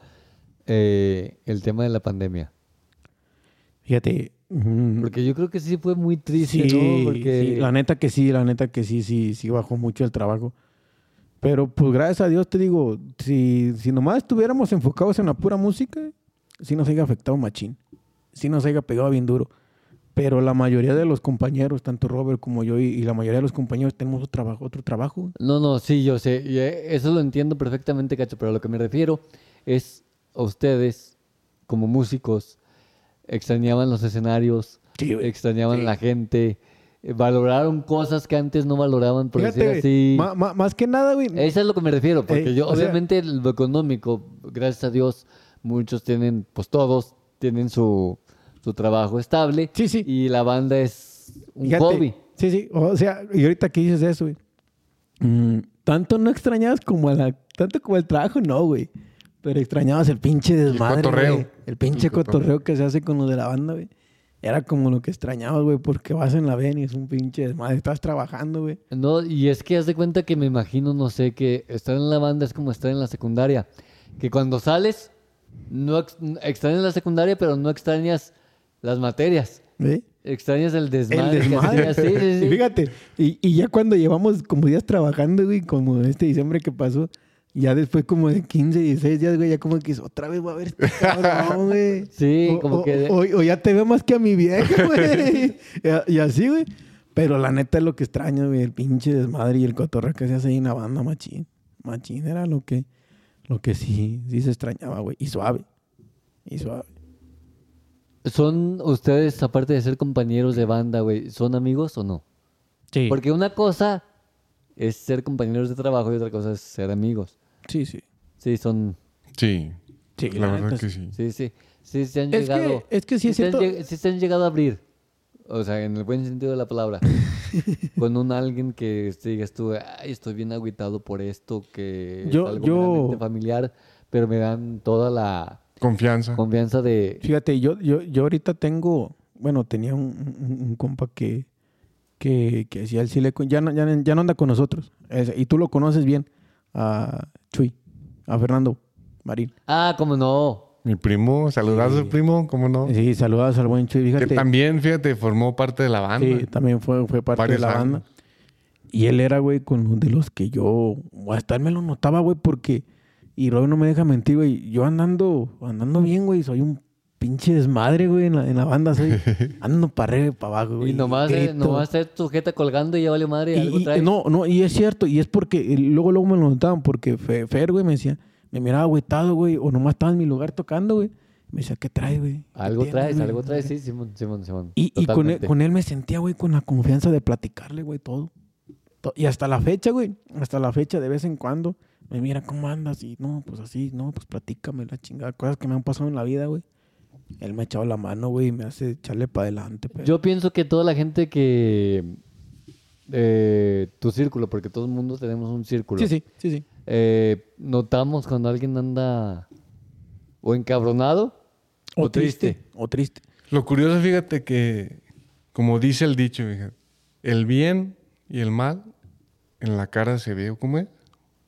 [SPEAKER 3] eh, el tema de la pandemia?
[SPEAKER 4] Fíjate. mm,
[SPEAKER 3] Porque yo creo que sí fue muy triste, ¿no? Porque
[SPEAKER 4] sí, la neta que sí, la neta que sí, sí, sí bajó mucho el trabajo. Pero pues gracias a Dios te digo, si, si nomás estuviéramos enfocados en la pura música, sí nos haya afectado machín, sí nos haya pegado bien duro. Pero la mayoría de los compañeros, tanto Robert como yo y, y la mayoría de los compañeros tenemos otro trabajo, otro trabajo.
[SPEAKER 3] No, no, sí, yo sé, y, eh, eso lo entiendo perfectamente, Cacho, pero a lo que me refiero es a ustedes, como músicos, extrañaban los escenarios,
[SPEAKER 4] Sí, güey,
[SPEAKER 3] extrañaban
[SPEAKER 4] sí.
[SPEAKER 3] la gente, eh, valoraron cosas que antes no valoraban, por decir
[SPEAKER 4] Fíjate,
[SPEAKER 3] así.
[SPEAKER 4] ma- ma- más que nada, güey.
[SPEAKER 3] Eso es lo que me refiero, porque
[SPEAKER 4] Ey,
[SPEAKER 3] yo,
[SPEAKER 4] o sea-
[SPEAKER 3] obviamente, lo económico, gracias a Dios, muchos tienen, pues todos tienen su, su trabajo estable.
[SPEAKER 4] Sí, sí.
[SPEAKER 3] Y la banda es un
[SPEAKER 4] Fíjate,
[SPEAKER 3] hobby.
[SPEAKER 4] Sí, sí. O sea, y ahorita que dices eso, güey. mm, tanto no extrañabas como a la, tanto como el trabajo, no, güey. Pero extrañabas el pinche desmadre.
[SPEAKER 5] cotorreo.
[SPEAKER 4] güey. El pinche
[SPEAKER 5] El
[SPEAKER 4] cotorreo.
[SPEAKER 5] cotorreo.
[SPEAKER 4] que se hace con los de la banda, güey. Era como lo que extrañabas, güey, porque vas en la ven y es un pinche desmadre. Estás trabajando, güey.
[SPEAKER 3] No, y es que haz de cuenta que me imagino, no sé, que estar en la banda es como estar en la secundaria. Que cuando sales, no ex- extrañas la secundaria, pero no extrañas las materias.
[SPEAKER 4] ¿Sí?
[SPEAKER 3] Extrañas el
[SPEAKER 4] El
[SPEAKER 3] desmadre. que
[SPEAKER 4] desmadre.
[SPEAKER 3] hacías. <laughs> Sí, sí, sí.
[SPEAKER 4] Y <laughs> fíjate, y, y ya cuando llevamos como días trabajando, güey, como este diciembre que pasó, ya después como de 15, 16 días, güey, ya como que dices, otra vez voy a ver este cabrón, güey.
[SPEAKER 3] <laughs> Sí,
[SPEAKER 4] O-
[SPEAKER 3] como
[SPEAKER 4] o-
[SPEAKER 3] que-
[SPEAKER 4] O, o ya te veo más que a mi vieja, <laughs> güey. y, a- y así, güey. Pero la neta es lo que extraño, güey, el pinche desmadre y el cotorreo que se hace ahí en la banda, machín. Machín era lo que, lo que sí, sí se extrañaba, güey. Y suave. Y suave.
[SPEAKER 3] ¿Son ustedes, aparte de ser compañeros de banda, güey, son amigos o no?
[SPEAKER 4] Sí.
[SPEAKER 3] Porque una cosa es ser compañeros de trabajo y otra cosa es ser amigos.
[SPEAKER 4] Sí, sí.
[SPEAKER 3] Sí, son.
[SPEAKER 5] Sí.
[SPEAKER 4] Sí,
[SPEAKER 5] la, verdad
[SPEAKER 4] neta
[SPEAKER 5] que sí.
[SPEAKER 3] Sí, sí. Sí, se han
[SPEAKER 4] Es que-
[SPEAKER 3] llegado.
[SPEAKER 4] es que sí es
[SPEAKER 3] se han
[SPEAKER 4] cierto.
[SPEAKER 3] lleg- sí se han llegado a abrir. O sea, en el buen sentido de la
[SPEAKER 4] <laughs>
[SPEAKER 3] palabra. con un alguien que este, digas tú, ay, estoy bien agüitado por esto, que
[SPEAKER 4] Yo-
[SPEAKER 3] es algo
[SPEAKER 4] yo-
[SPEAKER 3] meramente familiar, pero me dan toda la
[SPEAKER 5] Confianza.
[SPEAKER 3] confianza de.
[SPEAKER 4] Fíjate, yo, yo, yo ahorita tengo, bueno, tenía un, un- un compa que, que, que hacía el silicon, ya no, ya, no- ya no anda con nosotros, Es- y tú lo conoces bien, a Chuy, a Fernando Marín.
[SPEAKER 3] Ah, como no.
[SPEAKER 5] Mi primo, saludazo al primo, ¿cómo no?
[SPEAKER 4] Sí, saludos al buen Chuy,
[SPEAKER 5] Que
[SPEAKER 4] fíjate.
[SPEAKER 5] también, fíjate, formó parte de la banda.
[SPEAKER 4] Sí, también fue, fue parte
[SPEAKER 5] Varios
[SPEAKER 4] de la banda.
[SPEAKER 5] años.
[SPEAKER 4] Y él era, güey, con uno de los que yo hasta él me lo notaba, güey, porque, y Rob no me deja mentir, güey, yo andando, andando bien, güey, soy un pinche desmadre, güey, en la, en la banda,
[SPEAKER 5] <laughs>
[SPEAKER 4] soy, ando para arriba y para abajo, güey.
[SPEAKER 3] Y nomás, eh,
[SPEAKER 4] grito.
[SPEAKER 3] nomás está sujeta colgando y ya vale madre. algo
[SPEAKER 4] Y- y-
[SPEAKER 3] traes.
[SPEAKER 4] no, no, y es cierto, y es porque eh, luego, luego me lo notaban, porque Fe- Fer, güey, me decía, me miraba agüitado, güey, o nomás estaba en mi lugar tocando, güey. Me decía, ¿qué traes, güey? ¿Qué
[SPEAKER 3] Algo
[SPEAKER 4] tienes,
[SPEAKER 3] traes,
[SPEAKER 4] güey?"
[SPEAKER 3] algo traes, sí, Simón, Simón, Simón.
[SPEAKER 4] Y, y con, él,
[SPEAKER 3] Totalmente.
[SPEAKER 4] con él me sentía, güey, con la confianza de platicarle, güey, todo. To- Y hasta la fecha, güey, hasta la fecha, de vez en cuando, me mira cómo andas y no, pues así, no, pues platícame la chingada, cosas que me han pasado en la vida, güey. Él me ha echado la mano, güey, y me hace echarle para adelante. pero-
[SPEAKER 3] Yo pienso que toda la gente que... eh, tu círculo, porque todo el mundo tenemos un círculo.
[SPEAKER 4] sí, sí, sí, sí.
[SPEAKER 3] Eh, notamos cuando alguien anda o encabronado o, triste.
[SPEAKER 4] O triste.
[SPEAKER 5] Lo curioso, fíjate, que como dice el dicho, fíjate, el bien y el mal en la cara se ve, ¿o ¿cómo es?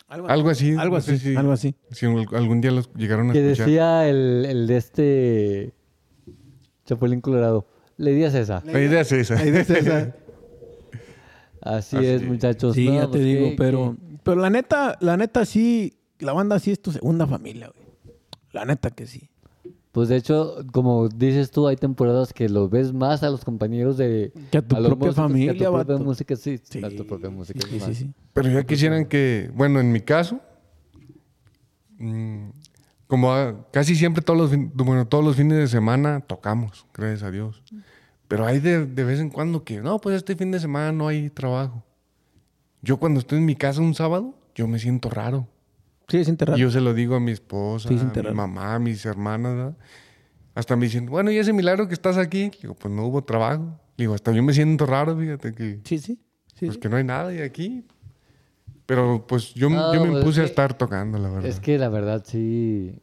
[SPEAKER 5] Algo así.
[SPEAKER 4] Algo
[SPEAKER 5] no
[SPEAKER 4] así,
[SPEAKER 5] sé si-
[SPEAKER 4] algo así.
[SPEAKER 5] Si al- algún día los llegaron a
[SPEAKER 3] Que
[SPEAKER 5] escuchar.
[SPEAKER 3] decía el, el de este Chapulín Colorado. Le dirías esa.
[SPEAKER 5] La idea es esa.
[SPEAKER 4] Ahí de César.
[SPEAKER 3] Así,
[SPEAKER 5] Así
[SPEAKER 3] es,
[SPEAKER 5] es.
[SPEAKER 3] muchachos.
[SPEAKER 4] Sí,
[SPEAKER 3] No,
[SPEAKER 4] ya te
[SPEAKER 3] pues,
[SPEAKER 4] digo,
[SPEAKER 3] qué-
[SPEAKER 4] pero, pero la neta, la neta sí, la banda sí es tu segunda familia, güey. La neta que sí.
[SPEAKER 3] Pues de hecho, como dices tú, hay temporadas que lo ves más a los compañeros de...
[SPEAKER 4] Que a tu
[SPEAKER 3] los
[SPEAKER 4] propia
[SPEAKER 3] músicos que
[SPEAKER 4] familia,
[SPEAKER 3] a tu propia
[SPEAKER 4] vato.
[SPEAKER 3] música, sí,
[SPEAKER 4] Sí,
[SPEAKER 3] A tu propia música.
[SPEAKER 4] sí,
[SPEAKER 3] es
[SPEAKER 4] sí,
[SPEAKER 3] más.
[SPEAKER 4] sí.
[SPEAKER 5] Pero ya quisieran que, bueno, en mi caso, mm, como a- casi siempre todos los, fin- bueno, todos los fines de semana tocamos, gracias a Dios. Pero hay de, de vez en cuando que, no, pues este fin de semana no hay trabajo. Yo cuando estoy en mi casa un sábado, yo me siento raro.
[SPEAKER 4] Sí, es interesante.
[SPEAKER 5] Y yo se lo digo a mi esposa,
[SPEAKER 4] Sí, es
[SPEAKER 5] a mi
[SPEAKER 4] enterrar.
[SPEAKER 5] mamá, a mis hermanas. ¿verdad? Hasta me dicen, bueno, ¿y ese milagro que estás aquí? Le digo, pues no hubo trabajo. Le digo, hasta yo me siento raro, fíjate que
[SPEAKER 4] Sí, sí. sí,
[SPEAKER 5] pues
[SPEAKER 4] sí.
[SPEAKER 5] que no hay nadie aquí. Pero pues yo,
[SPEAKER 3] No,
[SPEAKER 5] yo me
[SPEAKER 3] pues,
[SPEAKER 5] impuse a
[SPEAKER 3] es que-
[SPEAKER 5] estar tocando, la verdad.
[SPEAKER 3] Es que la verdad sí.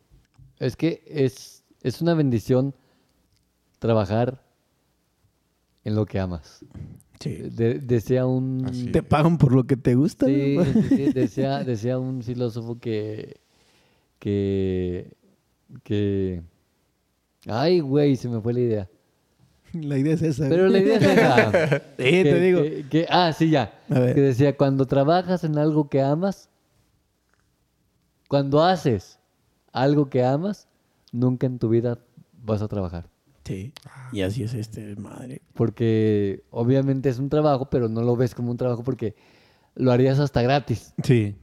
[SPEAKER 3] Es que es, es una bendición trabajar en lo que amas.
[SPEAKER 4] Sí.
[SPEAKER 3] De- decía un.
[SPEAKER 5] Así
[SPEAKER 4] Te pagan por lo que te gusta.
[SPEAKER 3] Sí,
[SPEAKER 4] ¿no?
[SPEAKER 3] sí, sí, decía, decía un filósofo que. que. que. Ay, güey, se me fue la idea.
[SPEAKER 4] <laughs> La idea es esa.
[SPEAKER 3] Pero la idea
[SPEAKER 4] <laughs>
[SPEAKER 3] es esa.
[SPEAKER 4] Sí, te digo.
[SPEAKER 3] que- que- ah, sí, ya.
[SPEAKER 4] A ver.
[SPEAKER 3] Que decía, cuando trabajas en algo que amas, cuando haces algo que amas, nunca en tu vida vas a trabajar.
[SPEAKER 4] Sí.
[SPEAKER 5] Ah.
[SPEAKER 4] Y así es este, madre.
[SPEAKER 3] Porque obviamente es un trabajo, pero no lo ves como un trabajo porque lo harías hasta gratis.
[SPEAKER 4] Sí.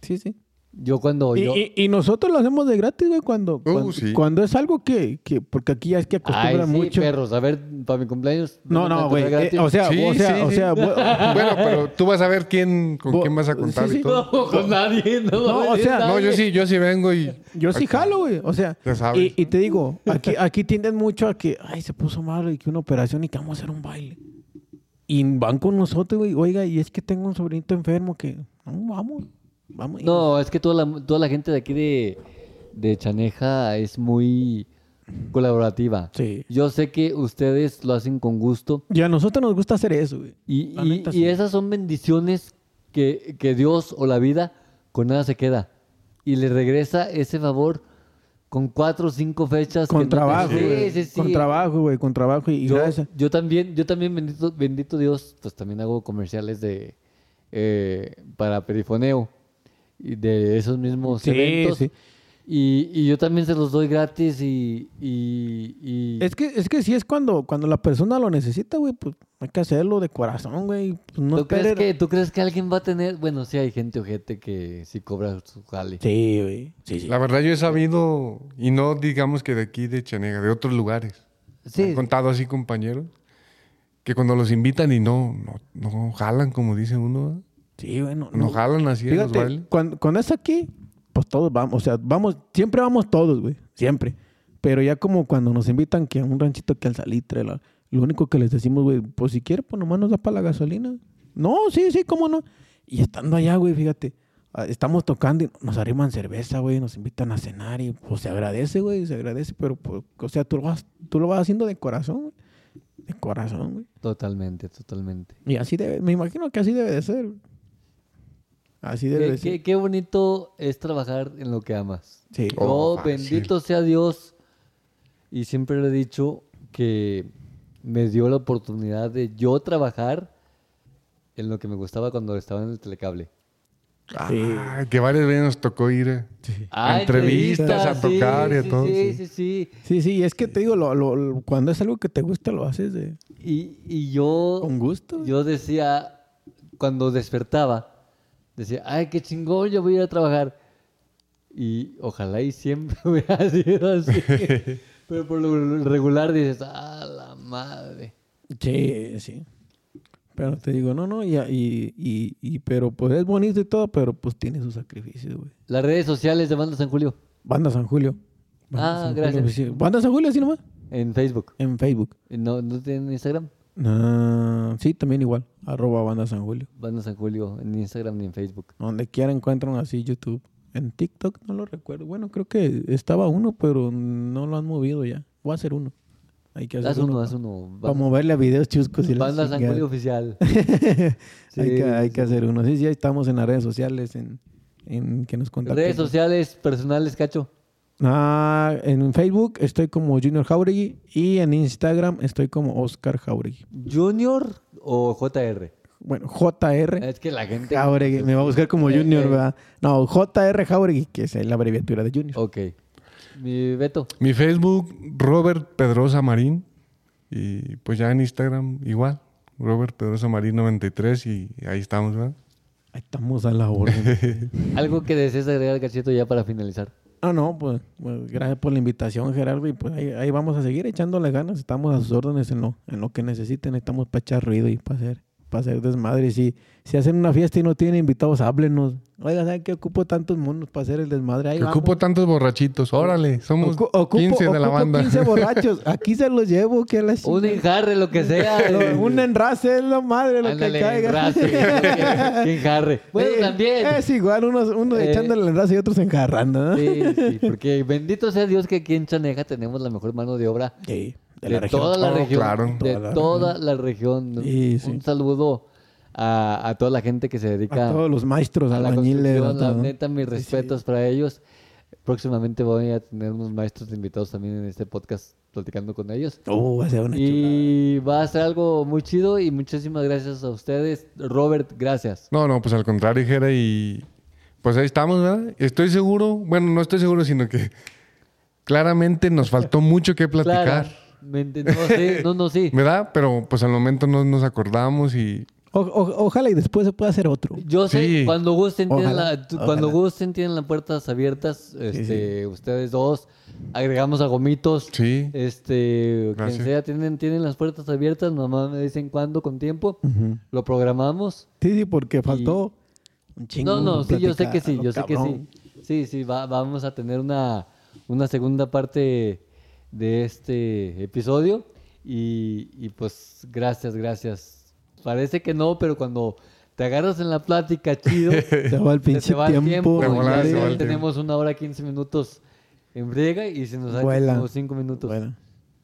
[SPEAKER 4] Sí, sí.
[SPEAKER 3] Yo cuando...
[SPEAKER 4] Y,
[SPEAKER 3] yo,
[SPEAKER 4] y- y nosotros lo hacemos de gratis, güey, cuando, cuando,
[SPEAKER 5] Uh, sí.
[SPEAKER 4] cuando es algo que, que- porque aquí ya es que
[SPEAKER 3] Ay,
[SPEAKER 4] acostumbran
[SPEAKER 3] sí,
[SPEAKER 4] pues, mucho.
[SPEAKER 3] perros. A ver, para mi cumpleaños...
[SPEAKER 4] No,
[SPEAKER 3] vengan
[SPEAKER 4] no,
[SPEAKER 3] a
[SPEAKER 4] güey.
[SPEAKER 3] tocar
[SPEAKER 4] eh,
[SPEAKER 3] gratis.
[SPEAKER 4] o sea,
[SPEAKER 5] Sí,
[SPEAKER 4] o sea,
[SPEAKER 5] sí,
[SPEAKER 4] o
[SPEAKER 5] sí.
[SPEAKER 4] sea,
[SPEAKER 5] <laughs>
[SPEAKER 4] bu-
[SPEAKER 5] bueno, pero tú vas a ver quién, con
[SPEAKER 4] Bo-
[SPEAKER 5] quién vas a contar
[SPEAKER 4] sí, sí.
[SPEAKER 5] y todo.
[SPEAKER 3] <laughs> No, con nadie. No,
[SPEAKER 4] No, o sea,
[SPEAKER 5] No, yo sí, yo sí vengo y...
[SPEAKER 4] yo sí jalo, güey. O sea,
[SPEAKER 5] Ya sabes.
[SPEAKER 4] y, y te digo, aquí, aquí tienden mucho a que, ay, se puso malo y que una operación y que vamos a hacer un baile. Y van con nosotros, güey. Oiga, y es que tengo un sobrinito enfermo que, no, vamos, vamos.
[SPEAKER 3] No, es que toda la, toda la gente de aquí de, de Chaneja es muy colaborativa.
[SPEAKER 4] Sí.
[SPEAKER 3] Yo sé que ustedes lo hacen con gusto
[SPEAKER 4] Y a nosotros nos gusta hacer eso, güey.
[SPEAKER 3] y,
[SPEAKER 4] La
[SPEAKER 3] y-
[SPEAKER 4] neta,
[SPEAKER 3] y
[SPEAKER 4] sí.
[SPEAKER 3] esas son bendiciones que, que Dios o la vida con nada se queda. Y le regresa ese favor con cuatro o cinco fechas. que
[SPEAKER 4] Con
[SPEAKER 3] no-
[SPEAKER 4] trabajo,
[SPEAKER 3] Sí,
[SPEAKER 4] güey.
[SPEAKER 3] sí, sí.
[SPEAKER 4] Con trabajo, güey, con trabajo. Y, y
[SPEAKER 3] Yo,
[SPEAKER 4] gracias.
[SPEAKER 3] yo también, yo también bendito, bendito Dios, pues también hago comerciales de eh, para perifoneo y de esos mismos
[SPEAKER 4] Sí,
[SPEAKER 3] eventos.
[SPEAKER 4] sí.
[SPEAKER 3] Y, y yo también se los doy gratis y, y, y-
[SPEAKER 4] Es que, es que sí es cuando, cuando la persona lo necesita, güey, pues hay que hacerlo de corazón, güey. Pues, no
[SPEAKER 3] ¿Tú, crees que,
[SPEAKER 4] esperes-
[SPEAKER 3] ¿Tú crees que alguien va a tener? Bueno, sí hay gente ojete que sí cobra su jale.
[SPEAKER 4] Sí, güey. Sí, sí.
[SPEAKER 5] La verdad yo he sabido, y no digamos que de aquí de Chanega, de otros lugares. Me
[SPEAKER 3] Sí,
[SPEAKER 5] Han contado así compañeros que cuando los invitan y no, no, no jalan, como dice uno, ¿verdad?
[SPEAKER 4] Sí, güey. No,
[SPEAKER 5] no jalan así en los bailes.
[SPEAKER 4] Fíjate, cuando, cuando es aquí, pues todos vamos. O sea, vamos, siempre vamos todos, güey. Siempre. Pero ya como cuando nos invitan que a un ranchito que al salitre, la- lo único que les decimos, güey, pues si quiere, pues nomás nos da para la gasolina. No, sí, sí, cómo no. Y estando allá, güey, fíjate, ah, estamos tocando y nos arriman cerveza, güey, nos invitan a cenar y pues se agradece, güey, se agradece, pero pues, o sea, tú lo vas, tú lo vas haciendo de corazón, güey. De corazón, güey.
[SPEAKER 3] totalmente, totalmente.
[SPEAKER 4] Y así debe, me imagino que así debe de ser. güey. Así debe
[SPEAKER 3] Qué,
[SPEAKER 4] de ser.
[SPEAKER 3] qué- qué bonito es trabajar en lo que amas.
[SPEAKER 4] Sí.
[SPEAKER 5] Oh,
[SPEAKER 3] Yo,
[SPEAKER 5] fácil.
[SPEAKER 3] bendito sea Dios. Y siempre le he dicho que me dio la oportunidad de yo trabajar en lo que me gustaba cuando estaba en el telecable.
[SPEAKER 5] Ah, que varias veces nos tocó ir eh, a, a entrevistas, a
[SPEAKER 3] sí,
[SPEAKER 5] tocar y a
[SPEAKER 3] sí,
[SPEAKER 5] todo.
[SPEAKER 3] Sí,
[SPEAKER 5] sí.
[SPEAKER 3] sí, sí.
[SPEAKER 4] Sí, sí, es que te digo, lo, lo- lo- cuando es algo que te gusta, lo haces de,
[SPEAKER 3] Y, y yo,
[SPEAKER 4] con gusto. güey.
[SPEAKER 3] yo decía, cuando despertaba, decía, ay, qué chingón, yo voy a ir a trabajar. Y ojalá y siempre <laughs> hubiera sido
[SPEAKER 4] <laughs>
[SPEAKER 3] así. Pero por lo regular dices, ah, la madre.
[SPEAKER 4] Sí, sí. Pero te digo, no, no, y, y, y, y- pero pues es bonito y todo, pero pues tiene sus sacrificios, güey.
[SPEAKER 3] Las redes sociales de Banda San Julio.
[SPEAKER 4] Banda San Julio. Banda
[SPEAKER 3] Ah,
[SPEAKER 4] San
[SPEAKER 3] gracias.
[SPEAKER 4] Julio, pues, sí. Banda San Julio, así nomás.
[SPEAKER 3] En Facebook.
[SPEAKER 4] En Facebook.
[SPEAKER 3] ¿No, ¿No tienen Instagram?
[SPEAKER 4] Ah, sí, también igual. Arroba Banda San Julio.
[SPEAKER 3] Banda San Julio, en Instagram ni en Facebook.
[SPEAKER 4] Donde quiera encuentran así YouTube. En TikTok no lo recuerdo. Bueno, creo que estaba uno, pero no lo han movido ya. Voy a hacer uno. Hay que hacer
[SPEAKER 3] Haz uno, haz uno.
[SPEAKER 4] Para
[SPEAKER 3] Banda,
[SPEAKER 4] moverle a videos chuscos y la
[SPEAKER 3] Banda San
[SPEAKER 4] chingada.
[SPEAKER 3] Julio
[SPEAKER 4] <laughs>
[SPEAKER 3] oficial.
[SPEAKER 4] hay,
[SPEAKER 3] Sí,
[SPEAKER 4] que, hay que hacer uno. Sí, sí, ahí estamos en las redes sociales, en, en que nos contacten.
[SPEAKER 3] Redes sociales personales, cacho.
[SPEAKER 4] Ah, en Facebook estoy como Junior Jauregui y en Instagram estoy como Oscar Jauregui.
[SPEAKER 3] ¿Junior o JR?
[SPEAKER 4] Bueno, JR
[SPEAKER 3] Es que la gente.
[SPEAKER 4] Jauregui. Me va a buscar como
[SPEAKER 3] Eh,
[SPEAKER 4] Junior,
[SPEAKER 3] eh. Oh.
[SPEAKER 4] ¿verdad? No, JR Jauregui, que es la abreviatura de Junior.
[SPEAKER 3] Ok. Mi Beto.
[SPEAKER 5] Mi Facebook, Robert Pedrosa Marín. Y pues ya en Instagram, igual. Robert Pedrosa Marín 93 y ahí estamos, ¿verdad?
[SPEAKER 4] Ahí estamos a la orden.
[SPEAKER 3] Algo que desees agregar, Cachito, ya para finalizar.
[SPEAKER 4] Ah, no, pues, pues, gracias por la invitación, Gerardo. Y pues ahí, ahí vamos a seguir echándole ganas. Estamos a sus órdenes en lo, en lo que necesiten. Estamos para echar ruido y para hacer, para hacer desmadre. Y Si, si hacen una fiesta y no tienen invitados, háblenos. Oiga, ¿saben qué ocupo tantos monos para hacer el desmadre? Ahí
[SPEAKER 5] Que ocupo tantos borrachitos. Órale, somos
[SPEAKER 4] Ocu- ocupo-
[SPEAKER 5] 15 de la
[SPEAKER 4] ocupo
[SPEAKER 5] banda.
[SPEAKER 4] 15 borrachos. Aquí se los llevo. Que la
[SPEAKER 3] Un enjarre, lo
[SPEAKER 4] <laughs>
[SPEAKER 3] que sea.
[SPEAKER 4] Lo- un enrase es la madre, lo
[SPEAKER 3] Ándale,
[SPEAKER 4] que caiga.
[SPEAKER 3] enrase, lo
[SPEAKER 4] <laughs>
[SPEAKER 3] que- que enjarre. Bueno,
[SPEAKER 4] Eh,
[SPEAKER 3] también.
[SPEAKER 4] Es igual, unos, unos
[SPEAKER 3] Eh.
[SPEAKER 4] echándole el enrase y otros enjarrando. ¿no?
[SPEAKER 3] Sí, sí, porque bendito sea Dios que aquí en Chaneja tenemos la mejor mano de obra
[SPEAKER 4] <laughs> Sí,
[SPEAKER 3] de, toda la
[SPEAKER 5] Oh,
[SPEAKER 3] región.
[SPEAKER 5] claro.
[SPEAKER 3] de
[SPEAKER 4] Toda la
[SPEAKER 3] toda la región.
[SPEAKER 4] Sí, sí.
[SPEAKER 3] Un saludo a, a toda la gente que se dedica
[SPEAKER 4] A todos los maestros,
[SPEAKER 3] a la
[SPEAKER 4] albañiles.
[SPEAKER 3] construcción.
[SPEAKER 4] a
[SPEAKER 3] La
[SPEAKER 4] todo.
[SPEAKER 3] neta, mis
[SPEAKER 4] Sí, sí.
[SPEAKER 3] respetos para ellos. Próximamente voy a tener unos maestros invitados también en este podcast platicando con ellos.
[SPEAKER 4] Uh, va a ser una
[SPEAKER 3] Y va a ser algo muy chido y muchísimas gracias a ustedes. Robert, gracias.
[SPEAKER 5] <laughs> No, no, pues al contrario, Jera, y pues ahí estamos, ¿verdad? Estoy seguro, bueno, no estoy seguro, sino que claramente
[SPEAKER 4] <laughs>
[SPEAKER 5] nos faltó mucho que platicar,
[SPEAKER 3] Claramente, no,
[SPEAKER 5] <laughs>
[SPEAKER 3] sí, no, no, sí.
[SPEAKER 5] ¿verdad? Pero pues al momento no nos acordamos y
[SPEAKER 4] O- o- ojalá y después se pueda hacer otro.
[SPEAKER 3] Yo sé,
[SPEAKER 5] Sí.
[SPEAKER 3] cuando gusten tienen
[SPEAKER 4] Ojalá,
[SPEAKER 3] la, tu-
[SPEAKER 4] ojalá.
[SPEAKER 3] cuando gusten tienen las puertas abiertas, este, ustedes dos, agregamos a gomitos,
[SPEAKER 5] Sí.
[SPEAKER 3] este,
[SPEAKER 5] Gracias.
[SPEAKER 3] quien sea, tienen, tienen las puertas abiertas, mamá me dicen cuándo con tiempo, lo programamos.
[SPEAKER 4] Sí, sí, porque faltó un chingo.
[SPEAKER 3] No, no,
[SPEAKER 4] de
[SPEAKER 3] sí, yo sé
[SPEAKER 4] platicar,
[SPEAKER 3] que sí,
[SPEAKER 4] lo
[SPEAKER 3] yo sé que
[SPEAKER 4] cabrón.
[SPEAKER 3] sí. Sí, sí, va- vamos a tener una, una segunda parte de este episodio. Y, y pues, gracias, gracias. Parece que no, pero cuando te agarras en la plática, chido,
[SPEAKER 4] Se va el
[SPEAKER 3] se te
[SPEAKER 4] pinche
[SPEAKER 3] va el
[SPEAKER 4] tiempo.
[SPEAKER 3] tiempo.
[SPEAKER 5] De
[SPEAKER 3] ya-
[SPEAKER 5] volada se
[SPEAKER 3] ya
[SPEAKER 5] va el
[SPEAKER 3] tenemos una hora, 15 minutos en briega y se nos
[SPEAKER 4] Vuela.
[SPEAKER 3] ha como 5 minutos.
[SPEAKER 4] Bueno.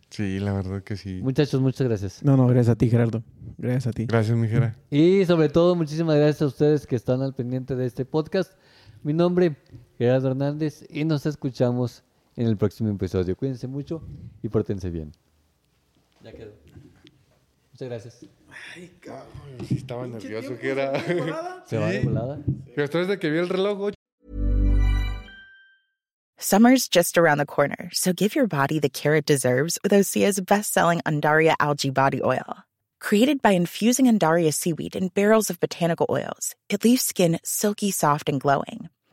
[SPEAKER 5] sí, la verdad que sí.
[SPEAKER 3] Muchachos, muchas gracias.
[SPEAKER 4] No, no, gracias a ti, Gerardo. Gracias a ti.
[SPEAKER 5] Gracias, mi Jera.
[SPEAKER 3] Y sobre todo, muchísimas gracias a ustedes que están al pendiente de este podcast. Mi nombre, Gerardo Hernández, y nos escuchamos en el próximo episodio. Cuídense mucho y pórtense bien. Ya quedó. Muchas gracias.
[SPEAKER 5] Sí, estaba nervioso, Jera.
[SPEAKER 3] Se va de volada.
[SPEAKER 5] Pero después de que vi el reloj,
[SPEAKER 8] Summer's just around the corner, so give your body the care it deserves with Osea's best-selling Andaria algae body oil. Created by infusing Andaria seaweed in barrels of botanical oils, it leaves skin silky soft and glowing.